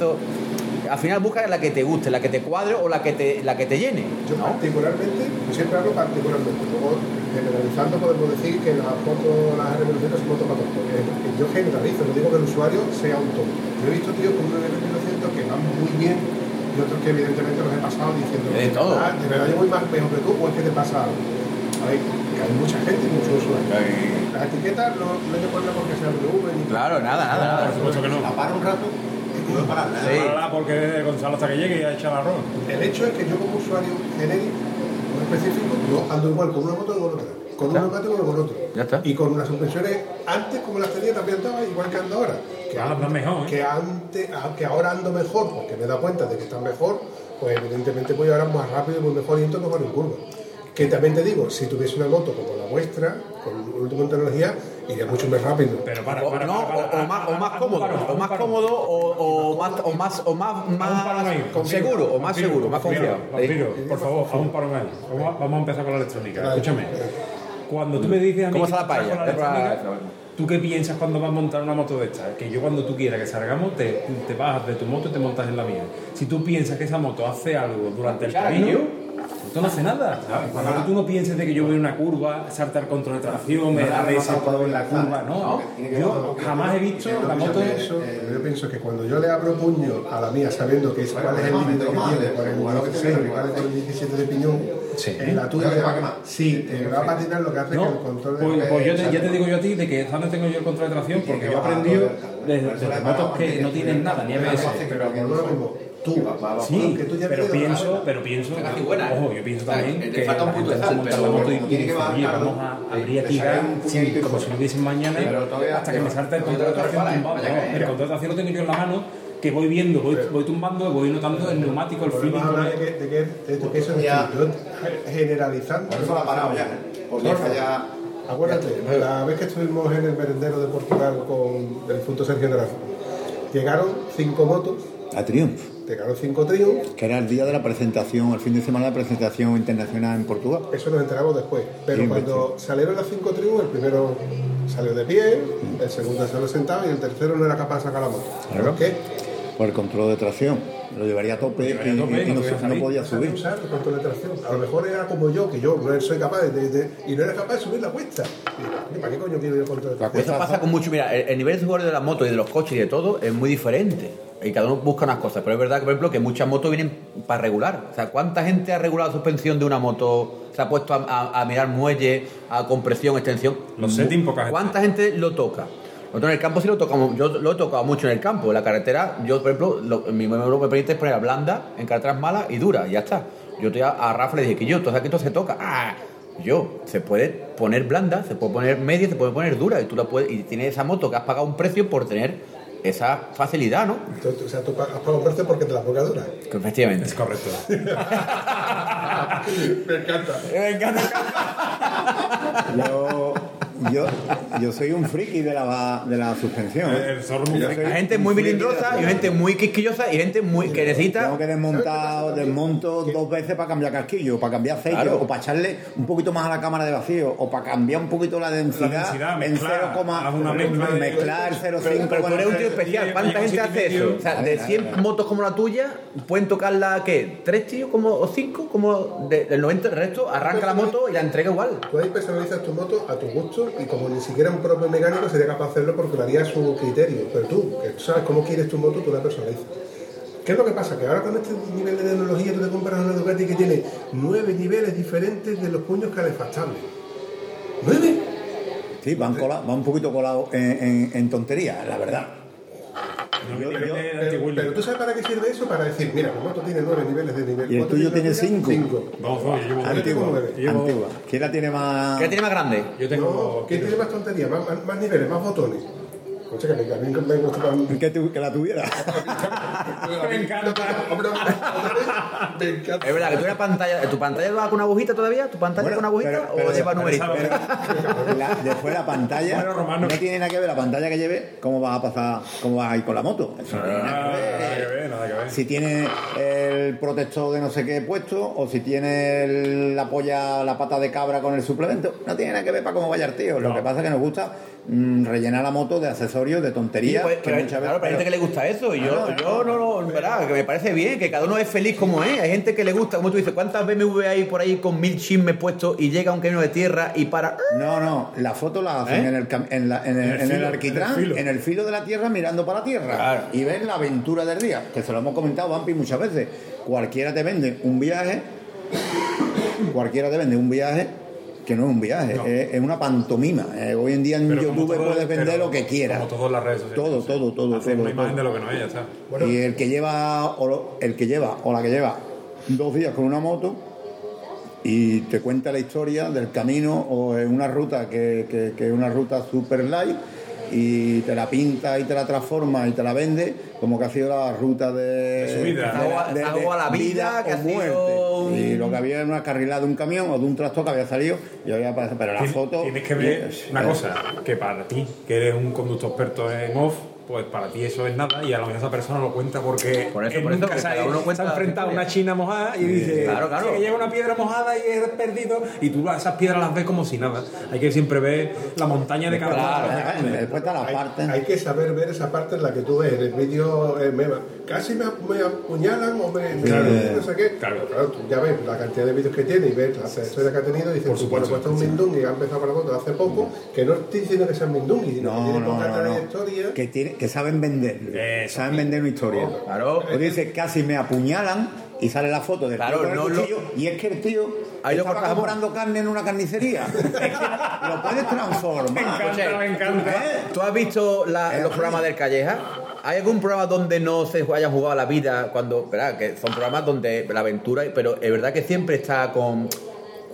[SPEAKER 2] al final buscas la que te guste, la que te cuadre o la que te, la que te llene.
[SPEAKER 4] Yo
[SPEAKER 2] ¿no?
[SPEAKER 4] particularmente, yo siempre hablo particularmente, luego generalizando podemos decir que las fotos, las revoluciones son motos para tontos. Eh, que Yo generalizo, no digo que el usuario sea un tonto. Yo he visto tíos con un 1900 que van muy bien y otros que evidentemente los he pasado diciendo
[SPEAKER 2] De todo.
[SPEAKER 4] "Ah, de verdad yo voy más mejor que tú o es que te pasa algo. A ver, que hay mucha gente y muchos usuarios. Las etiquetas no, no te ponen porque sean de Uber ni
[SPEAKER 2] Claro, nada, nada, nada.
[SPEAKER 3] Por supuesto que no.
[SPEAKER 11] La paro un rato y puedo pararla.
[SPEAKER 2] Sí.
[SPEAKER 3] Parará porque Gonzalo hasta que llegue y ha echado el arroz.
[SPEAKER 4] El hecho es que yo como usuario genérico, no específico, yo ando igual con una moto que con otra, con un neumático que con otro.
[SPEAKER 2] Ya está.
[SPEAKER 4] Y con las suspensiones antes como las tenía también andaba igual que ando ahora. Que,
[SPEAKER 3] Ahora andas mejor, ¿eh?
[SPEAKER 4] que antes, a- que ahora ando mejor, porque me he dado cuenta de que están mejor, pues evidentemente voy ahora más rápido y voy mejor y entro mejor en curva. Que también te digo, si tuviese una moto como la vuestra, con última tecnología, iría mucho más rápido.
[SPEAKER 3] Pero para,
[SPEAKER 2] O,
[SPEAKER 3] para,
[SPEAKER 2] no,
[SPEAKER 3] para,
[SPEAKER 2] o,
[SPEAKER 3] para,
[SPEAKER 2] o más, o
[SPEAKER 3] haz-
[SPEAKER 2] más
[SPEAKER 3] haz un
[SPEAKER 2] cómodo,
[SPEAKER 3] paro, haz
[SPEAKER 2] o
[SPEAKER 3] un
[SPEAKER 2] más
[SPEAKER 3] paro.
[SPEAKER 2] cómodo, o, o más, o más, o más,
[SPEAKER 3] Haz un paro
[SPEAKER 2] más
[SPEAKER 3] ahí, confío,
[SPEAKER 2] seguro, o más
[SPEAKER 3] confío,
[SPEAKER 2] seguro, más
[SPEAKER 3] confío,
[SPEAKER 2] confiado.
[SPEAKER 3] confío. por favor, haz un paro ahí. Vamos a, vamos a empezar con la electrónica. Escúchame. Cuando tú me dices a mí
[SPEAKER 2] ¿Cómo
[SPEAKER 3] que
[SPEAKER 2] está la
[SPEAKER 3] tú estás
[SPEAKER 2] paella?
[SPEAKER 3] con
[SPEAKER 2] Es para-
[SPEAKER 3] electrónica, ¿tú qué piensas cuando vas a montar una moto de esta? Que yo cuando tú quieras que salgamos, te, te bajas de tu moto y te montas en la mía. Si tú piensas que esa moto hace algo durante el
[SPEAKER 2] Claro,
[SPEAKER 3] camino...
[SPEAKER 2] ¿no?
[SPEAKER 3] Tú no hace nada. Cuando tú no pienses de que yo voy en una curva, saltar contra la tracción, me da de esa en la curva, no. Yo jamás he visto la moto
[SPEAKER 4] eso, yo pienso que cuando yo le abro puño a la mía sabiendo que es, cuál es el límite que tiene, cuál es el 16 y cuál es el 17 de piñón,
[SPEAKER 3] Sí.
[SPEAKER 4] en la tuya
[SPEAKER 11] Ya te va a quemar.
[SPEAKER 4] Sí, te va a patinar lo que hace que
[SPEAKER 3] No,
[SPEAKER 4] el control de
[SPEAKER 3] pues, pues yo te, ya te digo yo a ti de que esta no tengo yo el control de tracción porque yo he aprendido desde de las motos que no tienen nada, ni ABS.
[SPEAKER 4] pero no lo mismo. Tú,
[SPEAKER 3] Sí,
[SPEAKER 4] que tú ya
[SPEAKER 3] pero
[SPEAKER 4] has
[SPEAKER 3] pienso, pero pienso, ojo, yo pienso también
[SPEAKER 2] le
[SPEAKER 3] que la
[SPEAKER 2] falta un punto de
[SPEAKER 3] gente se
[SPEAKER 2] sal,
[SPEAKER 3] monta la
[SPEAKER 2] pero
[SPEAKER 3] moto y
[SPEAKER 11] tiene que
[SPEAKER 3] dice,
[SPEAKER 11] bajar,
[SPEAKER 3] oye,
[SPEAKER 11] ¿no?
[SPEAKER 3] vamos a abrir a
[SPEAKER 11] Le
[SPEAKER 3] tirar
[SPEAKER 11] sacan un puñito y
[SPEAKER 3] como si lo diesen mañana
[SPEAKER 11] Pero todavía-
[SPEAKER 3] hasta que me salte el
[SPEAKER 11] todavía
[SPEAKER 3] control de tracción
[SPEAKER 11] todavía
[SPEAKER 3] tumbado.
[SPEAKER 11] vaya a caer.
[SPEAKER 3] El control de tracción lo tengo yo en la mano, que voy viendo, voy, voy tumbando, voy notando el neumático, el feeling.
[SPEAKER 4] Volvemos a hablar de que, de que, de que eso es
[SPEAKER 11] Pues Ya.
[SPEAKER 4] distinto. Yo, generalizando.
[SPEAKER 11] Por eso la he parado Ah, ya. Porque
[SPEAKER 4] Porfa.
[SPEAKER 11] esa ya.
[SPEAKER 4] Acuérdate, la vez que estuvimos en el merendero de Portugal con el punto Sergio Grafo, llegaron cinco motos,
[SPEAKER 6] a Triumph.
[SPEAKER 4] llegaron cinco tríos,
[SPEAKER 6] que era el día de la presentación, el fin de semana de la presentación internacional en Portugal.
[SPEAKER 4] Eso nos enteramos después. Pero
[SPEAKER 6] Bien,
[SPEAKER 4] cuando salieron las cinco tribus, el primero salió de pie, el segundo salió sentado y el tercero no era capaz de sacar la moto.
[SPEAKER 6] Mm. Claro.
[SPEAKER 4] ¿Por qué?
[SPEAKER 6] por el control de tracción. Lo llevaría a tope,
[SPEAKER 3] llevaría a tope
[SPEAKER 6] y,
[SPEAKER 3] y
[SPEAKER 6] y
[SPEAKER 3] no
[SPEAKER 6] no,
[SPEAKER 3] podía
[SPEAKER 6] se-
[SPEAKER 3] salir.
[SPEAKER 6] no podía
[SPEAKER 4] Sabe
[SPEAKER 6] subir.
[SPEAKER 4] usar el control de tracción. A lo mejor era como yo, que yo no soy capaz de, de- y no era capaz de subir la cuesta. Y, ¿Para qué coño quiero yo el control de
[SPEAKER 6] La
[SPEAKER 4] tracción?
[SPEAKER 6] cuesta
[SPEAKER 2] Eso pasa con mucho. Mira, el, el nivel de usuario de las motos y de los coches y de todo es muy diferente. Y cada uno busca unas cosas. Pero es verdad que, por ejemplo, que muchas motos vienen para regular. O sea, ¿cuánta gente ha regulado la suspensión de una moto? Se ha puesto a, a- a mirar muelle, a compresión, extensión.
[SPEAKER 3] Los settings, poca gente.
[SPEAKER 2] ¿Cuánta gente lo toca? Nosotros en el campo sí lo tocamos. Yo lo he tocado mucho en el campo. En la carretera, yo, por ejemplo, lo- mi miembro me permite es poner a blanda en carreteras malas y duras. y Ya está. Yo te, a, a Rafa le dije que yo, entonces aquí esto se toca. ¡Ah! Yo, se puede poner blanda, se puede poner media, se puede poner dura. Y tú la puedes. Y tienes esa moto que has pagado un precio por tener esa facilidad, ¿no?
[SPEAKER 4] Entonces, o sea, tú pa- has pagado un precio porque te la pongas dura.
[SPEAKER 2] Que efectivamente.
[SPEAKER 3] Es correcto.
[SPEAKER 4] Me encanta.
[SPEAKER 2] Me encanta.
[SPEAKER 6] Yo, yo, yo soy un friki de la, de la suspensión.
[SPEAKER 3] El,
[SPEAKER 6] ¿eh?
[SPEAKER 3] el zorro muy
[SPEAKER 6] Yo
[SPEAKER 3] fresco.
[SPEAKER 6] soy
[SPEAKER 2] Hay gente
[SPEAKER 6] un
[SPEAKER 2] muy
[SPEAKER 6] friki de la
[SPEAKER 2] milindrosa y gente muy quisquillosa y gente muy que necesita.
[SPEAKER 6] Tengo que desmontar o desmonto dos veces para cambiar casquillo, para cambiar aceite,
[SPEAKER 2] Claro.
[SPEAKER 6] o para echarle un poquito más a la cámara de vacío, o para cambiar un poquito la densidad,
[SPEAKER 3] densidad,
[SPEAKER 6] en
[SPEAKER 3] mezclar,
[SPEAKER 6] 0,
[SPEAKER 3] haz una mezcla de-
[SPEAKER 6] mezclar 0,5
[SPEAKER 2] Pero
[SPEAKER 6] con
[SPEAKER 2] tú eres un
[SPEAKER 6] el-
[SPEAKER 2] tío especial, ¿cuánta gente hace eso? O sea, de 100 motos como la tuya, pueden tocarla, ¿qué? ¿Tres tíos como, o cinco? Como de- del 90, el resto arranca la moto y la entrega igual.
[SPEAKER 4] Tú ahí personalizas tu moto a tu gusto y como ni siquiera un propio mecánico sería capaz de hacerlo porque lo haría a su criterio. Pero tú, que sabes cómo quieres tu moto, tú la personalizas. ¿Qué es lo que pasa? Que ahora con este nivel de tecnología tú te compras una Ducati que tiene nueve niveles diferentes de los puños calefactables. ¿Nueve?
[SPEAKER 6] Sí, van, cola- van un poquito colados en, en- en tonterías, la verdad. Yo- yo-
[SPEAKER 4] Pero, pero tú sabes para qué sirve eso, para decir, mira, mi moto tiene nueve niveles de nivel.
[SPEAKER 6] Y el
[SPEAKER 4] cuatro
[SPEAKER 6] tuyo
[SPEAKER 4] niveles
[SPEAKER 6] tiene
[SPEAKER 4] de
[SPEAKER 6] cinco.
[SPEAKER 4] nivel,
[SPEAKER 3] Vamos, vamos, yo llevo un-
[SPEAKER 6] Antigua,
[SPEAKER 4] nueve.
[SPEAKER 3] Llevo-
[SPEAKER 6] antigua. ¿Quién la tiene más?
[SPEAKER 2] ¿Qué tiene más grande?
[SPEAKER 3] Yo
[SPEAKER 4] No,
[SPEAKER 3] tengo.
[SPEAKER 4] ¿Quién tiene más tontería? Más, más- más niveles, más botones. Coche, que me, a mí me gusta más-
[SPEAKER 6] Que, tu- que la tuviera.
[SPEAKER 3] Me encanta.
[SPEAKER 4] Hombre, me encanta.
[SPEAKER 2] Es verdad que tú una pantalla, ¿tu pantalla va con una agujita todavía? ¿Tu pantalla
[SPEAKER 6] Bueno,
[SPEAKER 2] con una agujita
[SPEAKER 6] pero- pero-
[SPEAKER 2] o lleva
[SPEAKER 6] pero
[SPEAKER 2] numerito?
[SPEAKER 3] esa-
[SPEAKER 6] La- después la pantalla
[SPEAKER 3] Bueno, Romano.
[SPEAKER 6] no tiene nada que ver la pantalla que lleve cómo vas a pasar cómo vas a ir con la moto Eso no tiene
[SPEAKER 2] Ah.
[SPEAKER 6] nada que ver.
[SPEAKER 3] Ah, Nada que ver, nada que ver.
[SPEAKER 6] si tiene el protector de no sé qué puesto o si tiene el- la polla la pata de cabra con el suplemento no tiene nada que ver para cómo vaya el tío lo que pasa es que nos gusta mm, rellenar la moto de accesorios de
[SPEAKER 2] Sí,
[SPEAKER 6] tonterías
[SPEAKER 2] pues,
[SPEAKER 6] que
[SPEAKER 2] pero,
[SPEAKER 6] muchas veces-
[SPEAKER 2] claro, pero hay gente que le gusta eso. Y yo,
[SPEAKER 6] Claro,
[SPEAKER 2] yo no lo. Verá, que me parece bien, que cada uno es feliz como es. Hay gente que le gusta, como tú dices, ¿cuántas BMW hay por ahí con mil chismes puestos y llega a un camino de tierra y para.
[SPEAKER 6] No, no, la foto la hacen
[SPEAKER 2] ¿Eh?
[SPEAKER 6] en, el, cam- en, la- en el- en el
[SPEAKER 3] filo,
[SPEAKER 6] arquitrán,
[SPEAKER 3] en el filo.
[SPEAKER 6] en el filo de la tierra, mirando para la tierra.
[SPEAKER 2] Claro.
[SPEAKER 6] Y ven la aventura del día, que se lo hemos comentado, Vampi, muchas veces. Cualquiera te vende un viaje, cualquiera te vende un viaje que no es un viaje,
[SPEAKER 3] No.
[SPEAKER 6] es, es una pantomima. Eh, hoy en día en
[SPEAKER 3] Pero como
[SPEAKER 6] YouTube
[SPEAKER 3] todo-
[SPEAKER 6] puedes vender
[SPEAKER 3] pero
[SPEAKER 6] lo que quieras.
[SPEAKER 3] Como todas las redes sociales.
[SPEAKER 6] Todo, todo, todo,
[SPEAKER 3] Hacer
[SPEAKER 6] todo,
[SPEAKER 3] una imagen de
[SPEAKER 6] todo.
[SPEAKER 3] lo que no es, ya está.
[SPEAKER 4] Bueno,
[SPEAKER 6] Y el que lleva o lo- el que lleva o la que lleva dos días con una moto y te cuenta la historia del camino o en una ruta que, que- que es una ruta super light y te la pinta y te la transforma y te la vende como que ha sido la ruta de,
[SPEAKER 3] De subida.
[SPEAKER 2] Agua- agua a la vida, que
[SPEAKER 6] o
[SPEAKER 2] ha sido un-
[SPEAKER 6] y lo que había era una carrilada de un camión o de un tractor que había salido y había aparecido pero la
[SPEAKER 3] Tien-
[SPEAKER 6] foto
[SPEAKER 3] Tienes que ver
[SPEAKER 6] eh,
[SPEAKER 3] una
[SPEAKER 6] eh,
[SPEAKER 3] cosa, que para ti, que eres un conductor experto en off, pues para ti eso es nada y a lo mejor esa persona lo cuenta porque
[SPEAKER 2] Por eso,
[SPEAKER 3] él
[SPEAKER 2] por eso,
[SPEAKER 3] nunca
[SPEAKER 2] que
[SPEAKER 3] se
[SPEAKER 2] cada
[SPEAKER 3] ha,
[SPEAKER 2] uno
[SPEAKER 3] se
[SPEAKER 2] cuenta
[SPEAKER 3] ha
[SPEAKER 2] la
[SPEAKER 3] enfrentado a
[SPEAKER 2] historia.
[SPEAKER 3] una china mojada y dice
[SPEAKER 2] claro, claro.
[SPEAKER 3] "Sí, que llega una piedra mojada y es perdido y tú esas piedras las ves como si nada. Hay que siempre ver la montaña de cada
[SPEAKER 6] claro,
[SPEAKER 3] uno.
[SPEAKER 6] eh, después está la
[SPEAKER 4] hay,
[SPEAKER 6] parte
[SPEAKER 4] hay que saber ver esa parte en la que tú ves en el vídeo. eh, me- casi me, me apuñalan o me. me-
[SPEAKER 6] Claro.
[SPEAKER 4] no sé qué.
[SPEAKER 3] Claro.
[SPEAKER 4] Pero tú ya ves la cantidad de vídeos que tiene y ves la historia que ha tenido. Y dices,
[SPEAKER 3] Por
[SPEAKER 4] tú,
[SPEAKER 3] supuesto,
[SPEAKER 4] bueno, pues este es un mindungui que ha empezado con la moto hace poco. Que no estoy diciendo que sea un mindungui, sino que
[SPEAKER 6] No,
[SPEAKER 4] tiene que
[SPEAKER 6] no,
[SPEAKER 4] contar
[SPEAKER 6] no,
[SPEAKER 4] la
[SPEAKER 6] no.
[SPEAKER 4] historia.
[SPEAKER 6] Que, tiene- que saben vender.
[SPEAKER 3] Eso.
[SPEAKER 6] Saben vender una historia.
[SPEAKER 2] Oh, Claro.
[SPEAKER 6] O dice, casi me apuñalan y sale la foto del
[SPEAKER 2] Claro,
[SPEAKER 6] tío con el
[SPEAKER 2] no lo-
[SPEAKER 6] cuchillo, Y es que el tío
[SPEAKER 2] Ahí lo
[SPEAKER 6] estaba
[SPEAKER 2] cortamos.
[SPEAKER 6] comprando carne en una carnicería. Es que lo puedes transformar.
[SPEAKER 3] encanta, me encanta.
[SPEAKER 6] ¿Eh?
[SPEAKER 2] ¿Tú has visto la-
[SPEAKER 6] Eh,
[SPEAKER 2] los programas del Calleja? ¿Hay algún programa donde no se haya jugado la vida cuando, verá, que son programas donde la aventura, pero es verdad que siempre está con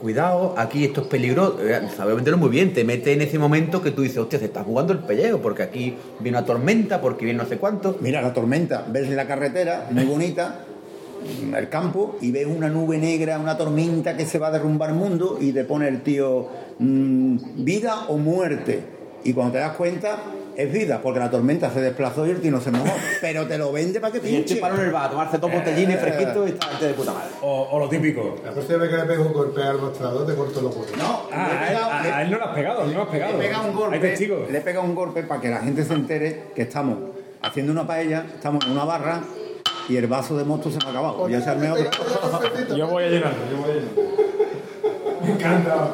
[SPEAKER 2] cuidado, aquí esto es peligroso, Eh, sabes venderlo muy bien, te mete en ese momento que tú dices, hostia, se está jugando el pellejo, porque aquí viene una tormenta, porque viene no sé cuánto.
[SPEAKER 6] Mira la tormenta, ves la carretera, muy bonita, el campo, y ves una nube negra, una tormenta que se va a derrumbar el mundo, y te pone el tío mm, vida o muerte. Y cuando te das cuenta, es vida, porque la tormenta se desplazó y el tino se mojó. Pero te lo vende para que
[SPEAKER 2] este
[SPEAKER 10] Y el
[SPEAKER 6] pinche.
[SPEAKER 10] tío paró en el bar a tomarse
[SPEAKER 2] Eh,
[SPEAKER 10] dos botellines fresquitos y está de puta madre.
[SPEAKER 13] O, o lo típico.
[SPEAKER 4] La próxima vez que le pego un golpe al mostrador, te corto los huevos.
[SPEAKER 6] No,
[SPEAKER 13] Ah,
[SPEAKER 6] le he
[SPEAKER 13] a él,
[SPEAKER 6] pegado-
[SPEAKER 13] a- a él no lo has pegado, no lo has
[SPEAKER 6] le
[SPEAKER 13] pegado.
[SPEAKER 6] he pegado un golpe.
[SPEAKER 13] Hay testigos.
[SPEAKER 6] Le he pegado un golpe para que la gente se entere que estamos haciendo una paella, estamos en una barra y el vaso de mosto se me ha acabado. Ya se arme otro.
[SPEAKER 13] Yo voy a llenarlo, yo voy a llenarlo.
[SPEAKER 4] Me encanta.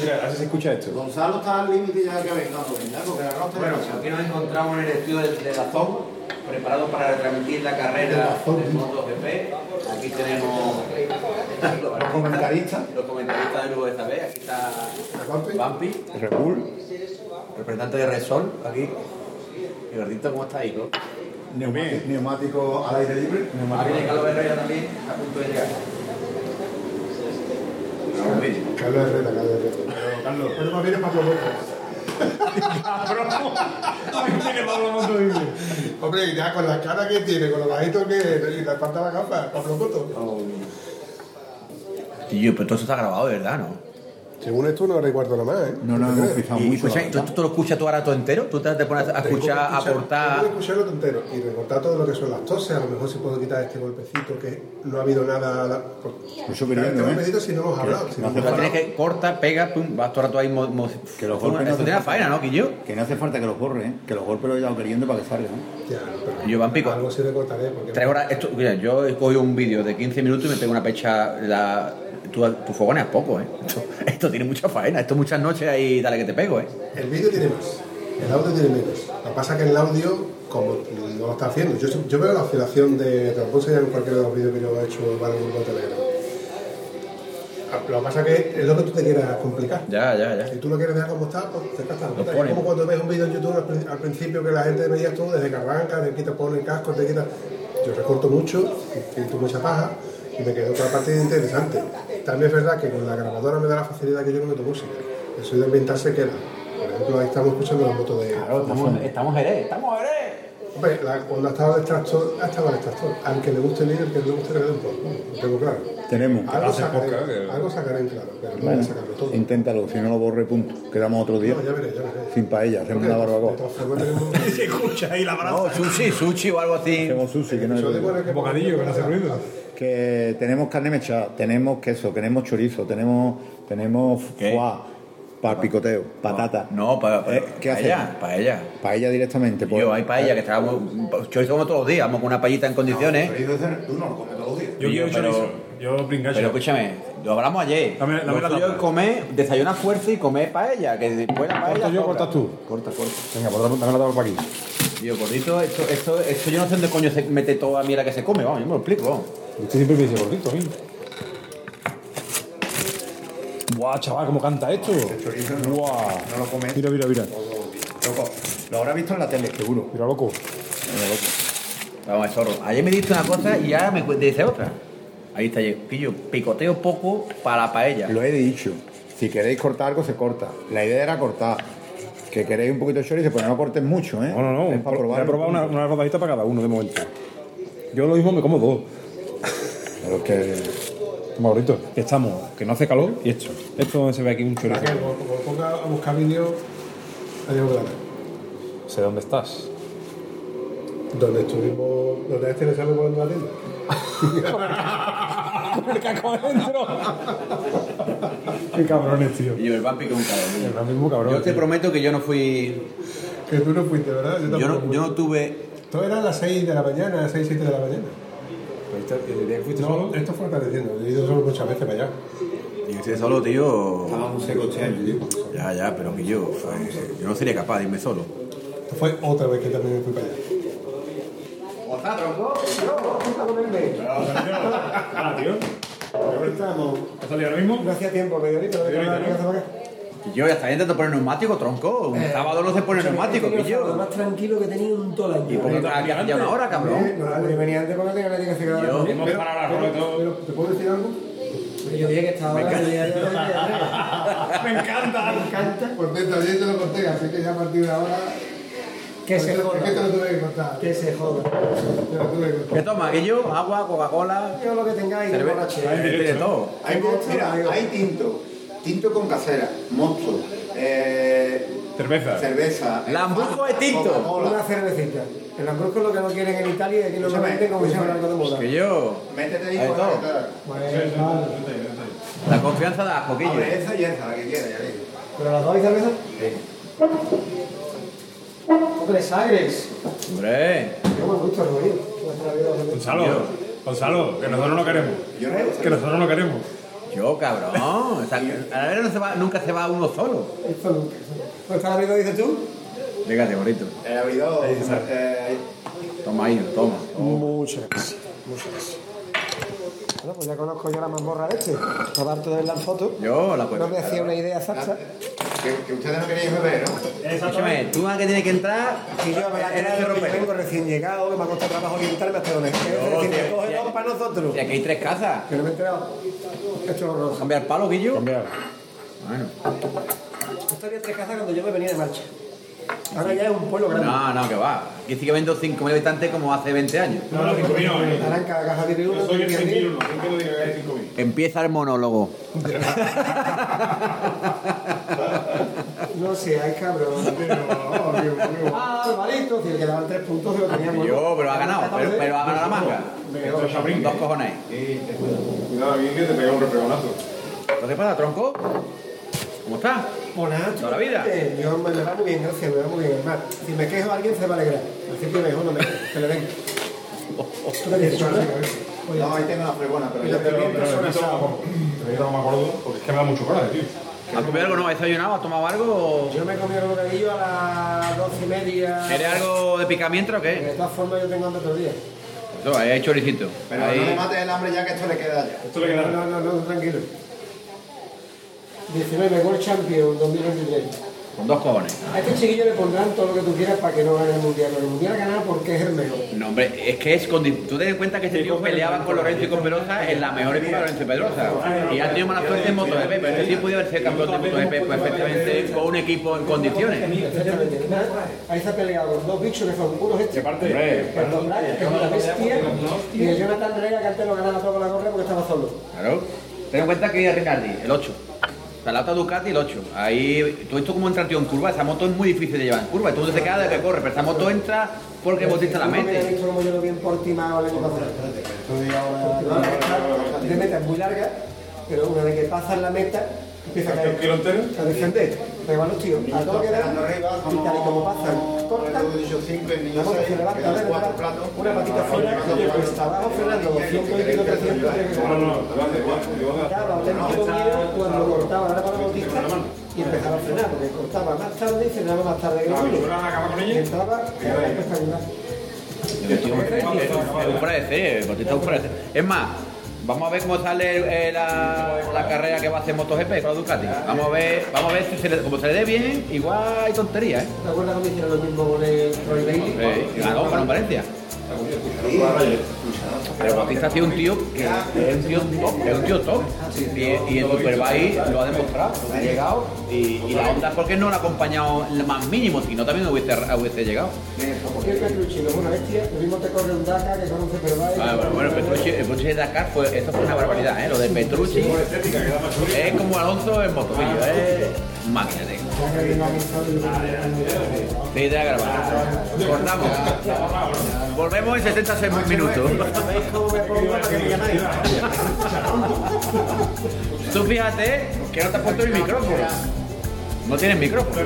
[SPEAKER 13] Mira, así se escucha esto.
[SPEAKER 6] Gonzalo está al límite ya que ha venido, porque el arroz
[SPEAKER 10] Bueno, aquí nos encontramos en el estudio de, de la ZOM, preparado para retransmitir la carrera de MotoGP. Aquí tenemos
[SPEAKER 6] Los comentaristas.
[SPEAKER 10] los comentaristas de nuevo esta vez. Aquí está Bampi,
[SPEAKER 6] Red Bull.
[SPEAKER 10] representante de Resol, aquí. Y Gordito, ¿cómo está ahí? no? Ah,
[SPEAKER 6] Neumático, neumático al aire libre.
[SPEAKER 10] Aquí viene Carlos Herrera también, a punto de llegar.
[SPEAKER 4] Carlos Herrera, Carlos Herrera.
[SPEAKER 13] Carlos.
[SPEAKER 4] Pero más bien es Pablo López. Hombre, ya con la cara que tiene, con los bajitos que y la espalda de la gamba, Pablo Coto.
[SPEAKER 2] Tío, pero todo eso está grabado, de verdad, ¿no?
[SPEAKER 4] Según esto, no recuerdo nada más, ¿eh?
[SPEAKER 6] No nos hemos fijado
[SPEAKER 2] Y, pues,
[SPEAKER 6] mucho.
[SPEAKER 2] escucha,
[SPEAKER 6] la
[SPEAKER 2] ¿tú,
[SPEAKER 6] verdad.
[SPEAKER 2] tú lo escuchas tú ahora todo entero? ¿Tú te, te pones a escuchar, a aportar?
[SPEAKER 4] Puedo escucharlo entero y recortar todo lo que son las toses. A lo mejor si puedo quitar este golpecito que no ha habido nada. Por,
[SPEAKER 6] Por eso quería,
[SPEAKER 4] este
[SPEAKER 6] ¿no?
[SPEAKER 4] golpecito si no hemos hablado. Si no
[SPEAKER 2] O
[SPEAKER 4] hemos
[SPEAKER 2] sea, tienes
[SPEAKER 4] hablado.
[SPEAKER 2] que corta, pega, pum, vas todo el rato ahí. Mo, mo-
[SPEAKER 6] Que los
[SPEAKER 2] Fue una- Eso
[SPEAKER 6] golpes no hacen
[SPEAKER 2] tiene
[SPEAKER 6] falta.
[SPEAKER 2] faena, ¿no, Quillo?
[SPEAKER 6] Que no hace falta que los borre, ¿eh? que los golpes lo he dado queriendo para que salga. ¿eh?
[SPEAKER 4] Ya, pero
[SPEAKER 2] Yo, Van Pico.
[SPEAKER 4] Algo sí le cortaré. Porque
[SPEAKER 2] Tres horas. Esto, mira, yo he cogido un vídeo de 15 minutos y me pego una pecha. La, tu, tu fogón es poco, ¿eh? Esto, esto tiene mucha faena. Esto muchas noches ahí, dale que te pego, ¿eh?
[SPEAKER 4] El vídeo tiene más, el audio tiene menos. Lo que pasa es que el audio, como no lo está haciendo, yo, yo veo la oscilación de Transpulse en cualquiera de los vídeos que yo he hecho para el grupo de Telegram. Lo que pasa es que es lo que tú te quieras complicar.
[SPEAKER 2] Ya, ya, ya.
[SPEAKER 4] Si tú lo quieres ver como está, pues te gastas
[SPEAKER 2] Lo
[SPEAKER 4] Es
[SPEAKER 2] ponen.
[SPEAKER 4] como cuando ves un vídeo en YouTube al prin- al principio que la gente veía todo desde que arranca, te quita, pone el casco, te quita. Yo recorto mucho, siento mucha paja y me quedo con la parte interesante. También es verdad que con la grabadora me da la facilidad que yo no meto música. El sonido ambiental se queda. Por ejemplo, ahí estamos escuchando la moto de.
[SPEAKER 2] estamos, estamos Jerez, estamos Jerez.
[SPEAKER 4] Hombre, la- cuando ha estado el extractor, ha estado el extractor. Al que le guste el líder, que no le guste, que le dé un poco. Lo tengo claro.
[SPEAKER 6] Tenemos.
[SPEAKER 4] Algo
[SPEAKER 13] hace
[SPEAKER 4] sacaré,
[SPEAKER 13] poca, que-
[SPEAKER 4] algo sacaré en claro, pero no voy
[SPEAKER 6] Bueno,
[SPEAKER 4] a Ah, sacarlo todo.
[SPEAKER 6] inténtalo, si no lo borre, punto. Quedamos otro día
[SPEAKER 4] No, ya veré, ya veré.
[SPEAKER 6] sin paella, hacemos una
[SPEAKER 4] De
[SPEAKER 6] barbacoa.
[SPEAKER 4] todas formas, tenemos-
[SPEAKER 13] Se escucha ahí la brasa.
[SPEAKER 2] No, sushi, sushi o algo así.
[SPEAKER 6] Hacemos sushi, que no hay
[SPEAKER 4] Yo digo
[SPEAKER 6] problema.
[SPEAKER 4] en el que-
[SPEAKER 13] Bocadillo, que no hace ruido.
[SPEAKER 6] Que tenemos carne mechada, tenemos queso, tenemos chorizo, tenemos, tenemos
[SPEAKER 2] ¿Qué?
[SPEAKER 6] foie, para picoteo, patata.
[SPEAKER 2] No, para, para,
[SPEAKER 6] Eh, ¿Qué
[SPEAKER 2] ella,
[SPEAKER 6] hacemos?
[SPEAKER 2] para ella.
[SPEAKER 6] Paella directamente. pues.
[SPEAKER 2] Yo, hay paella que estábamos. Chorizo como todos los días, vamos con una paellita en condiciones.
[SPEAKER 13] Yo quiero
[SPEAKER 2] pero-
[SPEAKER 13] chorizo. Yo brincacho.
[SPEAKER 2] Pero escúchame, lo hablamos ayer.
[SPEAKER 13] Dame- dame
[SPEAKER 2] lo
[SPEAKER 13] la
[SPEAKER 2] tuyo
[SPEAKER 13] tapa.
[SPEAKER 2] es comer, desayunar fuerza y comer paella. Que después la paella.
[SPEAKER 13] Corto yo,
[SPEAKER 2] sobra.
[SPEAKER 13] cortas tú.
[SPEAKER 2] Corta, corta.
[SPEAKER 13] Venga, pues dame- dame la tabla para aquí.
[SPEAKER 2] Digo, gordito, esto, esto, esto yo no sé dónde coño se mete toda mierda que se come, vamos, yo me lo explico, vamos.
[SPEAKER 13] Usted siempre me dice gordito a mí. Guau, chaval, cómo canta esto.
[SPEAKER 6] Este chorizo no-
[SPEAKER 13] Guau.
[SPEAKER 6] no lo comes.
[SPEAKER 13] Mira, mira, mira.
[SPEAKER 6] Loco, lo habrá visto en la tele, seguro.
[SPEAKER 13] Mira, loco.
[SPEAKER 2] Vamos, zorro. Ayer me diste una cosa y ahora me cu- dice otra. Ahí está, yo, pillo, picoteo poco para la paella.
[SPEAKER 6] Lo he dicho. Si queréis cortar algo, se corta. La idea era cortar. Que queréis un poquito de chorizo, pero no cortes mucho, ¿eh?
[SPEAKER 13] No, no, no.
[SPEAKER 6] Es para
[SPEAKER 13] Voy
[SPEAKER 6] probar.
[SPEAKER 13] a probar una, una rodadita para cada uno de momento. Yo lo mismo me como dos.
[SPEAKER 6] Pero que...
[SPEAKER 13] Maurito, que estamos, que no hace calor y esto. Esto es donde se ve aquí un chorizo.
[SPEAKER 4] Raquel, como como ponga a buscar vídeos, la llevo clara.
[SPEAKER 13] Sé dónde estás.
[SPEAKER 4] Donde estuvimos, donde este le sale volando la tienda.
[SPEAKER 13] el caco adentro. Qué cabrones, tío.
[SPEAKER 2] Y yo, el vampi que es un cabrón.
[SPEAKER 13] El mismo cabrón.
[SPEAKER 2] Yo te
[SPEAKER 13] tío.
[SPEAKER 2] prometo que yo no fui.
[SPEAKER 4] Que tú no fuiste, ¿verdad?
[SPEAKER 2] Yo
[SPEAKER 4] tampoco
[SPEAKER 2] no,
[SPEAKER 4] fui.
[SPEAKER 2] yo no tuve.
[SPEAKER 4] Todo era a las 6 de la mañana, a las 6, 7 de la mañana.
[SPEAKER 13] Ahí está, ¿el día que fuiste
[SPEAKER 4] No,
[SPEAKER 13] solo?
[SPEAKER 4] esto fue atardeciendo, he ido solo muchas veces para allá.
[SPEAKER 2] Yo estoy solo, tío.
[SPEAKER 11] Estábamos secos este año, tío.
[SPEAKER 2] Ya, ya, pero que yo. eh, Yo no sería capaz de irme solo.
[SPEAKER 4] Esto fue otra vez que también fui para allá.
[SPEAKER 13] Ah, tío.
[SPEAKER 4] estamos.
[SPEAKER 13] ¿Has salido ahora mismo?
[SPEAKER 4] Gracias tiempo, medianito.
[SPEAKER 13] Media horita, ¿no?
[SPEAKER 2] Que yo ya está intentando poner neumático, tronco.
[SPEAKER 14] Eh,
[SPEAKER 2] Un sábado no se pone neumático, que
[SPEAKER 14] Lo
[SPEAKER 2] yo.
[SPEAKER 14] más tranquilo que he tenido en todo el
[SPEAKER 2] Y
[SPEAKER 14] año.
[SPEAKER 2] pongo
[SPEAKER 13] Pero
[SPEAKER 2] aquí hace ya una hora, cabrón.
[SPEAKER 4] No, venía antes porque tenía que hacer
[SPEAKER 2] Yo-
[SPEAKER 4] ahora.
[SPEAKER 13] Hemos parado la rueda y todo.
[SPEAKER 4] Pero, ¿Te puedo decir algo?
[SPEAKER 14] Pero yo dije que estaba ahora. que ya- ya- ya- ya-
[SPEAKER 13] Me encanta.
[SPEAKER 4] Me encanta. Pues vete, ayer te lo conté, así que ya a partir de ahora.
[SPEAKER 14] Que se
[SPEAKER 4] ¿Por qué te lo
[SPEAKER 14] joda.
[SPEAKER 4] tuve que contar?
[SPEAKER 14] Que se joda.
[SPEAKER 4] Te lo tuve que contar.
[SPEAKER 2] ¿Qué toma? Que yo, agua, Coca-Cola,
[SPEAKER 14] Yo lo que tengáis, de
[SPEAKER 2] cerveza.
[SPEAKER 14] borrachera.
[SPEAKER 2] Tiene todo.
[SPEAKER 11] Hay, mo- mira, hay tinto, tinto con casera, mosto, eh,
[SPEAKER 3] Cerveza.
[SPEAKER 11] cerveza.
[SPEAKER 2] Lambuco
[SPEAKER 11] eh,
[SPEAKER 2] de tinto.
[SPEAKER 11] Coca-Cola.
[SPEAKER 14] Una cervecita. El lambrusco es lo que no quieren en Italia y aquí no lo
[SPEAKER 11] Escúchame,
[SPEAKER 14] venden como si fuera algo de moda.
[SPEAKER 2] Que yo.
[SPEAKER 11] Métete
[SPEAKER 2] Ahí
[SPEAKER 11] ahí con
[SPEAKER 2] todo.
[SPEAKER 11] la cara.
[SPEAKER 14] Bueno, vale.
[SPEAKER 2] La confianza da Joquillo.
[SPEAKER 11] Abre esa y esa, la que quiera, ya digo.
[SPEAKER 14] ¿Pero las dos hay cerveza? Hombre, Sagres.
[SPEAKER 2] Hombre.
[SPEAKER 14] Yo me gusta el ruido. Nuestra vida es un-
[SPEAKER 3] Gonzalo, Gonzalo, que nosotros no queremos.
[SPEAKER 11] Yo no
[SPEAKER 3] Que nosotros no queremos.
[SPEAKER 2] Yo, cabrón. O sea, a la vera no se va, nunca se va uno solo.
[SPEAKER 14] Esto nunca. Pues para mí lo dices tú.
[SPEAKER 2] Fíjate, bonito.
[SPEAKER 11] El abridor. eh,
[SPEAKER 2] Toma ahí, toma.
[SPEAKER 14] Muchas gracias. Muchas gracias. Bueno, pues ya conozco yo la mazmorra este. Aparte de ver las fotos,
[SPEAKER 2] Yo la puedo.
[SPEAKER 14] no me hacía una idea exacta.
[SPEAKER 11] que, que ustedes no querían beber, ¿no?
[SPEAKER 2] Escúchame, tú a que tienes que entrar.
[SPEAKER 14] Y ¿eh? yo me la
[SPEAKER 2] Eres
[SPEAKER 14] cara de que
[SPEAKER 2] europeo.
[SPEAKER 14] vengo recién llegado, que me ha costado trabajo orientarme hasta donde estoy. Es
[SPEAKER 2] tío,
[SPEAKER 14] decir, que coge
[SPEAKER 2] ya-
[SPEAKER 14] dos para nosotros.
[SPEAKER 2] Y aquí hay tres casas.
[SPEAKER 14] Que no me he enterado. Esto es horroroso.
[SPEAKER 2] Cambiar palo, Guillo.
[SPEAKER 13] Cambiar.
[SPEAKER 2] Bueno.
[SPEAKER 14] Esto había tres casas cuando yo me venía de marcha. Ahora ya es un pueblo grande.
[SPEAKER 2] No, no, que va. Aquí sí que vendo 5.000 habitantes como hace 20 años.
[SPEAKER 3] No, no, 5.000 no. eh.
[SPEAKER 14] Ahora en cada caja vive uno.
[SPEAKER 3] Yo soy el
[SPEAKER 14] vive diez.
[SPEAKER 3] 5.001, ¿quién que no diga que hay 5.000?
[SPEAKER 2] Empieza el monólogo.
[SPEAKER 14] No seáis cabrón. Ah, Alvarito, si le quedaban tres puntos, se lo teníamos.
[SPEAKER 2] Yo, pero ha ganado. Pero, pero ha ganado la manga.
[SPEAKER 3] Esto es Sabrín.
[SPEAKER 2] Dos cojones.
[SPEAKER 3] Cuidado, aquí que te pega un repegonazo.
[SPEAKER 2] Entonces, para tronco? ¿Cómo estás?
[SPEAKER 14] Ponato.
[SPEAKER 2] Toda la vida.
[SPEAKER 14] Eh, Yo me, me va muy bien, gracias, me va muy bien. Es más, si me quejo a alguien se va a alegrar. Así que mejor no me que le den. Tú le dices, "Hola". Oye,
[SPEAKER 11] No, ahí tengo una fregona, pero
[SPEAKER 14] Y
[SPEAKER 11] yo
[SPEAKER 14] la
[SPEAKER 11] te lo-
[SPEAKER 14] pimienta
[SPEAKER 11] te lo-
[SPEAKER 14] suena asado.
[SPEAKER 3] Yo no me acuerdo porque es que me da mucho coraje, tío.
[SPEAKER 2] ¿Has comido algo? ¿No? ¿Has desayunado? ¿Has tomado algo?
[SPEAKER 14] Yo me comí el bocadillo a las doce y media.
[SPEAKER 2] ¿Quieres algo de picamiento o
[SPEAKER 14] Que
[SPEAKER 2] qué?
[SPEAKER 14] De todas formas, yo tengo hambre todo el día.
[SPEAKER 2] Eso, ahí hay choricito.
[SPEAKER 11] Pero no le
[SPEAKER 2] Ahí.
[SPEAKER 11] mates el hambre ya que esto le queda ya.
[SPEAKER 3] Esto le
[SPEAKER 14] No,
[SPEAKER 3] queda.
[SPEAKER 14] no, no, no, tranquilo. 19 World Champion 2023.
[SPEAKER 2] Con dos cojones.
[SPEAKER 14] A este chiquillo le pondrán todo lo que tú quieras para que no gane el mundial. Pero el mundial ganará porque es el mejor.
[SPEAKER 2] No, hombre, es que es con... Tú te das cuenta que este tío peleaba con Lorenzo y con Pedrosa en la mejor época de Lorenzo y Pedrosa. Y ha tenido mala suerte en MotoGP, pero este tío podía haber sido campeón de MotoGP perfectamente con un equipo en condiciones.
[SPEAKER 14] Exactamente. Ahí se ha peleado con dos bichos que son unos
[SPEAKER 3] Y
[SPEAKER 14] este.
[SPEAKER 3] aparte,
[SPEAKER 14] El Don Black, que es una bestia, y el Jonathan Herrera, que antes lo ganaba todo con la gorra porque estaba solo.
[SPEAKER 2] Claro. Ten en cuenta que es Ricardi, el 8. O sea, la otra Ducati, el 8. Ahí, tú esto como entra el tío en curva, esa moto es muy difícil de llevar en curva. Todo el mundo se queda de que corre, pero esa moto entra porque el
[SPEAKER 14] Tú
[SPEAKER 2] botista la
[SPEAKER 14] no me has
[SPEAKER 2] mete.
[SPEAKER 14] visto como yo lo vi en Portimao el año pasado. Portimao, la meta es muy larga, pero una vez que pasas la meta, empieza a
[SPEAKER 3] ¿Hace un
[SPEAKER 14] caer.
[SPEAKER 3] kilo entero?
[SPEAKER 14] A defender. Pero van los tíos, a todo que dan,
[SPEAKER 11] Fernando Rivas,
[SPEAKER 14] y tal y como pasan, cortan.
[SPEAKER 11] el dicho 5, el niño
[SPEAKER 14] La moto
[SPEAKER 11] 6,
[SPEAKER 14] se levanta,
[SPEAKER 11] quedan
[SPEAKER 14] dale,
[SPEAKER 11] 4
[SPEAKER 14] dale,
[SPEAKER 11] platos.
[SPEAKER 14] una patita fuera, y cuesta abajo, Fernando, 200 y pico, 300,
[SPEAKER 3] no, no, no, te vas de cuatro, te vas de
[SPEAKER 14] Claro, auténtico miedo cuando cortaba la para Bautista y empezaba a frenar, porque cortaba más tarde y frenaba más tarde que el
[SPEAKER 3] cuatro.
[SPEAKER 14] uno.
[SPEAKER 3] ¿Vas a acabar con
[SPEAKER 14] Y
[SPEAKER 3] ella?
[SPEAKER 14] entraba, era espectacular.
[SPEAKER 2] Es un fuera de serie, el Bautista es un fuera de serie. Es más, vamos a ver cómo sale eh, la, la carrera que va a hacer MotoGP con la Ducati. Vamos a ver, vamos a ver si se le, como se le dé bien, igual hay tonterías, ¿eh?
[SPEAKER 14] ¿Te acuerdas cuando hicieron lo mismo con el Troy Bailey? Ah,
[SPEAKER 2] Eh, ganó con Valencia. Pero Bautista ha sido un tío que es un tío top, es un tío top. Y, y en Superbike lo ha demostrado, ha llegado. Y, y la onda porque no lo ha acompañado en lo más mínimo, si no también hubiese, hubiese llegado.
[SPEAKER 14] Porque el Petrucci no es una bestia, lo mismo te corre un Dakar que corre un Superbike.
[SPEAKER 2] Ah, bueno, bueno, Petrucci, el Petrucci de Dakar fue, esto fue una barbaridad, ¿eh? Lo de Petrucci es como Alonso en Motovillo, ¿eh? Máquina, tío.
[SPEAKER 14] Ya que viene a Gonzalo, yo creo que no hay nada.
[SPEAKER 2] Sí, te ha grabado. Cortamos. Volvemos en 70 minutos.
[SPEAKER 14] ¿Veis cómo me pongo para que me llamáis?
[SPEAKER 2] Tú fíjate que no te has puesto el micrófono. No tienes micrófono.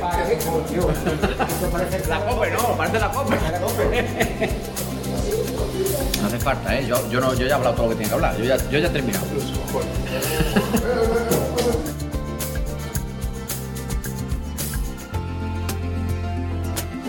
[SPEAKER 14] ¿Para qué? Como tío, esto parece
[SPEAKER 2] La cope, no, parece la cope. No hace falta, ¿eh? Yo, yo, no, yo ya he hablado todo lo que tenía que hablar. Yo ya, yo ya he terminado.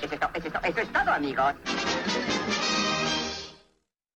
[SPEAKER 15] Eso es, to- eso es to- eso es todo, amigos.